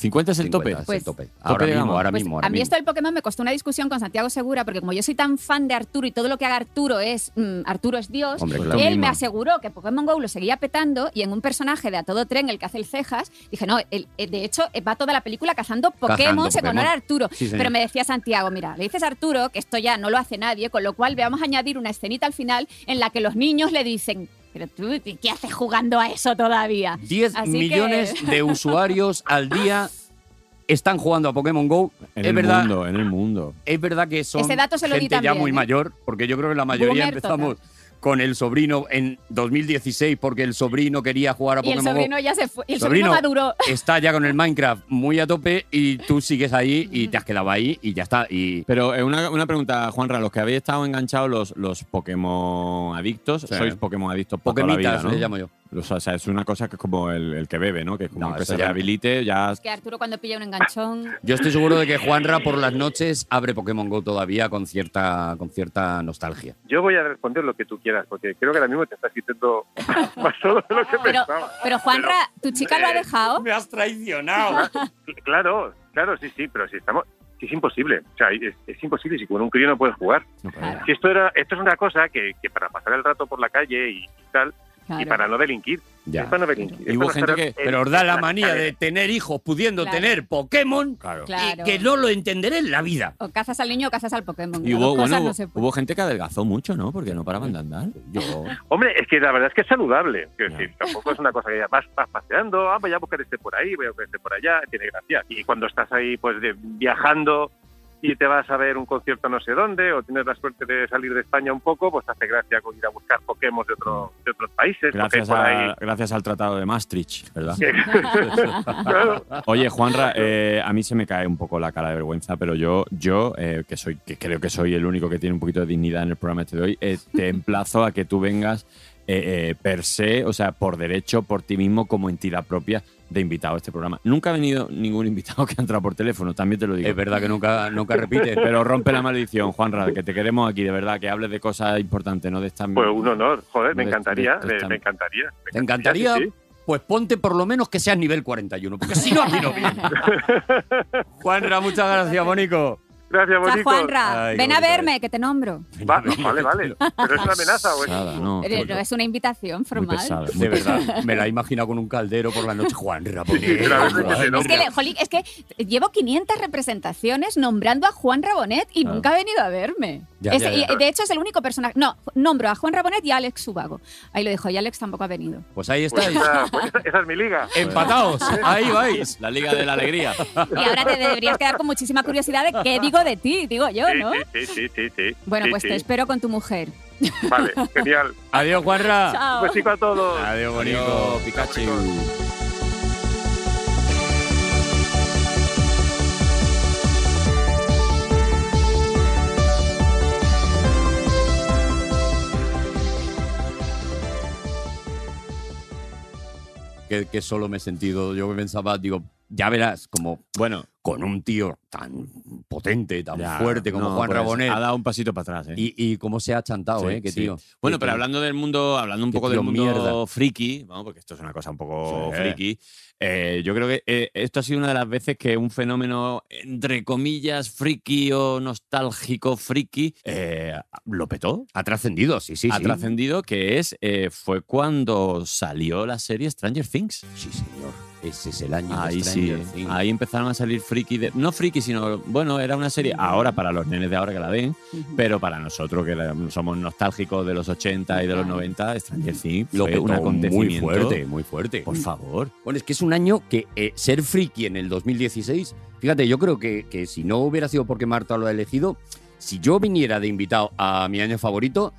Speaker 6: 50 es el
Speaker 4: 50,
Speaker 6: tope.
Speaker 4: es
Speaker 2: Pues-
Speaker 4: tope. Ahora
Speaker 6: de
Speaker 4: mismo,
Speaker 6: gama.
Speaker 4: ahora
Speaker 2: Pues a
Speaker 4: mismo. ahora
Speaker 2: mí
Speaker 4: mismo.
Speaker 2: esto del Pokémon me costó una discusión con Santiago Segura, porque como yo soy tan fan de Arturo y todo lo que haga Arturo es mm, Arturo es Dios,
Speaker 4: Hombre,
Speaker 6: Pues
Speaker 4: claro.
Speaker 6: tú
Speaker 2: él
Speaker 6: misma.
Speaker 2: me aseguró que Pokémon GO lo seguía petando y en un personaje de A Todo Tren, el que hace el cejas, dije, no, él- eh, de hecho eh, va toda la película cazando Pokémon, se
Speaker 4: Pokémon.
Speaker 2: honor a Arturo.
Speaker 4: Sí, señor.
Speaker 2: Pero me decía Santiago, mira, le dices a Arturo que esto ya no lo hace nadie, con lo cual veamos añadir una escenita al final en la que los niños le dicen, pero tú, ¿qué haces jugando a eso todavía?
Speaker 4: 10
Speaker 2: Así que-
Speaker 4: millones de usuarios al día están jugando a Pokémon Go.
Speaker 6: En
Speaker 4: es
Speaker 6: el
Speaker 4: verdad,
Speaker 6: mundo, en el mundo.
Speaker 4: es verdad que son
Speaker 2: Ese dato se lo di
Speaker 4: gente ya
Speaker 2: también,
Speaker 4: muy
Speaker 2: ¿eh?
Speaker 4: mayor, porque yo creo que la mayoría
Speaker 2: Boomer
Speaker 4: empezamos con el sobrino en 2016 porque el sobrino quería jugar a
Speaker 2: Y el
Speaker 4: Pokémon Go.
Speaker 2: sobrino ya se fue, y el
Speaker 4: Sobrino.
Speaker 2: sobrino maduró.
Speaker 4: Está ya con el Minecraft muy a tope y tú sigues ahí y te has quedado ahí y ya está. Y
Speaker 6: Pero eh, una, una pregunta, Juanra, los que habéis estado enganchados, los, los Pokémon adictos,
Speaker 4: Sí.
Speaker 6: sois Pokémon adictos por toda la
Speaker 4: Pokémitas
Speaker 6: vida, ¿no?
Speaker 4: le llamo yo.
Speaker 6: O sea, o sea, es una cosa que es como el, el que bebe, ¿no? Que es como
Speaker 4: No,
Speaker 6: que
Speaker 4: eso
Speaker 6: se
Speaker 4: ya no.
Speaker 6: rehabilite, ya.
Speaker 2: Es que Arturo cuando pilla un enganchón...
Speaker 4: Yo estoy seguro de que Juanra por las noches abre Pokémon Go todavía con cierta, con cierta nostalgia.
Speaker 10: Yo voy a responder lo que tú quieras, porque creo que ahora mismo te estás quitando más todo de lo que
Speaker 2: Pero,
Speaker 10: pensaba.
Speaker 2: pero Juanra, ¿tu chica lo ha
Speaker 10: eh,
Speaker 2: dejado?
Speaker 4: Me has traicionado.
Speaker 10: Claro, claro, sí, sí, pero si estamos. si Es imposible, o sea, es, es imposible si con un crío no puedes jugar.
Speaker 6: No, pero-
Speaker 10: Si esto era, esto es una cosa que, que para pasar el rato por la calle y tal, y
Speaker 2: Claro.
Speaker 10: para no delinquir.
Speaker 6: Ya.
Speaker 10: Es para no delinquir.
Speaker 6: Y
Speaker 10: Es
Speaker 6: hubo
Speaker 10: para
Speaker 6: gente
Speaker 10: estar
Speaker 6: que-
Speaker 10: en-
Speaker 4: Pero os da la
Speaker 10: en
Speaker 4: manía de
Speaker 10: escalera.
Speaker 4: tener hijos pudiendo
Speaker 2: Claro.
Speaker 4: tener Pokémon
Speaker 6: Claro.
Speaker 2: Claro.
Speaker 4: y que no lo entenderé en la vida.
Speaker 2: O cazas al niño o cazas al Pokémon.
Speaker 6: Y
Speaker 2: Las
Speaker 6: hubo,
Speaker 2: dos cosas
Speaker 6: bueno,
Speaker 2: no
Speaker 6: hubo-
Speaker 2: se pueden.
Speaker 6: hubo gente que adelgazó mucho, ¿no? Porque no paraban de andar. Yo,
Speaker 10: Hombre, es que la verdad es que es saludable. Quiero
Speaker 6: Ya.
Speaker 10: decir, tampoco es una cosa que ya vas, vas paseando, ah, voy a buscar este por ahí, voy a buscar este por allá, tiene gracia. Y cuando estás ahí, pues de- viajando y te vas a ver un concierto no sé dónde, o tienes la suerte de salir de España un poco, pues te hace gracia ir a buscar Pokémon de, otro- de otros países. porque
Speaker 6: gracias,
Speaker 10: por
Speaker 6: a-
Speaker 10: ahí-
Speaker 6: gracias al tratado de Maastricht, ¿verdad?
Speaker 10: Claro.
Speaker 6: Oye, Juanra, eh, a mí se me cae un poco la cara de vergüenza, pero yo, yo eh, que soy, que creo que soy el único que tiene un poquito de dignidad en el programa este de hoy, eh, te emplazo a que tú vengas eh, eh, per se, o sea, por derecho, por ti mismo, como entidad propia de invitado a este programa. Nunca ha venido ningún invitado que ha entrado por teléfono, también te lo digo.
Speaker 4: Es verdad que nunca, nunca repite.
Speaker 6: Pero rompe la maldición, Juanra, que te queremos aquí, de verdad, que hables de cosas importantes, no de estas...
Speaker 10: Pues un honor, joder, me
Speaker 6: De-
Speaker 10: encantaría,
Speaker 6: de- de-
Speaker 10: me, me encantaría. me
Speaker 4: ¿Te encantaría?
Speaker 10: sí, sí.
Speaker 4: Pues ponte por lo menos que seas nivel 41, porque si no, aquí no viene. Juanra, muchas gracias, Bonico.
Speaker 10: Gracias,
Speaker 2: Chao,
Speaker 10: bonito.
Speaker 2: Juanra,
Speaker 4: Ay, qué
Speaker 2: ven a
Speaker 4: bonito
Speaker 2: verme, que te nombro.
Speaker 10: Va- vale, vale. Pero es una amenaza, o es-
Speaker 6: Nada, no,
Speaker 2: Pero
Speaker 6: muy
Speaker 2: es una invitación formal.
Speaker 6: pesada, muy
Speaker 4: De verdad, me la he imaginado con un caldero por la noche, Juanra. ¿por qué?
Speaker 10: Sí, la verdad es que sí, ¿no?
Speaker 2: Es que, le- jolín, es que llevo 500 representaciones nombrando a Juan Rabonet y
Speaker 6: Claro.
Speaker 2: nunca ha venido a verme.
Speaker 4: Ah. Ya,
Speaker 2: Es-
Speaker 4: ya, ya.
Speaker 2: y, de hecho, es el único personaje. No, nombro a Juan Rabonet y a Alex Subago. Ahí lo dijo, y Alex tampoco ha venido.
Speaker 4: Pues ahí
Speaker 10: pues
Speaker 4: estáis,
Speaker 10: esa, pues esa- esa es mi liga.
Speaker 4: empatados, ahí vais.
Speaker 6: La Liga de la Alegría.
Speaker 2: Y ahora te deberías quedar con muchísima curiosidad de qué digo de ti, digo yo,
Speaker 10: Sí,
Speaker 2: ¿no?
Speaker 10: sí, sí, sí, sí, sí.
Speaker 2: Bueno,
Speaker 10: Sí,
Speaker 2: pues te
Speaker 10: sí.
Speaker 2: espero con tu mujer.
Speaker 10: Vale, genial.
Speaker 4: Adiós,
Speaker 10: Ah,
Speaker 4: Juanra.
Speaker 2: Chao.
Speaker 10: Un besico a todos.
Speaker 4: Adiós, Bonico.
Speaker 6: Adiós, Pikachu.
Speaker 4: Que, que solo me he sentido, yo pensaba, digo, ya verás, como
Speaker 6: Bueno,
Speaker 4: con un tío tan potente, tan
Speaker 6: ya,
Speaker 4: fuerte como
Speaker 6: no,
Speaker 4: Juan
Speaker 6: pues,
Speaker 4: Rabonet.
Speaker 6: Ha dado un pasito para atrás, ¿eh?
Speaker 4: Y, y cómo se ha chantado,
Speaker 6: Sí,
Speaker 4: ¿eh? Qué
Speaker 6: sí.
Speaker 4: tío.
Speaker 6: Bueno,
Speaker 4: Qué
Speaker 6: pero
Speaker 4: tío.
Speaker 6: hablando del mundo, hablando un
Speaker 4: Qué
Speaker 6: poco del
Speaker 4: tío
Speaker 6: mundo
Speaker 4: mierda.
Speaker 6: friki, vamos, porque esto es una cosa un poco
Speaker 4: Sí.
Speaker 6: friki. eh, yo creo que eh, esto ha sido una de las veces que un fenómeno, entre comillas, friki o nostálgico friki, eh, lo petó.
Speaker 4: Ha trascendido, sí, sí.
Speaker 6: ha
Speaker 4: sí.
Speaker 6: trascendido, que es eh, fue cuando salió la serie Stranger Things.
Speaker 4: Sí, señor. Ese es el año de
Speaker 6: Ahí sí,
Speaker 4: Stranger Things.
Speaker 6: ahí empezaron a salir friki, de- no friki, sino, bueno, era una serie, ahora para los nenes de ahora que la ven, pero para nosotros que la- somos nostálgicos de los 80 y de los 90, Stranger Things
Speaker 4: Lo
Speaker 6: fue
Speaker 4: que
Speaker 6: un acontecimiento.
Speaker 4: Muy fuerte, muy fuerte.
Speaker 6: Por favor.
Speaker 4: Bueno, es que es un año que eh, ser friki en el 2016, fíjate, yo creo que, que si no hubiera sido porque Marta lo ha elegido, si yo viniera de invitado a mi año favorito,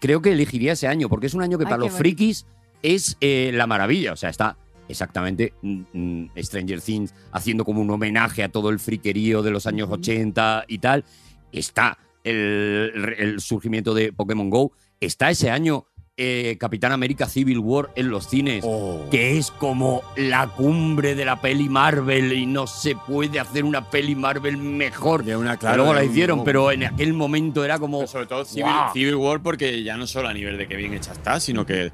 Speaker 4: creo que elegiría ese año, porque es un año que
Speaker 2: Ay,
Speaker 4: para
Speaker 2: qué
Speaker 4: los
Speaker 2: bonito.
Speaker 4: frikis es eh, la maravilla. O sea, está exactamente mm, mm, Stranger Things haciendo como un homenaje a todo el friquerío de los años 80 y tal. Está el, el surgimiento de Pokémon Go. Está ese año eh, Capitán América Civil War en los cines que es como la cumbre de la peli Marvel y no se puede hacer una peli Marvel mejor.
Speaker 6: De una,
Speaker 4: Que luego la hicieron, pero en aquel momento era como...
Speaker 6: sobre todo Civil,
Speaker 4: ¡Guau!
Speaker 6: Civil War, porque ya no solo a nivel de que bien hecha está, sino que.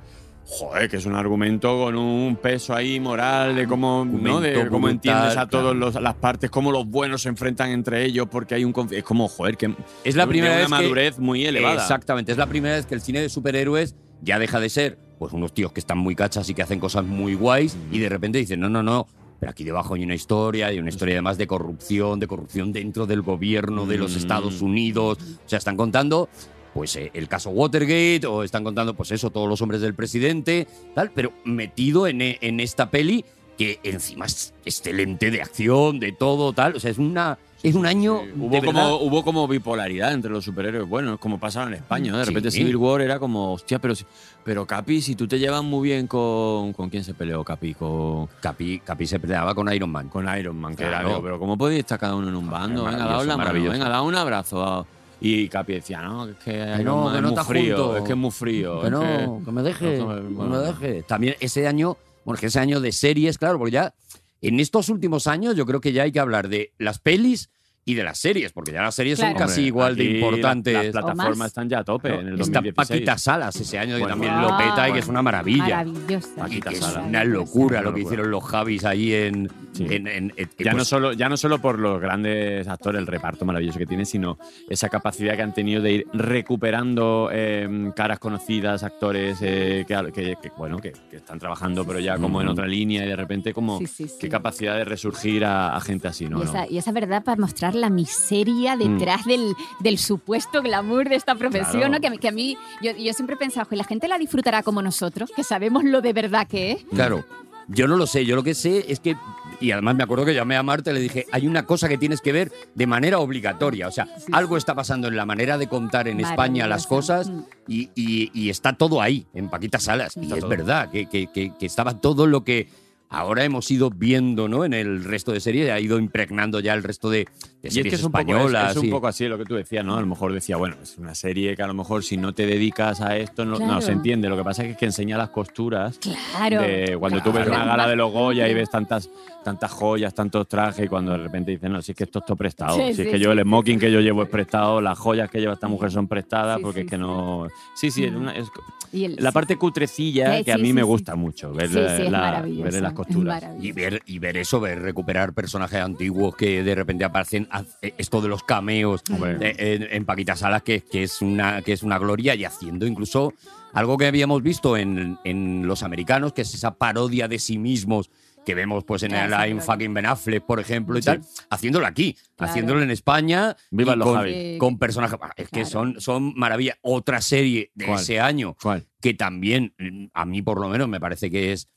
Speaker 6: Joder, que es un argumento con un peso ahí moral de cómo, ¿no? de
Speaker 4: Argumento
Speaker 6: cómo
Speaker 4: brutal,
Speaker 6: entiendes a todas
Speaker 4: claro.
Speaker 6: las partes, cómo los buenos se enfrentan entre ellos, porque hay un conf- Es como, joder, que
Speaker 4: Es la
Speaker 6: de
Speaker 4: primera
Speaker 6: una
Speaker 4: vez que-
Speaker 6: madurez muy elevada.
Speaker 4: Exactamente, es la primera vez que el cine de superhéroes ya deja de ser pues unos tíos que están muy cachas y que hacen cosas muy guays y de repente dicen, no, no, no, pero aquí debajo hay una historia, hay una historia además de corrupción, de corrupción dentro del gobierno de los
Speaker 6: Mm.
Speaker 4: Estados Unidos, o sea, están contando pues eh, el caso Watergate o están contando pues eso, todos los hombres del presidente, tal, pero metido en, e- en esta peli que encima es excelente de acción, de todo, tal, o sea, es una... Es un año.
Speaker 6: Sí,
Speaker 4: de
Speaker 6: Hubo
Speaker 4: verdad-
Speaker 6: como, hubo como bipolaridad entre los superhéroes. Bueno, es como pasaba en España, ¿no? De
Speaker 4: Sí.
Speaker 6: repente Civil War era como, hostia, pero, si- pero Capi, si tú te llevas muy bien con. ¿Con quién se peleó Capi? Con,
Speaker 4: Capi, Capi se peleaba con Iron Man.
Speaker 6: con Iron Man, que
Speaker 4: Claro.
Speaker 6: era, digo, pero ¿cómo podéis estar cada uno en un bando? Venga,
Speaker 4: maravilloso,
Speaker 6: daos la mano,
Speaker 4: maravilloso.
Speaker 6: venga, daos un abrazo. daos- Y Capi decía, no, que es que Iron
Speaker 4: no,
Speaker 6: Man
Speaker 4: que
Speaker 6: es
Speaker 4: no
Speaker 6: muy
Speaker 4: está
Speaker 6: frío,
Speaker 4: junto.
Speaker 6: es que es muy frío.
Speaker 4: Que
Speaker 6: es
Speaker 4: no,
Speaker 6: que-
Speaker 4: que me deje,
Speaker 6: no, que me-
Speaker 4: que
Speaker 6: bueno.
Speaker 4: me deje. También ese año, bueno, que ese año de series, claro, porque ya en estos últimos años yo creo que ya hay que hablar de las pelis y de las series, porque ya las series son
Speaker 2: Claro.
Speaker 4: casi
Speaker 6: Hombre,
Speaker 4: igual de
Speaker 6: aquí la-
Speaker 4: importantes.
Speaker 6: Las
Speaker 2: O
Speaker 6: plataformas
Speaker 2: más.
Speaker 6: están ya a tope en el
Speaker 4: Está
Speaker 6: 2016.
Speaker 4: Paquita Salas ese año que
Speaker 6: Bueno,
Speaker 4: también
Speaker 2: wow.
Speaker 4: lo peta y que es una maravilla.
Speaker 2: Maravillosa.
Speaker 4: Y que
Speaker 6: Paquita
Speaker 4: es
Speaker 6: Salas.
Speaker 4: una locura
Speaker 6: Una
Speaker 4: lo que
Speaker 6: locura.
Speaker 4: hicieron los Javis ahí en,
Speaker 6: Sí.
Speaker 4: En- en- en-
Speaker 6: Ya, no
Speaker 4: pues,
Speaker 6: solo, ya no solo por los grandes actores, el reparto maravilloso que tienen, sino esa capacidad que han tenido de ir recuperando eh, caras conocidas, actores eh, que, que- que, bueno, que, que están trabajando, pero ya como en
Speaker 4: Mm.
Speaker 6: otra línea y de repente como
Speaker 2: Sí, sí, sí.
Speaker 6: qué capacidad de resurgir a, a gente así, ¿no? Mm.
Speaker 2: y,
Speaker 6: ¿no?
Speaker 2: esa, y esa verdad para mostrar la miseria detrás del, del supuesto glamour de esta profesión,
Speaker 6: Claro.
Speaker 2: ¿no? que, a mí- que a mí yo, yo siempre he pensado, "Jo, la gente la disfrutará como nosotros, que sabemos lo de verdad que es.
Speaker 4: Claro, yo no lo sé, yo lo que sé es que, y además me acuerdo que llamé a Marta y le dije, hay una cosa que tienes que ver de manera obligatoria, o sea, algo está pasando en la manera de contar en España las cosas
Speaker 2: Maravilloso. Mm.
Speaker 4: y, y- y está todo ahí, en Paquita Salas, y
Speaker 6: Está
Speaker 4: es
Speaker 6: todo.
Speaker 4: verdad, que, que- que- que estaba todo lo que ahora hemos ido viendo ¿no? en el resto de series, ha ido impregnando ya el resto de, de
Speaker 6: Y es
Speaker 4: series
Speaker 6: que es un, poco, es-
Speaker 4: españolas.
Speaker 6: es un
Speaker 4: y-
Speaker 6: poco así lo que tú decías, ¿no? A lo mejor decía, bueno, es una serie que a lo mejor si no te dedicas a esto no, no
Speaker 2: Claro.
Speaker 6: se entiende. Lo que pasa es que enseña las costuras.
Speaker 2: Claro.
Speaker 6: de cuando tú ves
Speaker 2: Claro.
Speaker 6: una gala de los Goya y ves tantas, tantas joyas, tantos trajes, y cuando de repente dicen, no, si es que esto es todo prestado,
Speaker 2: Sí,
Speaker 6: si es
Speaker 2: sí,
Speaker 6: que yo
Speaker 2: sí,
Speaker 6: el
Speaker 2: sí,
Speaker 6: smoking que yo llevo es prestado, las joyas que lleva esta mujer son prestadas,
Speaker 2: Sí,
Speaker 6: porque
Speaker 2: sí,
Speaker 6: es que
Speaker 2: sí.
Speaker 6: no. Sí, sí, es una- es-
Speaker 2: Y el-
Speaker 6: la parte cutrecilla
Speaker 2: Sí,
Speaker 6: que a
Speaker 2: sí,
Speaker 6: mí
Speaker 2: sí,
Speaker 6: me
Speaker 2: sí.
Speaker 6: gusta mucho, ver,
Speaker 2: Sí, sí, es
Speaker 6: la-
Speaker 2: maravilloso,
Speaker 6: ver las
Speaker 2: es
Speaker 6: costuras.
Speaker 2: maravilloso.
Speaker 4: Y ver, y ver eso, ver recuperar personajes antiguos que de repente aparecen, haz- eh, esto de los cameos
Speaker 6: Hombre.
Speaker 4: eh, en, en Paquita Salas, que, que, es una, que es una gloria, y haciendo incluso algo que habíamos visto en, en los americanos, que es esa parodia de sí mismos que vemos pues en
Speaker 2: Ah,
Speaker 4: el
Speaker 2: sí,
Speaker 4: I'm
Speaker 2: claro.
Speaker 4: fucking Ben Affleck, por ejemplo, y
Speaker 6: Sí.
Speaker 4: tal, haciéndolo aquí,
Speaker 2: Claro.
Speaker 4: haciéndolo en España.
Speaker 6: Viva
Speaker 4: y
Speaker 6: los
Speaker 4: con,
Speaker 6: Javi.
Speaker 4: con personajes. Es que
Speaker 2: Claro.
Speaker 4: son, son maravilla. Otra serie de
Speaker 6: ¿Cuál?
Speaker 4: ese año
Speaker 6: ¿Cuál?
Speaker 4: que también, mm, a mí por lo menos, me parece que es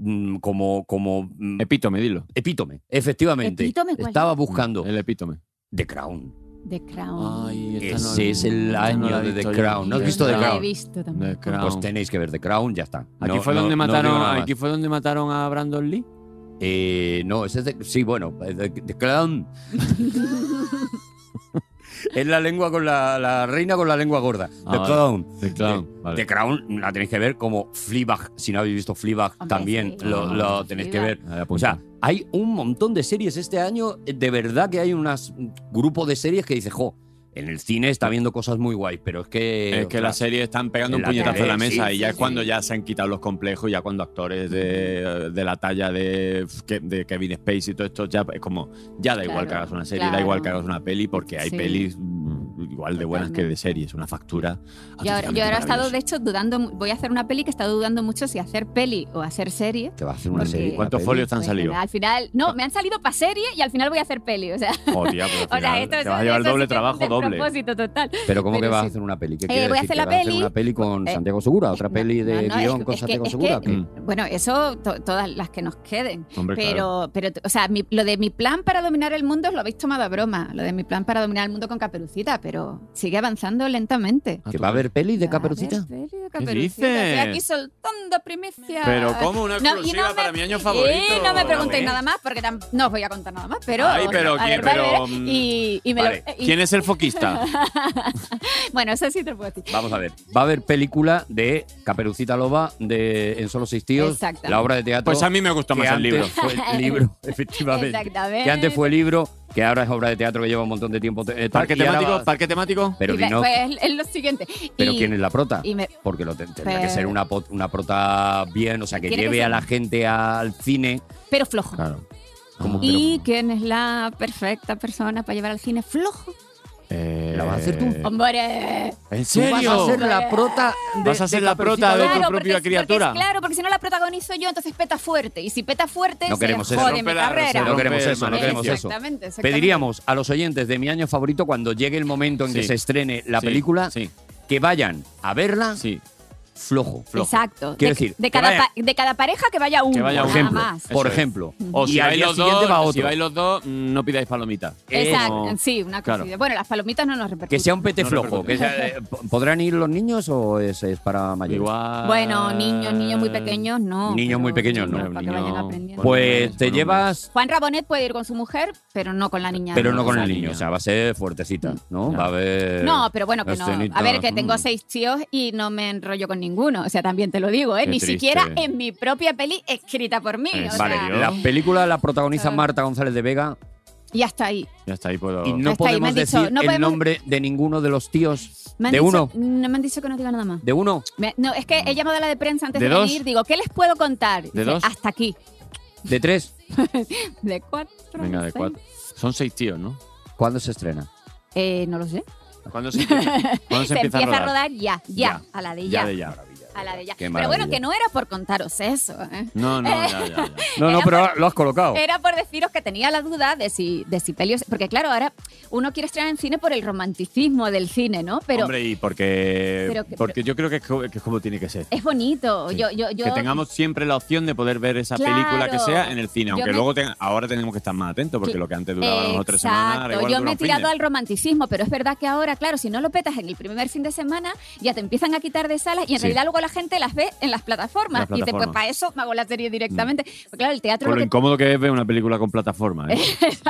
Speaker 4: mm, como, como mm,
Speaker 6: Epítome, dilo.
Speaker 4: epítome, efectivamente.
Speaker 2: ¿Epítome cuál?
Speaker 4: Estaba buscando
Speaker 6: El epítome.
Speaker 4: The Crown.
Speaker 2: The Crown.
Speaker 4: Ese es el
Speaker 6: esta no
Speaker 4: año
Speaker 6: la he
Speaker 4: de
Speaker 6: visto
Speaker 4: The
Speaker 6: yo.
Speaker 4: Crown. ¿No has
Speaker 2: Yo
Speaker 4: visto The
Speaker 2: la he
Speaker 4: Crown?
Speaker 2: visto
Speaker 6: The
Speaker 2: tampoco.
Speaker 6: Crown.
Speaker 4: Pues tenéis que ver The Crown, ya está.
Speaker 6: Aquí
Speaker 4: No-
Speaker 6: fue
Speaker 4: no-
Speaker 6: donde
Speaker 4: no
Speaker 6: mataron,
Speaker 4: digo nada más.
Speaker 6: aquí fue donde mataron a Brandon Lee.
Speaker 4: Eh, no, ese es de- sí, bueno, eh, de- de clan. es la lengua con la, la reina con la lengua gorda.
Speaker 6: Ah,
Speaker 4: The
Speaker 6: vale.
Speaker 4: Crown.
Speaker 6: The Clown.
Speaker 4: Eh, The Crown la tenéis que ver como Fleabag. Si no habéis visto Fleabag,
Speaker 2: Hombre,
Speaker 4: también
Speaker 2: sí.
Speaker 4: lo,
Speaker 6: Ah,
Speaker 4: lo tenéis que
Speaker 2: Fleabag.
Speaker 4: ver. O sea, hay un montón de series este año. eh, De verdad que hay unas- un grupo de series que dice, jo, en el cine está viendo cosas muy guays, pero es que.
Speaker 6: es que las
Speaker 4: ostras,
Speaker 6: series están pegando un
Speaker 4: la
Speaker 6: puñetazo en la
Speaker 4: tele, sí,
Speaker 6: mesa y
Speaker 4: sí,
Speaker 6: ya es
Speaker 4: sí.
Speaker 6: cuando ya se han quitado los complejos, ya cuando actores de, de la talla de, Ke- de Kevin Spacey y todo esto, ya es como, ya da igual que
Speaker 2: Claro,
Speaker 6: hagas una serie, da
Speaker 2: claro.
Speaker 6: igual que hagas una peli, porque hay
Speaker 2: Sí.
Speaker 6: pelis mm, igual de buenas que de series, una factura.
Speaker 2: Yo ahora,
Speaker 6: auténticamente
Speaker 2: yo ahora he estado,
Speaker 6: maravillosa.
Speaker 2: de hecho, dudando. mu- Voy a hacer una peli que he estado dudando mucho si hacer peli o hacer serie.
Speaker 4: Te va a hacer una
Speaker 2: Porque-
Speaker 4: serie. una
Speaker 6: ¿Cuántos
Speaker 4: peli.
Speaker 6: folios te han
Speaker 2: Pues,
Speaker 6: salido? Ah.
Speaker 2: Al final, no, me han salido para serie y al final voy a hacer peli. O sea,
Speaker 6: Joder, pues al
Speaker 2: o sea
Speaker 6: final
Speaker 2: esto es-
Speaker 6: te vas a llevar
Speaker 2: eso sí
Speaker 6: doble
Speaker 2: que
Speaker 6: trabajo,
Speaker 2: es un
Speaker 6: doble.
Speaker 2: propósito total.
Speaker 4: Pero ¿cómo que
Speaker 2: Pero
Speaker 4: vas a
Speaker 2: sí.
Speaker 4: hacer una peli? ¿Qué
Speaker 2: Eh,
Speaker 4: quiere
Speaker 2: voy a
Speaker 4: decir?
Speaker 2: hacer
Speaker 4: ¿Que
Speaker 2: la
Speaker 4: vas a hacer
Speaker 2: peli-
Speaker 4: una peli con
Speaker 2: eh,
Speaker 4: Santiago Segura? ¿Otra
Speaker 2: No,
Speaker 4: peli
Speaker 2: no,
Speaker 4: de
Speaker 2: no, es
Speaker 4: guión
Speaker 2: que-
Speaker 4: con
Speaker 2: es que-
Speaker 4: Santiago
Speaker 2: es
Speaker 4: Segura?
Speaker 2: que-
Speaker 4: o qué?
Speaker 6: Mm.
Speaker 2: Bueno, eso to- todas las que nos queden.
Speaker 6: Hombre, claro.
Speaker 2: Pero, pero, o sea, mi- lo de mi plan para dominar el mundo os lo habéis tomado a broma. Lo de mi plan para dominar el mundo con Caperucita, pero sigue avanzando lentamente.
Speaker 6: Ah,
Speaker 4: ¿Que
Speaker 6: tú-
Speaker 4: va a haber peli de
Speaker 2: A ver,
Speaker 4: Caperucita?
Speaker 2: peli de Caperucita.
Speaker 6: dices?
Speaker 2: Estoy aquí soltando primicia.
Speaker 6: Pero ¿cómo? Una
Speaker 2: ah, No, y
Speaker 6: exclusiva
Speaker 2: no me-
Speaker 6: para mi año
Speaker 2: y
Speaker 6: favorito.
Speaker 2: no me preguntéis
Speaker 6: ¿Eh?
Speaker 2: nada más porque tam- no os voy a contar nada más, pero.
Speaker 6: Ay, pero
Speaker 2: a
Speaker 6: quién-
Speaker 2: ver, vale,
Speaker 6: pero,
Speaker 2: vale,
Speaker 6: mm,
Speaker 2: y, y me
Speaker 4: vale.
Speaker 2: lo- y-
Speaker 6: ¿Quién es el foquista?
Speaker 2: Bueno, eso sí te lo puedo decir.
Speaker 4: Vamos a ver. Va a haber película de Caperucita Loba de En Solo Seis Tíos.
Speaker 2: Exactamente.
Speaker 4: La obra de teatro.
Speaker 6: Pues a mí me gustó
Speaker 4: que
Speaker 6: más el
Speaker 4: antes
Speaker 6: libro.
Speaker 4: Fue el libro, efectivamente.
Speaker 2: Exactamente.
Speaker 4: Que antes fue libro, que ahora es obra de teatro que lleva un montón de tiempo. eh, tal,
Speaker 6: ¿Parque
Speaker 4: y ahora
Speaker 6: temático?
Speaker 4: va-
Speaker 6: ¿Parque temático?
Speaker 4: Pero
Speaker 2: Y ve-
Speaker 4: Dino,
Speaker 2: pues, es lo siguiente.
Speaker 4: pero
Speaker 2: Y-
Speaker 4: ¿quién es la prota?
Speaker 2: y me-
Speaker 4: Porque lo te- tendrá que
Speaker 2: Pero-
Speaker 4: ser una, pot- una prota bien, o sea, que
Speaker 2: Tiene que
Speaker 4: lleve a
Speaker 2: ser-
Speaker 4: la gente al cine.
Speaker 2: pero flojo.
Speaker 6: Claro.
Speaker 4: Como,
Speaker 2: ¿Y quién es la perfecta persona para llevar al cine flojo?
Speaker 4: ¿La vas a hacer tú?
Speaker 2: ¡Hombre!
Speaker 6: ¿En
Speaker 4: pero, ¿tú
Speaker 6: serio?
Speaker 4: vas a ser la prota de-
Speaker 6: ¿Vas a
Speaker 4: de
Speaker 6: ser la
Speaker 4: Caperucita
Speaker 6: prota de
Speaker 4: Loba?
Speaker 6: tu
Speaker 2: Claro, porque,
Speaker 6: propia
Speaker 2: porque es-
Speaker 6: criatura?
Speaker 2: claro, porque si no la protagonizo yo, entonces peta fuerte. Y si peta fuerte,
Speaker 4: No
Speaker 2: se
Speaker 4: queremos eso.
Speaker 2: jode
Speaker 6: Se
Speaker 2: mi
Speaker 6: rompe la-
Speaker 2: carrera.
Speaker 6: se
Speaker 4: No
Speaker 6: rompe
Speaker 4: queremos
Speaker 6: el
Speaker 4: eso, no
Speaker 6: maleficio.
Speaker 4: queremos eso.
Speaker 2: Exactamente, exactamente.
Speaker 4: Pediríamos a los oyentes de mi año favorito, cuando llegue el momento en que
Speaker 6: Sí.
Speaker 4: se estrene la
Speaker 6: Sí,
Speaker 4: película,
Speaker 6: sí.
Speaker 4: que vayan a verla
Speaker 6: Sí.
Speaker 4: flojo.
Speaker 2: Exacto.
Speaker 4: Quiero
Speaker 2: de,
Speaker 4: decir,
Speaker 2: de
Speaker 4: que
Speaker 2: cada
Speaker 4: vaya-
Speaker 2: pa- de cada pareja que vaya uno.
Speaker 6: Que vaya
Speaker 4: Por
Speaker 6: uno.
Speaker 2: nada
Speaker 4: ejemplo,
Speaker 2: más.
Speaker 4: por
Speaker 6: Eso es.
Speaker 4: ejemplo.
Speaker 6: O si
Speaker 4: y al
Speaker 6: vais
Speaker 4: día
Speaker 6: los
Speaker 4: siguiente
Speaker 6: dos,
Speaker 4: va
Speaker 6: Si
Speaker 4: otro.
Speaker 6: vais los dos, mm, no pidáis palomita.
Speaker 2: Exacto.
Speaker 6: Como-
Speaker 2: Sí, una
Speaker 6: Claro.
Speaker 2: cosita. Bueno, las palomitas no nos repercuten.
Speaker 4: Que sea un pete
Speaker 6: No
Speaker 4: flojo.
Speaker 6: repercute.
Speaker 4: que sea, eh, po- ¿Podrán ir los niños o es, es para mayores?
Speaker 6: Igual-
Speaker 2: Bueno,
Speaker 4: Ah,
Speaker 2: niños, niños muy pequeños, no.
Speaker 4: Niños
Speaker 2: pero
Speaker 4: muy pequeños,
Speaker 2: niños
Speaker 4: no,
Speaker 2: Para que vayan
Speaker 6: niño-
Speaker 2: aprendiendo.
Speaker 4: Pues te
Speaker 6: Con
Speaker 4: llevas,
Speaker 2: Juan Rabonet puede ir con su mujer, pero no con la niña.
Speaker 4: pero no
Speaker 2: O
Speaker 4: con
Speaker 2: sea,
Speaker 4: el niño. O sea, va a ser fuertecita, ¿no? Va a haber.
Speaker 6: Eh,
Speaker 2: No, pero bueno, que no.
Speaker 4: escenitas,
Speaker 2: A ver, que
Speaker 4: mm.
Speaker 2: tengo seis tíos y no me enrollo con ninguno. O sea, también te lo digo, ¿eh?
Speaker 6: Qué
Speaker 2: Ni
Speaker 6: triste.
Speaker 2: siquiera en mi propia peli escrita por mí.
Speaker 6: Eh,
Speaker 2: o
Speaker 4: Vale,
Speaker 2: sea,
Speaker 6: serio?
Speaker 4: la película la protagoniza
Speaker 2: Ah.
Speaker 4: Marta González de Vega
Speaker 2: y hasta ahí.
Speaker 6: Ya está ahí, puedo.
Speaker 4: y no
Speaker 2: Hasta ahí,
Speaker 4: podemos
Speaker 2: me han dicho,
Speaker 4: decir
Speaker 2: no
Speaker 4: el
Speaker 2: podemos-
Speaker 4: nombre de ninguno de los tíos.
Speaker 2: Me han
Speaker 4: ¿De
Speaker 2: dicho-
Speaker 4: uno?
Speaker 2: No me han dicho que no diga nada más.
Speaker 4: ¿De uno?
Speaker 2: Me- No, es que he llamado a la de prensa antes
Speaker 6: ¿De
Speaker 2: de,
Speaker 6: dos?
Speaker 2: venir. Digo, ¿qué les puedo contar?
Speaker 6: ¿De
Speaker 2: Dice,
Speaker 6: dos?
Speaker 2: Hasta aquí.
Speaker 6: ¿De tres?
Speaker 2: De cuatro.
Speaker 6: Venga, de
Speaker 2: seis.
Speaker 6: cuatro. Son seis tíos, ¿no?
Speaker 4: ¿Cuándo se estrena?
Speaker 2: Eh, no lo sé.
Speaker 6: ¿Cuándo se, ¿cuándo se
Speaker 2: Se
Speaker 6: empieza, a rodar?
Speaker 2: ya, ya,
Speaker 6: Ya.
Speaker 2: a la de
Speaker 6: Ya
Speaker 2: ya.
Speaker 6: de ya.
Speaker 2: A la de ya.
Speaker 4: Qué
Speaker 2: Pero bueno,
Speaker 4: maravilla.
Speaker 2: que no era por contaros eso. ¿eh?
Speaker 6: No, no, ya, ya, ya.
Speaker 4: No, no,
Speaker 2: Era
Speaker 4: pero lo has
Speaker 6: Oh.
Speaker 4: colocado.
Speaker 2: Era por deciros que tenía la duda de si, de si Pelios. Porque claro, ahora uno quiere estrenar en cine por el romanticismo del cine, ¿no? Pero
Speaker 6: Hombre, y porque,
Speaker 2: pero que-
Speaker 6: porque yo creo que es, co- que es como tiene que ser.
Speaker 2: es bonito.
Speaker 6: Sí.
Speaker 2: Yo, yo, yo,
Speaker 6: que tengamos siempre la opción de poder ver esa película que
Speaker 2: Claro.
Speaker 6: sea en el cine,
Speaker 2: Yo
Speaker 6: aunque
Speaker 2: me-
Speaker 6: luego tenga- ahora tenemos que estar más atentos porque
Speaker 2: Cl-
Speaker 6: lo que antes duraba a lo mejor tres semanas, ahora
Speaker 2: Exacto.
Speaker 6: igual
Speaker 2: Yo
Speaker 6: dura
Speaker 2: me he
Speaker 6: un
Speaker 2: tirado
Speaker 6: fin
Speaker 2: al romanticismo, pero es verdad que ahora, claro, si no lo petas en el primer fin de semana, ya te empiezan a quitar de salas y en
Speaker 6: Sí.
Speaker 2: realidad luego la gente las ve en las plataformas.
Speaker 6: Las
Speaker 2: Y te, pues
Speaker 6: plataformas.
Speaker 2: para eso me hago la serie directamente. Porque, claro, el
Speaker 6: de-
Speaker 2: teatro lo
Speaker 6: Por lo
Speaker 2: que-
Speaker 6: incómodo que es ver una película con plataforma, ¿eh?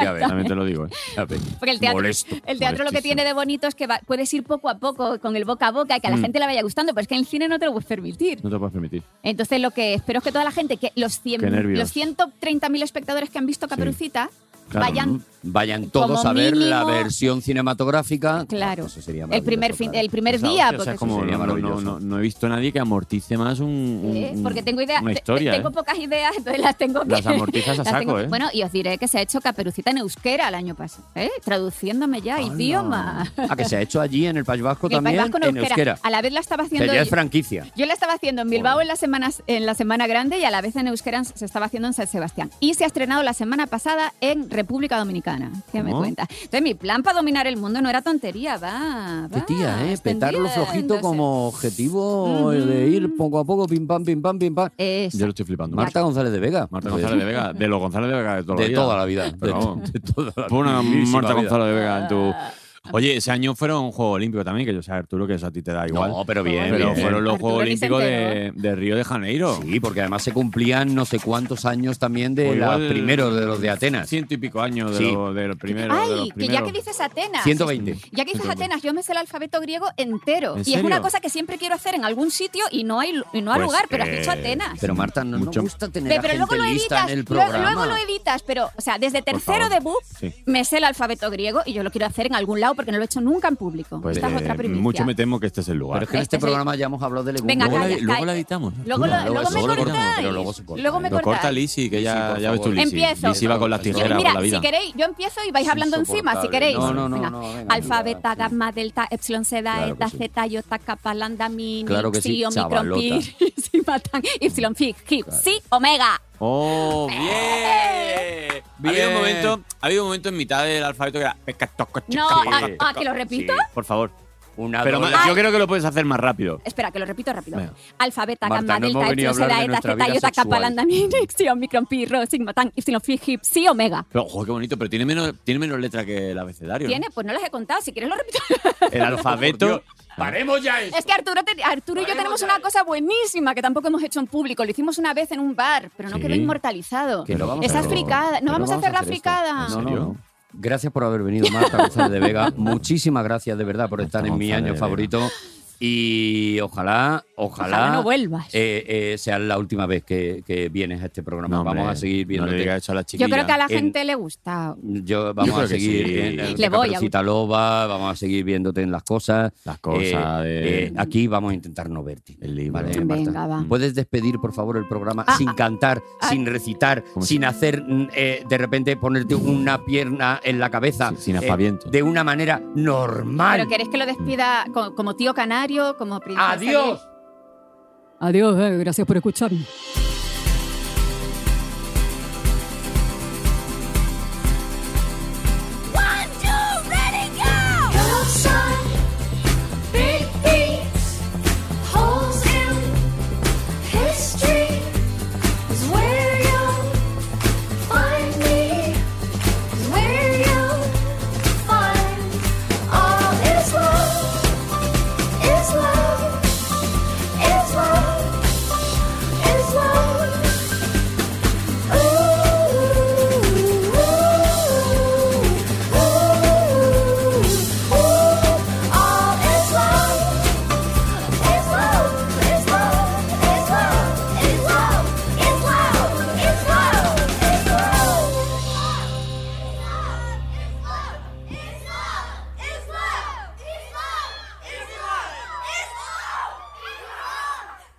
Speaker 4: Ya ves,
Speaker 6: También te lo digo, ¿eh?
Speaker 4: ya ves.
Speaker 2: Porque el teatro,
Speaker 4: Molesto,
Speaker 2: el teatro lo que
Speaker 4: molestísimo.
Speaker 2: tiene de bonito es que va- puedes ir poco a poco con el boca a boca y que a la
Speaker 6: Mm.
Speaker 2: gente le vaya gustando, pero es que en el cine no te lo puedes permitir.
Speaker 6: No te lo puedes permitir.
Speaker 2: Entonces lo que espero es que toda la gente, que los, 100,
Speaker 6: Qué nervios.
Speaker 2: los 130.000 espectadores que han visto Caperucita,
Speaker 6: Claro,
Speaker 2: vayan
Speaker 4: Vayan todos
Speaker 2: Como
Speaker 4: a ver la
Speaker 2: mínimo-
Speaker 4: versión cinematográfica.
Speaker 2: Claro.
Speaker 4: Eso sería
Speaker 2: el primer,
Speaker 4: maravilloso,
Speaker 2: fin-
Speaker 4: claro.
Speaker 2: el primer
Speaker 6: Esa
Speaker 2: día.
Speaker 6: hostia, Pues o
Speaker 2: porque
Speaker 6: sea, es
Speaker 2: eso
Speaker 6: como,
Speaker 4: sería
Speaker 6: no, no,
Speaker 4: maravilloso.
Speaker 6: no, no he visto a nadie que amortice más un, un-
Speaker 2: Eh,
Speaker 6: un-
Speaker 2: porque tengo ideas,
Speaker 6: una historia,
Speaker 2: tengo
Speaker 6: ¿eh?
Speaker 2: pocas ideas, entonces las tengo que...
Speaker 6: Las amortizas a
Speaker 2: las tengo
Speaker 6: saco,
Speaker 2: que-
Speaker 6: ¿eh?
Speaker 2: Bueno, y os diré que se ha hecho Caperucita en euskera el año pasado, ¿eh? traduciéndome ya
Speaker 4: ¡Hala!
Speaker 2: idioma.
Speaker 4: Ah, que se ha hecho allí en el País Vasco
Speaker 6: Pues
Speaker 2: En el País
Speaker 4: también,
Speaker 2: Vasco
Speaker 4: en euskera.
Speaker 2: A la vez la estaba
Speaker 4: Que
Speaker 2: haciendo...
Speaker 4: ya es
Speaker 2: yo-
Speaker 4: franquicia.
Speaker 2: Yo la estaba haciendo en Bilbao en la, semana, en la Semana Grande y a la vez en Euskera se estaba haciendo en San Sebastián. Y se ha estrenado la semana pasada en República Dominicana. ¿Qué me
Speaker 6: ¿Cómo?
Speaker 2: cuenta? Entonces, mi plan para dominar el mundo no era tontería, va.
Speaker 4: Qué
Speaker 2: va,
Speaker 4: tía, ¿eh? Petarlo flojito
Speaker 2: extendiéndose.
Speaker 4: como objetivo
Speaker 2: Ujú.
Speaker 4: de ir poco a poco, pim, pam, pim, pam, pim, pam.
Speaker 2: Eso.
Speaker 6: Yo lo estoy flipando.
Speaker 4: Marta González de Vega.
Speaker 6: Marta
Speaker 4: De-
Speaker 6: González de Vega, de los González de Vega de toda la
Speaker 4: De
Speaker 6: vida.
Speaker 4: toda la vida.
Speaker 6: Pero vamos.
Speaker 4: De, de toda la
Speaker 6: Pon una
Speaker 4: mismísima
Speaker 6: Marta
Speaker 4: vida.
Speaker 6: González de Vega en tu.
Speaker 2: Ah.
Speaker 6: Oye, ese año fueron Juegos Olímpicos también, que yo sé, Arturo, que eso a ti te da igual.
Speaker 4: No, pero bien,
Speaker 6: pero
Speaker 4: bien.
Speaker 6: fueron los
Speaker 2: Arturo
Speaker 6: Juegos
Speaker 2: ni se
Speaker 6: Olímpicos de,
Speaker 2: enteró.
Speaker 6: de Río de Janeiro.
Speaker 4: Sí, porque además se cumplían no sé cuántos años también de
Speaker 6: O
Speaker 4: la
Speaker 6: igual-
Speaker 4: primero de los de Atenas.
Speaker 6: Ciento y pico años de,
Speaker 4: Sí.
Speaker 6: los, de los primeros. de los
Speaker 2: Ay, que ya
Speaker 6: primeros.
Speaker 2: que dices Atenas.
Speaker 4: 120.
Speaker 2: Ya que dices
Speaker 6: Entonces-
Speaker 2: Atenas, yo me sé el alfabeto griego entero.
Speaker 6: ¿En
Speaker 2: y es una
Speaker 6: serio?
Speaker 2: cosa que siempre quiero hacer en algún sitio y no hay, y no hay
Speaker 6: Pues,
Speaker 2: lugar, pero has dicho
Speaker 6: eh,
Speaker 2: Atenas.
Speaker 4: Pero Marta, no nos
Speaker 6: Mucho-
Speaker 4: gusta tener
Speaker 2: Pero,
Speaker 4: a gente
Speaker 2: luego lo
Speaker 4: lista
Speaker 2: editas,
Speaker 4: en el
Speaker 2: lo-
Speaker 4: programa.
Speaker 2: luego lo editas, pero, o sea, desde tercero
Speaker 6: favor.
Speaker 2: de BUP
Speaker 6: Sí.
Speaker 2: me sé el alfabeto griego y yo lo quiero hacer en algún lado porque no lo he hecho nunca en público.
Speaker 6: Pues,
Speaker 2: Esta es
Speaker 6: eh,
Speaker 2: otra primicia.
Speaker 6: mucho me temo que este es el lugar.
Speaker 4: Pero es que en
Speaker 2: Este
Speaker 4: este
Speaker 2: es el-
Speaker 4: programa ya hemos hablado de legumbres.
Speaker 2: Venga,
Speaker 6: luego,
Speaker 2: calla,
Speaker 6: la, luego la
Speaker 2: calla.
Speaker 6: editamos.
Speaker 2: Luego lo-
Speaker 6: Arturo.
Speaker 2: luego
Speaker 6: eso
Speaker 2: me
Speaker 6: lo cortamos.
Speaker 2: cortáis.
Speaker 4: pero luego se corta.
Speaker 2: Luego me
Speaker 6: Lo corta
Speaker 2: cortáis.
Speaker 6: Lisi, que
Speaker 4: Lisi,
Speaker 6: ya,
Speaker 4: por
Speaker 6: ya ves tú,
Speaker 4: favor.
Speaker 6: Lisi.
Speaker 2: Empiezo.
Speaker 6: Lisi va con las
Speaker 4: Yo-
Speaker 2: Yo-
Speaker 6: tijeras
Speaker 2: mira,
Speaker 6: por la vida.
Speaker 2: si queréis, yo empiezo y vais
Speaker 4: Es
Speaker 2: hablando encima, si
Speaker 4: insoportable.
Speaker 2: queréis.
Speaker 4: No, no, no, no, venga,
Speaker 2: Alfabeta,
Speaker 4: venga.
Speaker 2: gamma, delta, epsilon, zeta,
Speaker 4: Claro que
Speaker 2: eta,
Speaker 4: sí.
Speaker 2: zeta, iota, kappa, lambda, mini,
Speaker 4: Claro que
Speaker 2: psi,
Speaker 4: sí,
Speaker 2: omicron, pi,
Speaker 4: chavalota.
Speaker 2: si matan, epsilon, phi, hip, si, omega.
Speaker 6: ¡Oh,
Speaker 2: ¡Eh!
Speaker 6: bien! Ha, habido un momento, ha habido un momento en mitad del alfabeto que era pesca, toco, chica,
Speaker 2: No,
Speaker 6: chica.
Speaker 2: ah, ah, que lo repito.
Speaker 6: Por favor.
Speaker 4: Una
Speaker 6: Pero
Speaker 4: doble-
Speaker 6: ma- yo creo que lo puedes hacer más rápido.
Speaker 2: Espera, que lo repito rápido.
Speaker 6: Venga.
Speaker 2: Alfabeta,
Speaker 4: Marta,
Speaker 2: gamma,
Speaker 4: no hemos
Speaker 2: delta,
Speaker 4: venido a
Speaker 2: epsilon, zeta,
Speaker 4: hablar de
Speaker 2: eta,
Speaker 4: nuestra
Speaker 2: zeta,
Speaker 4: vida
Speaker 2: iota, kappa,
Speaker 4: sexual.
Speaker 2: lambda, mini, epsilon, micron, pi, rho, sigma, tan, epsilon, phi, hip, si, omega.
Speaker 6: Pero, ojo, qué bonito, pero tiene menos, tiene menos letra que el abecedario. ¿no?
Speaker 2: ¿Tiene? Pues no las he contado, si quieres lo repito.
Speaker 6: El alfabeto.
Speaker 4: ¡Paremos ya esto!
Speaker 2: Es que Arturo, te- Arturo y yo tenemos una cosa buenísima que tampoco hemos hecho en público. Lo hicimos una vez en un bar, pero no
Speaker 6: Sí.
Speaker 2: quedó inmortalizado.
Speaker 4: Que lo vamos a
Speaker 2: Esa
Speaker 4: hacer.
Speaker 2: fricada. No
Speaker 6: Pero
Speaker 2: vamos a hacer la
Speaker 6: esto.
Speaker 2: fricada.
Speaker 6: ¿En
Speaker 4: No, no,
Speaker 6: serio?
Speaker 4: no. Gracias por haber venido, Marta González de Vega. Muchísimas gracias de verdad por
Speaker 6: Marta
Speaker 4: estar en mi
Speaker 6: González de
Speaker 4: año
Speaker 6: Vega.
Speaker 4: favorito. Y ojalá, ojalá,
Speaker 2: Ojalá no vuelvas.
Speaker 4: eh, eh, sea la última vez que, que vienes a este programa.
Speaker 6: No,
Speaker 4: vamos
Speaker 6: hombre,
Speaker 4: a seguir
Speaker 6: no
Speaker 4: viendo.
Speaker 6: le digas eso a la
Speaker 2: yo creo que a la
Speaker 4: en-
Speaker 2: gente le gusta.
Speaker 4: Yo, vamos
Speaker 6: creo
Speaker 4: a
Speaker 6: que
Speaker 4: seguir eh,
Speaker 6: sí.
Speaker 4: en el
Speaker 2: Le voy a
Speaker 4: Caperucita Loba, vamos a seguir viéndote en las cosas.
Speaker 6: Las cosas
Speaker 4: Eh,
Speaker 6: de-
Speaker 4: eh, aquí vamos a intentar no verte.
Speaker 6: El libro.
Speaker 4: Marta?
Speaker 2: Venga, va.
Speaker 4: Puedes despedir, por favor, el programa
Speaker 2: Ah,
Speaker 4: sin
Speaker 2: ah,
Speaker 4: cantar,
Speaker 2: ah.
Speaker 4: sin recitar,
Speaker 6: ¿Cómo
Speaker 4: sin hacer mm, eh, de repente ponerte una pierna en la cabeza.
Speaker 6: Sí, sin
Speaker 4: eh,
Speaker 6: aspavientos.
Speaker 4: de una manera normal.
Speaker 2: Pero queréis que lo despida co- como, tío canario, como princesa.
Speaker 4: ¡Adiós!
Speaker 2: Adiós, eh, gracias por escucharme.